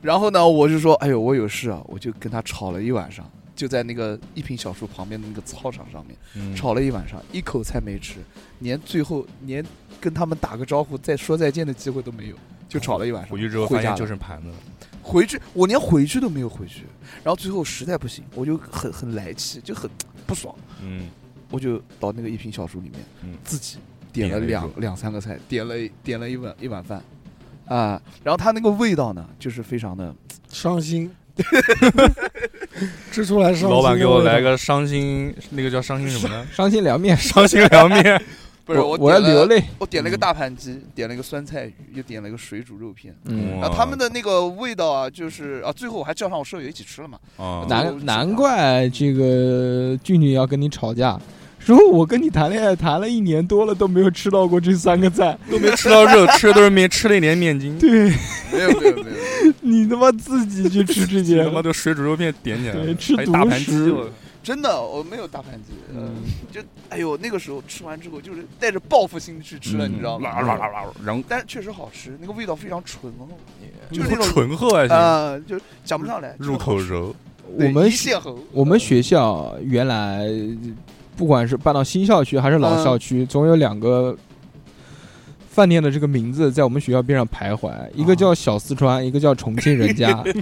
然后呢，我就说，哎呦，我有事啊，我就跟他吵了一晚上，就在那个一品小厨旁边的那个操场上面
嗯
吵了一晚上，一口菜没吃，连最后连跟他们打个招呼、再说再见的机会都没有，就吵了一晚上。
回去之后
回
发
家
现
了
就剩盘子了，
回去，我连回去都没有回去，然后最后实在不行，我就很很来气，就很不爽，
嗯，
我就到那个一品小厨里面，
嗯
自己点了
点了一
两
个
两三个菜，点了一点了一碗一碗饭，啊、然后它那个味道呢，就是非常的。
伤 心，吃出来伤心。
老板给我来，个伤心，那个叫伤心什么呢？
伤心凉面，
伤心凉面，
不是
我
我
要
点了
流泪。
我点了一个
嗯
大盘鸡，点了一个酸菜鱼，又点了一个水煮肉片。
嗯，
哇
然后他们的那个味道啊，就是啊，最后我还叫上我舍友一起吃了嘛。
啊，
那
难难怪这个俊俊要跟你吵架，说我跟你谈恋爱谈了一年多了都没有吃到过这三个菜，
都没吃到肉，吃的都是面，吃了一点面筋，
对
没有没有没有，
你他妈自己去吃这些
他，妈都水煮肉片点起来
对
了，
吃
还有大
独
盘鸡
食
我
真的我没有大盘鸡，嗯
嗯，
就哎呦那个时候吃完之后就是带着报复心去吃了，
嗯
你知道吗？
啦啦啦啦，然后
但是确实好吃，那个味道非常醇厚， 就
就是
那种
醇厚还行，
啊，就讲不上来，
入口柔，
对
我们
一泻喉。
我们学校原来呃不管是搬到新校区还是老校区，总有两个饭店的这个名字在我们学校边上徘徊，一个叫小四川，一个叫重庆人家。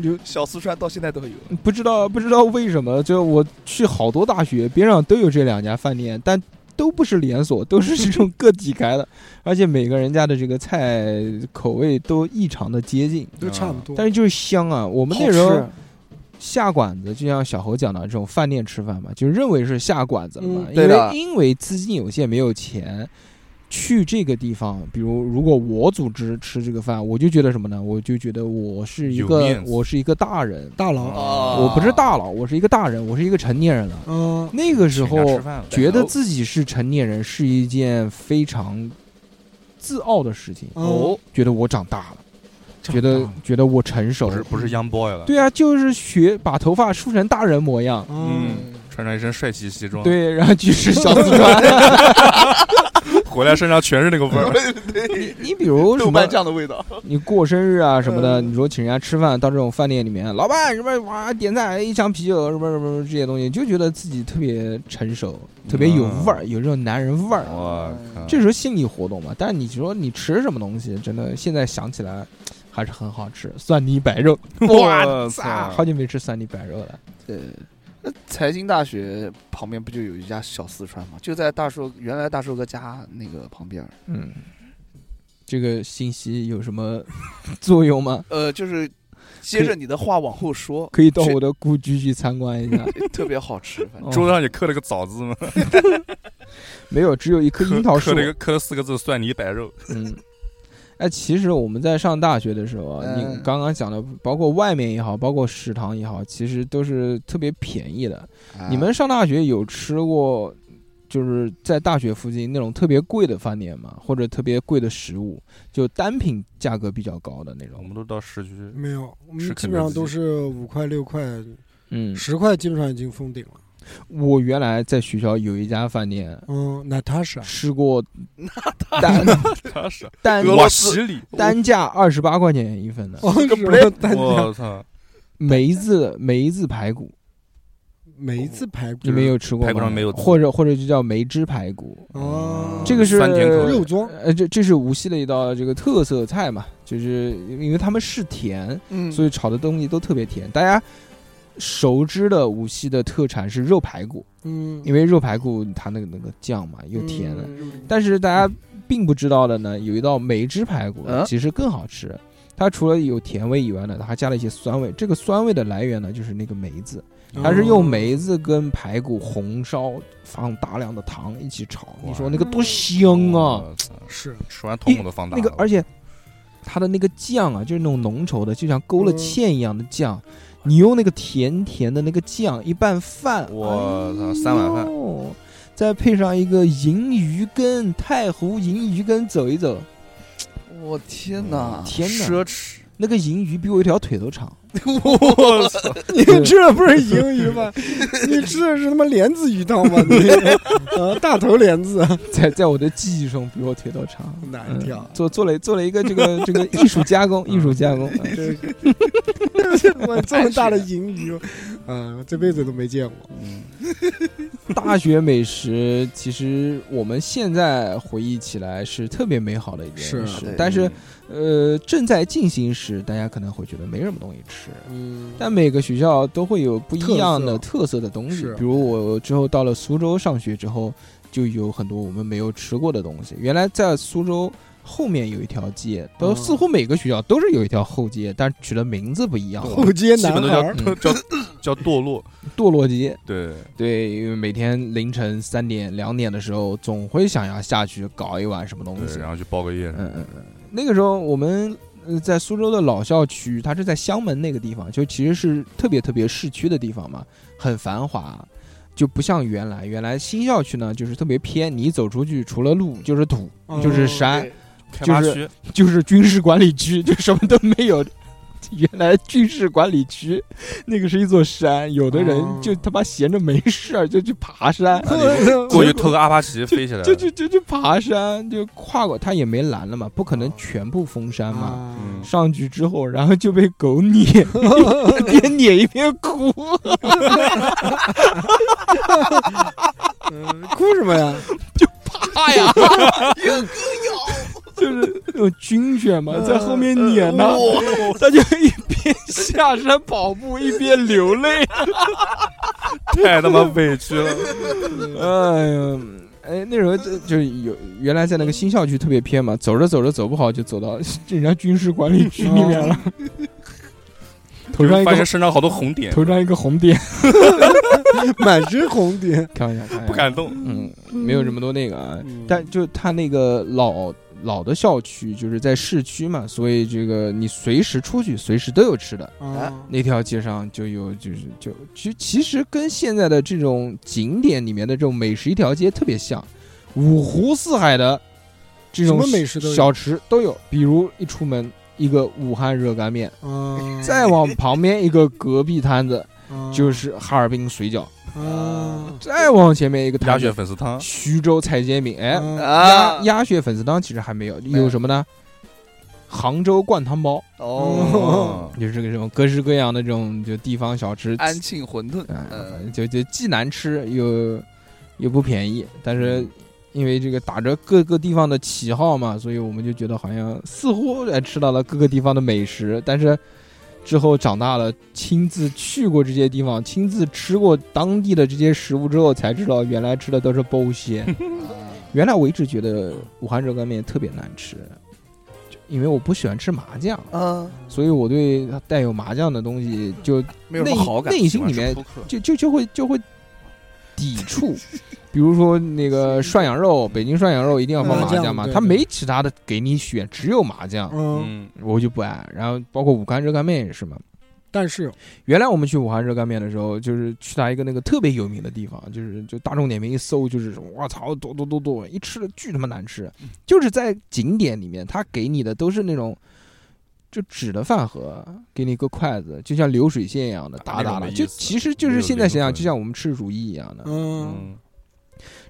有 小四川到现在都有，
不知道不知道为什么，就我去好多大学边上都有这两家饭店，但都不是连锁，都是这种个体开的，而且每个人家的这个菜口味都异常的接近，
都差不多。
嗯
但是就是香啊！我
我
们那时候。下馆子，就像小侯讲的这种饭店吃饭嘛，就认为是下馆子了嘛，
嗯
因
对的
为因为资金有限，没有钱。去这个地方，比如如果我组织吃这个饭，我就觉得什么呢？我就觉得我是一
有
个
面子
我是一个大人，
大佬，
啊
我不是大佬，我是一个大人，我是一个成年人了。
嗯，
那个时
请人家
候
吃饭了
觉得自己是成年人是一件非常自傲的事情，
哦，
觉得我长大了，
长
觉得
大
觉得我成熟
不
了
是。不是 young boy 了，
对啊，就是学把头发梳成大人模样，
嗯，
穿上一身帅气西
哦
装，
对，然后去吃 小四川。
回来身上全是那个味 儿，
你你比如什
豆
么
瓣，酱的味道，
你过生日啊什么的，
嗯
你说请人家吃饭，到这种饭店里面，老板什么哇点菜一箱啤酒什么什么什么这些东西，就觉得自己特别成熟，特别有
嗯
味儿，有这种男人味儿。
哦
我靠，
这时候心理活动嘛，但是你说你吃什么东西，真的现在想起来还是很好吃，蒜泥白 肉，
哇
塞，好久没吃蒜泥白肉了。
对，那 财经大学旁边不就有一家小四川吗？就在大硕原来大硕哥家那个旁边儿。
嗯，这个信息有什么 作用吗？
呃，就是接着你的话往后说，
可以到我的故居去参观一 下。
特别好吃，反正
哦
桌上也刻了个枣字嘛，
没有，只有一棵
刻
樱桃树
刻。了一个刻了四个字蒜泥白肉。
嗯，哎，其实我们在上大学的时候啊，你
嗯
刚刚讲的，包括外面也好，包括食堂也好，其实都是特别便宜的。
啊
你
哎
们上大学有吃过，就是在大学附近那种特别贵的饭店吗？或者特别贵的食物，就单品价格比较高的那
我
种
们？都到市区，
没有，我
是
们基
肯
本
德
上
基
都是五块六块，
嗯，
十块基本上已经封顶了。
我原来在学校有一家饭店
嗯，娜塔 莎，
吃过单
他是
单
俄罗斯里，
单价二十八块钱一份的
哦，
个
是吗
bread
蛋挞
我操，
梅子梅子排骨，
梅子排骨
你们有吃过吗？
排骨上没有
或者或者就叫梅汁排骨，
哦，
这个是
酸甜口味
肉装
呃，这这是无锡的一道这个特色菜嘛，就是因为他们是甜，
嗯，
所以炒的东西都特别甜。大家熟知的无锡的特产是肉排骨，
嗯，
因为肉排骨它那个那个酱嘛又甜的，
嗯
但是大家并不知道的呢，有一道梅汁排骨
嗯
其实更好吃。它除了有甜味以外呢，它还加了一些酸味。这个酸味的来源呢，就是那个梅子，
哦
它是用梅子跟排骨红烧，放大量的糖一起炒。你说那个多香啊！
我操！
嗯是
吃完瞳孔都放大
那
了。
个，而且它的那个酱啊，就是那种浓稠的，就像勾了芡一样的酱。你用那个甜甜的那个酱一拌饭，
我操
哎呦
三碗饭，
再配上一个银鱼羹，太湖银鱼羹走一走，
我天哪，
天哪
奢侈，
那个银鱼比我一条腿都长。
我操，
你吃的不是银鱼吗？你吃的是他妈莲子鱼汤吗？你呃，大头莲子
在在我的记忆中比我腿都长。
哪
嗯
一条？
做做了做了一个这 个这个艺术加工，艺术加工。嗯
这个我这么大的银鱼，嗯，我这辈子都没见过。
大学美食其实我们现在回忆起来是特别美好的一件
是
啊
事
对，
但是呃正在进行时，大家可能会觉得没什么东西吃。
嗯，
但每个学校都会有不一样的特色的东西
是，
比如我之后到了苏州上学之后，就有很多我们没有吃过的东西。原来在苏州后面有一条街，都
哦
似乎每个学校都是有一条后街，但取的名字不一样，
后街
基
男
本都
孩儿，
嗯
叫叫叫堕落。
堕落街。
对，
对，因为每天凌晨三点、两点的时候，总会想要下去搞一碗什么东
对，
西。
然后去包个夜。
嗯嗯嗯，那个时候我们呃在苏州的老校区，它是在湘门那个地方，就其实是特别特别市区的地方嘛，很繁华，就不像原来。原来新校区呢，就是特别偏，你走出去除了路 就是土，
哦
就是山，
对
开
就
发
是
区，
就是军事管理区，就什么都没有。原来军事管理区那个是一座山，有的人
哦
就他妈闲着没事儿就去爬
嗯
山。
过去偷个阿帕奇飞起来了。
就就就去爬山，就跨过，他也没拦了嘛，不可能
哦
全部封山嘛。
啊
嗯
上去之后，然后就被狗 撵，边撵一边哭。
嗯哭什么呀？
哎呀，就是那种军犬嘛，在后面撵他，他就一边下山跑步一边流泪。
太他妈委屈了。
哎呀，哎，那时候就就有原来在那个新校区特别偏嘛，走着走着走不好就走到人家军事管理区里面了，头上一
发
个
现身上好多红点，
头上一个红点，
满身红点，
开玩笑，开玩笑
不敢动。
嗯，
Mm.
没有这么多那个啊，
嗯
但就他那个老老的校区，就是在市区嘛，所以这个你随时出去，随时都有吃的。
啊
那条街上就有，就是就其其实跟现在的这种景点里面的这种美食一条街特别像，五湖四海的这种
什么美食都有
小吃都有，比如一出门一个武汉热干面，
啊，
再往旁边一个隔壁摊子
啊
就是哈尔滨水饺，
啊
再往前面一个
鸭
摊
血
子
粉丝汤，
徐州菜煎饼，哎，
啊
啊
鸭，鸭血粉丝汤其实还没有，
有
有什么呢？杭州灌汤包，嗯
哦，
就是这个这种各式各样的这种就地方小吃，
安庆馄饨，
嗯，
嗯，
就就既难吃又又不便宜，但是因为这个打着各个地方的旗号嘛，所以我们就觉得好像似乎哎吃到了各个地方的美食，但是之后长大了，亲自去过这些地方，亲自吃过当地的这些食物之后，才知道原来吃的都是包些。
啊
原来我一直觉得武汉热干面特别难吃，就因为我不喜欢吃麻酱，
嗯，
所以我对带有麻酱的东西就
没有什么
内
好感。
内心里面就就就会就会 抵触。比如说那个涮羊肉，北京涮羊肉一定要放
麻
麻
酱
酱嘛，
对
它
对
没其他的给你选，只有麻酱，
嗯，
嗯，
我就不爱。然后包括武汉热干面也是嘛。
但是
原来我们去武汉热干面的时候，就是去他一个那个特别有名的地方，就是就大众点评一搜，就是我操，多多多多，一吃了巨他妈难吃。就是在景点里面，他给你的都是那种就纸的饭盒，给你一个筷子，就像流水线一样的
啊
打
那种
打
没
的，
意
就
思
其实就
没
是
有
现在
灵
想想，
魂
就像我们吃如意一样的。
嗯，
嗯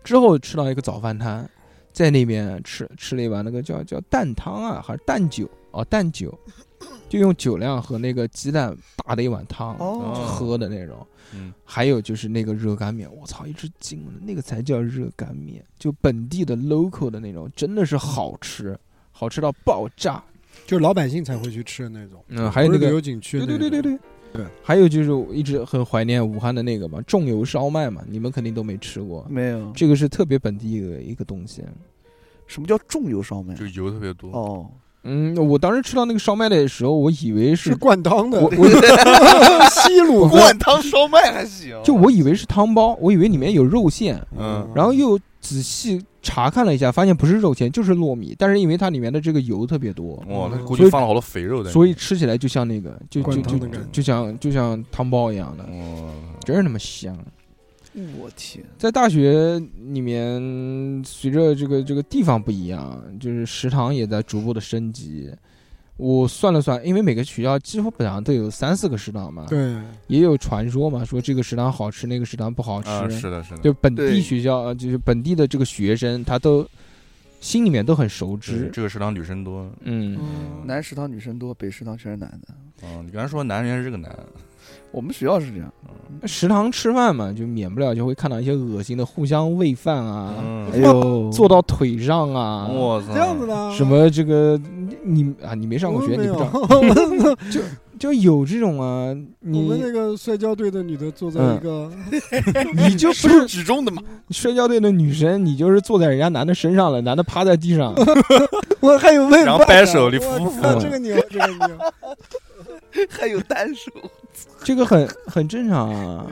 之后吃到一个早饭摊，在那边吃吃了一碗那个叫叫蛋汤啊，还是蛋酒哦，蛋酒，就用酒量和那个鸡蛋打的一碗汤。
哦，
喝的那种，
嗯，
还有就是那个热干面，我操，一吃惊了，那个才叫热干面，就本地的 local 的那种，真的是好吃，好吃到爆炸。
就是老百姓才会去吃的那种，
嗯，还有
不
那
是旅
个，
游景区
对
的
对
那
对
种，
对对
对
还有就是我一直很怀念武汉的那个嘛，重油烧麦嘛，你们肯定都没吃过，
没有。
这个是特别本地的一个东西。
什么叫重油烧麦？
就油特别多，
哦，
嗯，我当时吃到那个烧麦的时候，我以为是哦
是灌汤的
我，我
西鲁
灌汤烧麦还行。
就我以为是汤包，我以为里面有肉馅，
嗯
然后又仔细查看了一下，发现不是肉馅，就是糯米。但是因为它里面的这个油特别多，
哇，那
嗯
估
所
计
以
放了好多肥肉在里面，
所以吃起来就像那个，就就
灌
就
汤的感觉
就像就像汤包一样的，
哇，
真是那么香。
我天，
在大学里面，随着这个这个地方不一样，就是食堂也在逐步的升级。我算了算，因为每个学校几乎本上都有三四个食堂嘛，
对，
嗯
也有传说嘛，说这个食堂好吃，那个食堂不好吃，
啊，是的，是的，
就本地
对
学校，呃就是本地的这个学生，他都心里面都很熟
对
知。
这个食堂女生多，
嗯，
嗯，
男食堂女生多，北食堂全是男的。
哦，你刚才说男人是个男，
啊
我们学校是这样。
食堂吃饭嘛，就免不了就会看到一些恶心的互相喂饭啊，
嗯
哎，呦，
坐到腿上啊，
我操，
这样子
嗯
的，
什么这个你你啊，你没上过
我
学，
没
你不
有
知道，，
我
就有这种啊，
们
你
那个摔跤队的女的坐在一个，
你就不是
指中的嘛？
摔跤队的女神，你就是坐在人家男的身上了，男的趴在地 上，
我还有问
然后
饭
掰
呢
手里
我
扶
靠
扶
这个牛，这个牛，
还有单手。
这个很很正常
？
啊，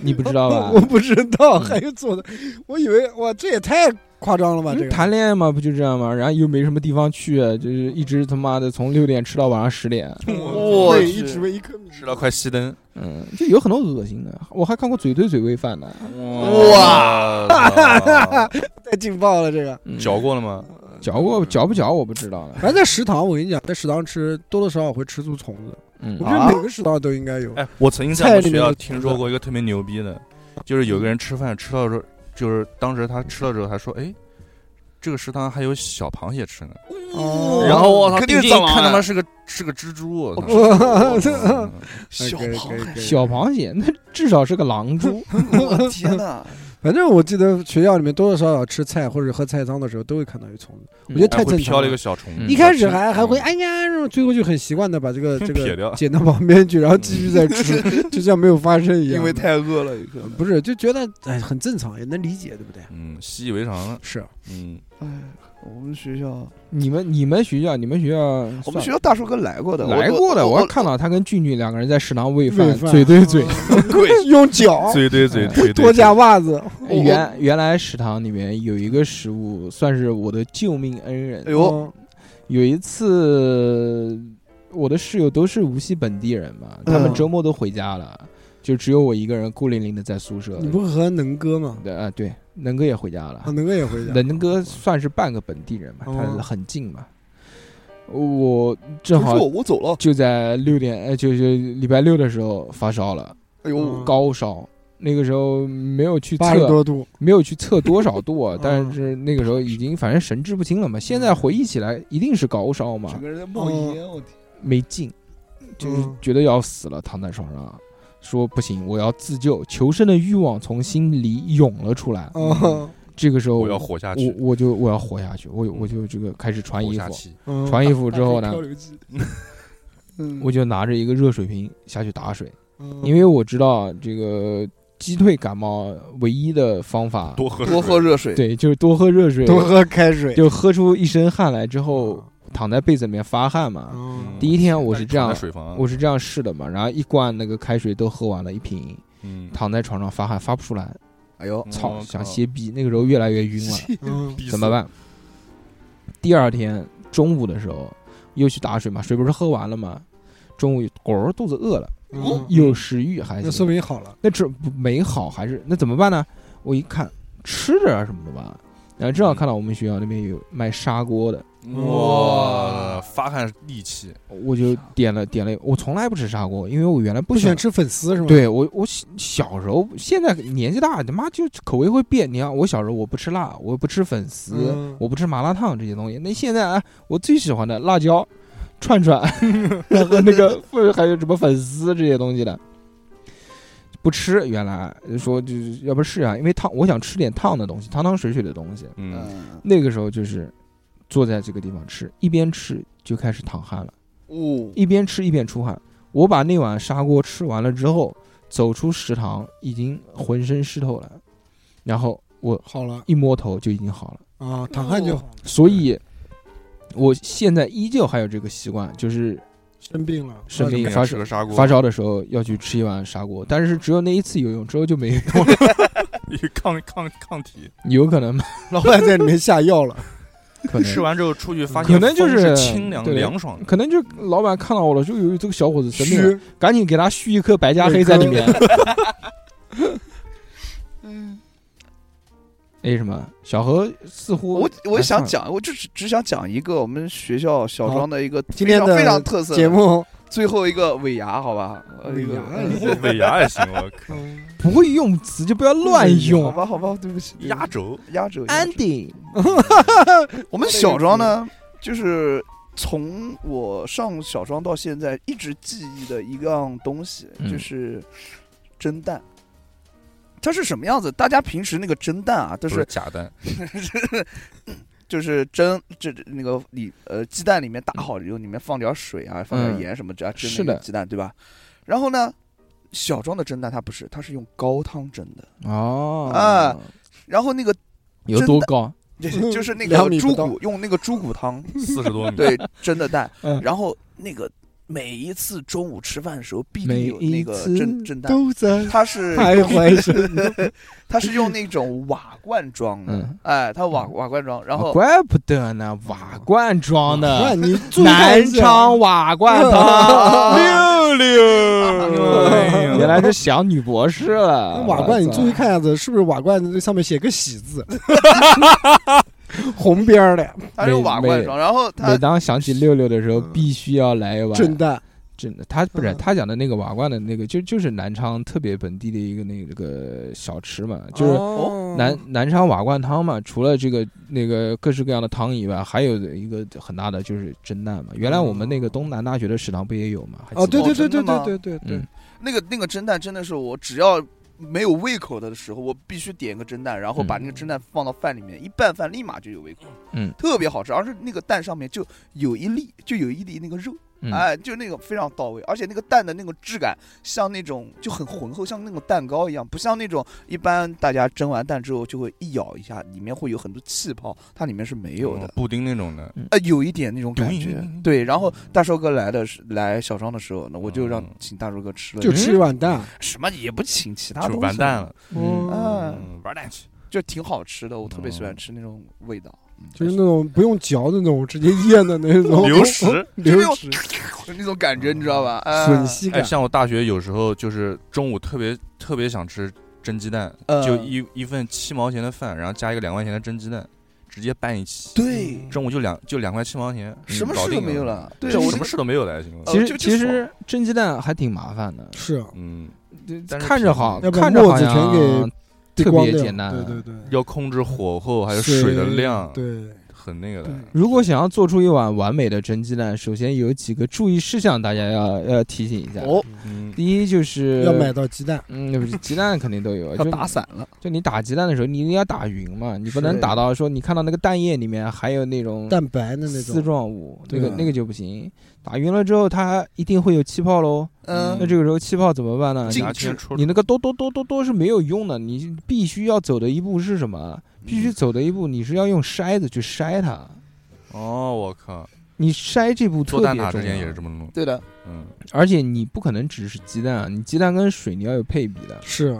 你不知道吧
我不知道，
嗯
还有坐的，我以为哇，这也太夸张了吧，
嗯
这个
谈恋爱嘛，不就这样嘛？然后又没什么地方去，啊就是一直他妈的从六点吃到晚上十点，
我
对，嗯一
去
直为一颗米，
吃到快熄灯，
嗯，就有很多恶心的。我还看过嘴对嘴喂饭的，
哇，
太劲爆了，这个。
嗯
嚼过了吗？
嚼
嗯
过嚼不嚼我不知道了。
反正在食堂，我跟你讲，在食堂吃多多少少会吃出虫子，
嗯
我
啊
觉得每个食堂都应该有。
哎，我曾经在我们
菜
学
里面
校
的
听 说过一个特别牛逼的，就是有个人吃饭吃到之后，就是当时他吃了之后，他说：“哎，这个食堂还有小螃蟹吃呢。”
哦
然后我操，
肯定
定
是
睛
蟑螂啊
看他妈是个是个蜘蛛， 我操
我
嗯
小
哎可以
螃
可以
蟹
可以
小螃蟹 那至少是个狼蛛，
我天哪！
反正我记得学校里面多多少少吃菜或者喝菜汤的时候都会看到有虫子，我觉得
嗯
太
还会
正
飘
常
了一
了
个。小虫
嗯，
一开始还
嗯
还会哎呀，然后最后就很习惯的把这个这
撇
个
掉
捡到旁边去，然后继续再吃， 就像没有发生一样。
因为太饿了，可能。
不是就觉得哎很正常，也能理解，对不对？
嗯，习以为常了，
是
嗯，
哎，我们学校，
你们你们学校你们学校
我们
算
学校大叔哥来过的，
来过的，
我
我还看到他跟俊俊两个人在食堂喂
喂
饭，啊哎
饭
嘴对嘴。
鬼
用脚
嘴对嘴
哎
对
脱下袜子，
我
原原来食堂里面有一个食物算是我的救命恩人
哎，呦，
有一次，我的室友都是无锡本地人嘛，
嗯
他们周末都回家了，就只有我一个人孤零零的在宿舍。
你不是和能哥吗？
对啊，对，能哥也回家
啊，
了，
能哥也回家。
能哥算是半个本地人嘛，
哦
他很近嘛。我
叔
正好
我我走了，
就在六点，呃，就就礼拜六的时候发烧了，
哎呦
嗯，
高烧。那个时候没有去
八十
测，
多度，
没有去测多少度啊，
嗯
但是那个时候已经反正神志不清了嘛。现在回忆起来，一定是高烧嘛
整。个人在冒烟，我天，
没劲，就是
嗯
觉得要死了，躺在床上，啊说不行，我要自救，求生的欲望从心里涌了出来。
嗯
这个时候，
我要
我
活下
我
去，
我就我要活下去，我
嗯
我就这个开始穿
活
衣
下
服，
去，
嗯，
穿衣服之后 呢
漂，流记，嗯，
我就拿着一个热水瓶下去打水，
嗯
因为我知道这个击退感冒唯一的方法，
多喝
多喝
水
热水，
对，就是多喝热水，
多喝开水，
啊
哦
就喝出一身汗来之后，躺在被子里面发汗嘛。
嗯
第一天我是这样
躺在水房，啊
我是这样试的嘛，然后一罐那个开水都喝完了，一瓶，
嗯，
躺在床上发汗发不出来，
哎呦，
操，
我
想
靠
歇逼，那个时候越来越晕了，
嗯
怎么？办？第二天中午的时候又去打水嘛，水不是喝完了吗？中午果儿肚子饿了，
嗯，
有食欲还
那
是
说明好了。
那这不没好还是那怎么办呢？我一看吃点儿什么的吧，然后正好看到我们学校那边有卖砂锅的，
哇，发汗是利器，
我就点了点了。我从来不吃砂锅，因为我原来不
不喜
喜欢。
欢吃粉丝是吗？，
对我，我小小时候，现在年纪大，他妈就口味会变。你看，我小时候我不吃辣，我不吃粉丝，
嗯
我不吃麻辣烫这些东西。那现在啊，我最喜欢的辣椒、串 串，然后那个还有什么粉丝这些东西的，不吃。原来说就是要不试一下，因为烫，我想吃点烫的东西，汤汤水水的东西。
嗯，
嗯，
那个时候就是坐在这个地方吃，一边吃就开始淌汗了。
哦，
一边吃一边出汗。我把那碗砂锅吃完了之后，走出食堂已经浑身湿透了，然后我
好了
一摸头就已经好了。
啊，淌汗
哦
就好了
所以，我现在依旧还有这个习惯，就是
生病了，啊
生病
你
发
想吃个砂锅，
发烧的时候要去吃一碗砂锅，但是只有那一次有用，之后就没 用了。
一抗抗抗体，
有可能，
老板在里面下药了。
可能
吃完之后出去发现
可能就是
风清凉
对
凉爽的，
可能就老板看到我了，就有这个小伙子生病了，
虚，
赶紧给他续一颗白加黑在里面。
嗯，
哎，什么？小何似乎
我我
还
想
算
讲，我就只只想讲一个我们学校小
好
庄的一个
今天的
非常非常特色的
节目，哎
最后一个尾牙，好吧？呃一个
尾牙
尾牙也行， 我靠，
嗯
不会用词就不要乱
好
用。
吧，好吧，对不起，
压轴，
压轴。压轴
Andy，
我们小庄呢，就是从我上小庄到现在一直记忆的一样东西，
嗯
就是蒸蛋。它是什么样子？大家平时那个蒸蛋啊，都
都
是
假蛋，
就是蒸，这这那个里呃鸡蛋里面打好了以后，里面放点水啊，放点
嗯
盐什么，这样蒸
是
那
的
个鸡蛋，对吧？然后呢，小庄的蒸蛋它不是，它是用高汤蒸的。
哦
啊，然后那个
有多高？
就是那
嗯两
个
米不
猪
到
骨，用那个猪骨汤
四十多 米，
对，蒸的蛋
嗯，
然后那个每一次中午吃饭的时候必
每
定有那
一
个
次
蒸蒸蛋，
都在
它是
徘徊着。
它是用那种瓦罐装的
嗯，啊
哎，它瓦瓦罐装，然后
怪不得呢，瓦罐装
那
的
你做
南
饭是
啊
昌瓦罐汤，六
哎
六
呦
原来 是想女博士了。
那瓦罐，你
我操
注意看一下子，是不是瓦罐这上面写个喜字， 红边儿的
它是
每
瓦
每
罐装，然后它
每当想起六六的时候，
嗯
必须要来一碗
蒸蛋，
真的，他不是
嗯
他讲的那个瓦罐的那个，就就是南昌特别本地的一个那个小吃嘛，就是
哦
南南昌瓦罐汤嘛，除了这个那个各式各样的汤以外，还有一个很大的就是蒸蛋嘛。原来我们那个东南大学的食堂不也有嘛？还记
哦，对
得
对
吗
对对
真的
对
吗
对对对
嗯，
那个那个蒸蛋真的是我只要。没有胃口的时候，我必须点个蒸蛋，然后把
嗯
那个蒸蛋放到饭里面，一拌饭立马就有胃口，
嗯
特别好吃，而且那个蛋上面就有一粒，就有一粒那个肉，
嗯，
哎，就那个非常到位，而且那个蛋的那种质感像那种就很浑厚，像那种蛋糕一样，不像那种一般大家蒸完蛋之后就会一咬一下，里面会有很多气泡，它里面是没有
嗯
的。
哦
布丁那种的，
呃，有一点那种感
对
觉
嗯，
对。然后大寿哥来的是来小庄的时候呢，我就让
嗯
请大寿哥吃了，
就吃一碗蛋，
什么也不请其他
就
东西，
完蛋了，，
嗯
哦
嗯，
嗯，玩蛋去，
就挺好吃的，我特别喜欢
嗯
吃那种味道，嗯
就是那种不用嚼的那种，直接咽的那 种
流食。
流食，
就 那种感觉，你知道吧？哎
吮吸
哎，
感。
像我大学有时候就是中午特别特别想吃蒸鸡蛋，
嗯
就一一份七毛钱的饭，然后加一个两块钱的蒸鸡蛋，直接拌一起。
对，
哎
中午就两就两块七毛钱，
什么
搞
事都
定
没有
了，
了，对，
就
我
什
那
么
个
事都没有了，行吗？
其
哦就
实
就
其
爽
实蒸鸡蛋还挺麻烦的，
是啊，
嗯，
就
但是
看着好
要不然
看着
沫
好
子
像
全给
特
光
别
掉
简单。啊
对对对，
要控制火候还有水的量，，
对，
很那个的。
如果想要做出一碗完美的蒸鸡蛋，首先有几个注意事项，大家要要提醒一下。
哦，
嗯，
第一就是
要买到鸡蛋，
嗯，不是鸡蛋肯定都 有，啊
要
就
打散了，
就你打鸡蛋的时候，你一定要打匀嘛，你不能
是
打到说你看到那个蛋液里面还有那种
蛋白的那
嗯丝
种，
状物，那
对
个
啊
那个就不行。打匀了之后，它一定会有气泡喽。
嗯
那这个时候气泡怎么办呢？
静
拿
置
钱戳
你那个哆哆哆哆哆是没有用的，你必须要走的一步是什么？必须走的一步，你是要用筛子去筛它。
哦，我靠，
你筛这步特
做
别
蛋
重要
挞之前也是这么弄，
对的，
嗯，
而且你不可能只是鸡蛋啊，你鸡蛋跟水你要有配比的，
是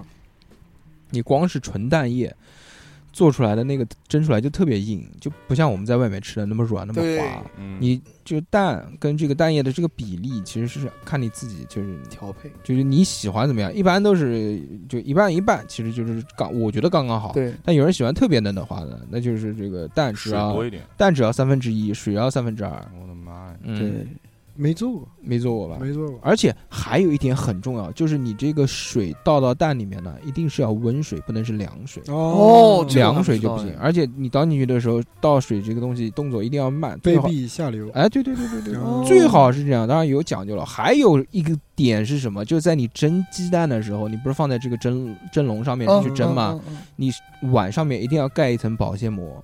你光是纯蛋液做出来的那个蒸出来就特别硬，就不像我们在外面吃的那么软那么
对
滑。
嗯
你就蛋跟这个蛋液的这个比例，其实是看你自己，就是
调配，
就是你喜欢怎么样，一般都是就一半一半，其实就是刚，我觉得刚刚好。
对，
但有人喜欢特别嫩的话呢，那就是这个蛋只
水
要
多一点，
蛋只要三分之一，水要三分之二。
我的妈呀，
嗯，
没做过，
没做过吧？
没做过。
而且还有一点很重要，就是你这个水倒到蛋里面呢，一定是要温水，不能是凉水。
哦这个
嗯凉水就不
我
行
知，道哎
而且你倒进去的时候，倒水这个东西动作一定要慢，最
卑
好。
鄙下流，
哎，对对对对对，
哦
最好是这样，当然有讲究了。还有一个点是什么？就是在你蒸鸡蛋的时候，你不是放在这个蒸蒸笼上面
嗯
你去蒸吗？？
嗯嗯嗯
碗上面一定要盖一层保鲜膜。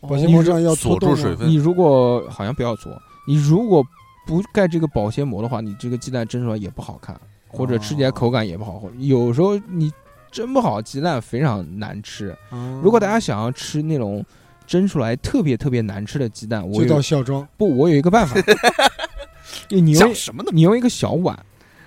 保鲜膜
你
上要
锁
戳
住
洞
水
啊
分
你，如果好像不要搓，你如果不盖这个保鲜膜的话，你这个鸡蛋蒸出来也不好看，或者吃起来口感也不好。或有时候你蒸不好鸡蛋非常难吃。
嗯
啊
如果大家想要吃那种蒸出来特别特别难吃的鸡蛋，我
就到
有
孝庄，
不，我有一个 办法，就你用
讲什么呢？
你用一个小碗，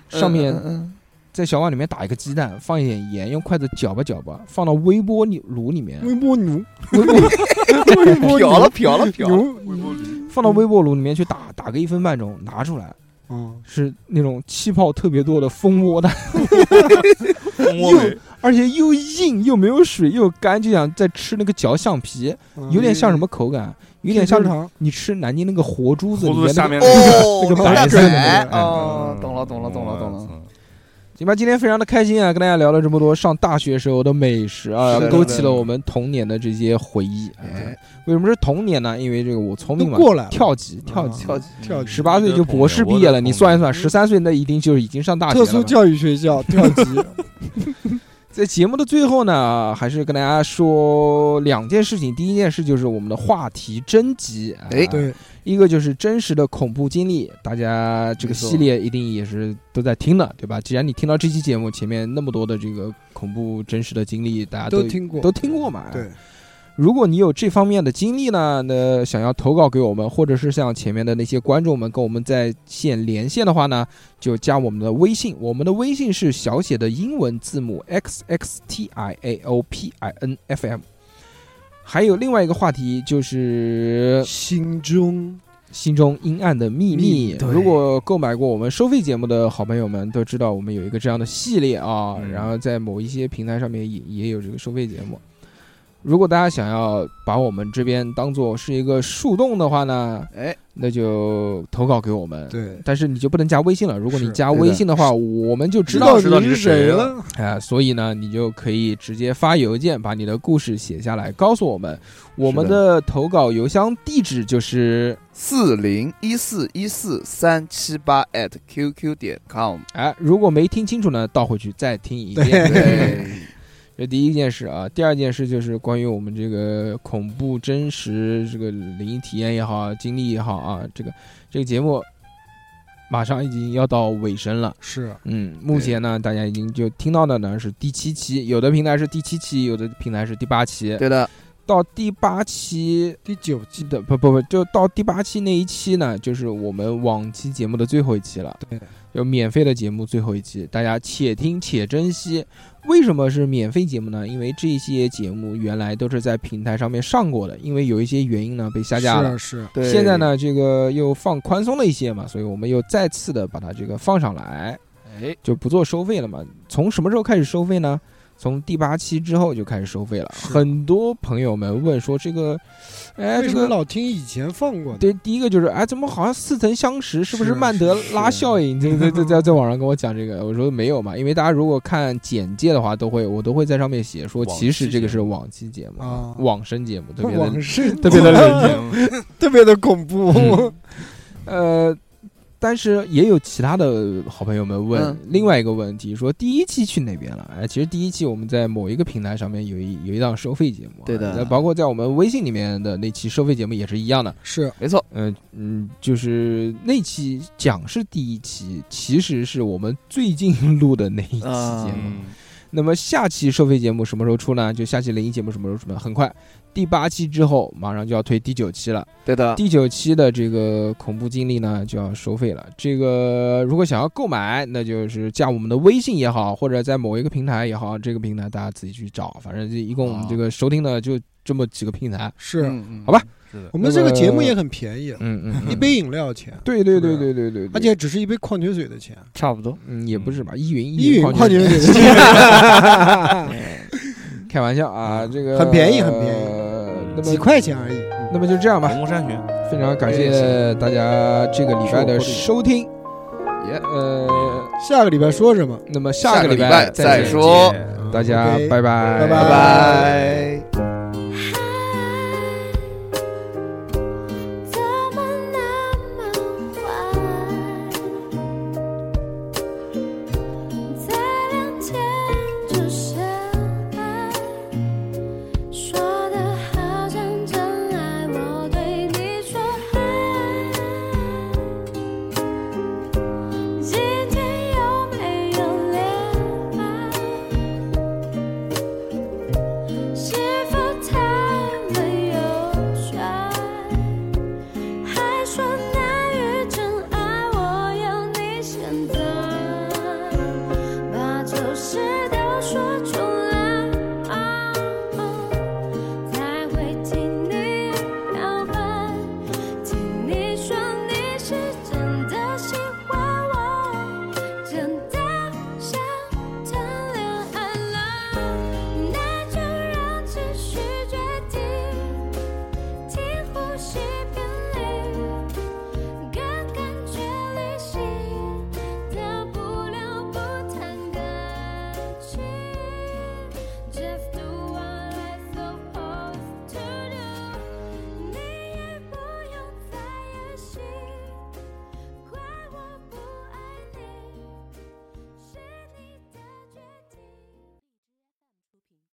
上面
嗯嗯
在小碗里面打一个鸡蛋，放一点盐，用筷子搅吧搅吧，放到微波里炉里 面，
微波 炉，
微波
微 波炉
嗯瞟了瞟了瞟了，
牛，
放到微波炉里面去打，打个一分半钟，拿出来
嗯，
是那种气泡特别多的蜂窝蛋，
我
又而且又硬又没有水又干，就像在吃那个嚼橡皮，
嗯
有点像什么口感？有点像
清蒸糖
你吃南京那个活珠子
活
里
珠
面
下
那
面嗯
个。
哦，
那个
白
白色的那个
哦，懂了懂了懂了懂了，
了，
行吧，今天非常的开心啊，跟大家聊了这么多上大学时候的美食啊
是，的
勾
是的
起了我们童年的这些回忆。哎
哎，
为什么是童年呢？因为这个我聪明嘛，
都过来了嗯
跳级跳级，
跳级
跳
嗯
级
十八岁就博士毕业了，你算一算，十三岁那一定就是已经上大学
特殊
了吧。
教育学校跳级，
啊在节目的最后呢，还是跟大家说两件事情。第一件事就是我们的话题征集，啊
哎
对，
一个就是真实的恐怖经历，大家这个系列一定也是都在听的，对吧？既然你听到这期节目前面那么多的这个恐怖真实的经历，大啊家都
都听过，
都听过嘛。
对，
如果你有这方面的经历呢，那想要投稿给我们，或者是像前面的那些观众们跟我们在线连线的话呢，就加我们的微信，我们的微信是小写的英文字母 x x t i a o p i n f m。还有另外一个话题就是
心中
心中阴暗的秘密
秘。对
如果购买过我们收费节目的好朋友们都知道，我们有一个这样的系列啊，
嗯
然后在某一些平台上面也也有这个收费节目。如果大家想要把我们这边当做是一个树洞的话呢，
哎，
那就投稿给我们。
对，
但是你就不能加微信了，如果你
是
加
对的
微信的话，我们就知
道
道
知道你
你
是
是
谁
谁
了
了，
啊、所以呢，你就可以直接发邮件把你的故事写下来，告诉我们。我们
是
的投稿邮箱地址就是
四零一四一四三七八 at qq 点 com。
哎，如果没听清楚呢，倒回去再听一遍。
对，
这第一件事啊，第二件事就是关于我们这个恐怖真实这个灵异体验也好，经历也好啊，这个这个节目马上已经要到尾声了。
是
嗯，目前呢，大家已经就听到的呢是第七期，有的平台是第七期，有的平台是第八期。
对的，
到第八期
第九季
记得不不不，就到第八期那一期呢，就是我们往期节目的最后一期了。
对，
就免费的节目最后一期，大家且听且珍惜。为什么是免费节目呢？因为这些节目原来都是在平台上面上过的，因为有一些原因呢被下架了。
是啊
对。
现在？呢，这个又放宽松了一些嘛，所以我们又再次的把它这个放上来，
哎，
就不做收费了嘛。从什么时候开始收费呢？从第八期之后就开始收费了。
是
很多朋友们问说，这个，哎，
是，为
这
什么
个
老听以前放过的？
对，第一个就是哎，怎么好像似曾相识？是不是
是
曼德
是
拉效应？这这这在在网上跟我讲这个，我说没有嘛，因为大家如果看简介的话，都会我都会在上面写说，
往
其
期
实这个
节
是往期节目
啊，
往生节目，特别的
往事
特别的冷
冷
特别的恐怖，
嗯呃。但是也有其他的好朋友们问、
嗯
另外一个问题，说第一期去哪边了？哎，其实第一期我们在某一个平台上面有一有一档收费节目啊，
对的
那包括在我们微信里面的那期收费节目也是一样的，
是
没错，
嗯嗯，就是那期讲是第一期，其实是我们最近录的那一期节目。
啊
嗯
那么下期收费节目什么时候出呢？就下期灵异节目什么时候出呢？很快，第八期之后马上就要推第九期了。
对的，
第九期的这个恐怖经历呢就要收费了。这个如果想要购买，那就是加我们的微信也好，或者在某一个平台也好，这个平台大家自己去找。反正就一共我
哦
们这个收听的就这么几个平台。
是
嗯
好吧，
是的
我，们这个节目也很便宜，
嗯嗯，嗯
一杯饮料钱，
对对对对对对，对
而且只是一杯矿泉水的钱，
差不多。
嗯也不是吧，依云
一云矿泉
水。
水的钱。
开玩笑啊，这个
很便宜很便宜
呃那
几
么
块钱而已。嗯
那么就这样吧，
红山泉，
非常感谢大家这个礼拜的收听。也呃，
下个礼拜说什么？
那么下
下个
礼
礼拜
拜
再
见
说
见
大家
OK，
拜拜
拜
拜拜。
啊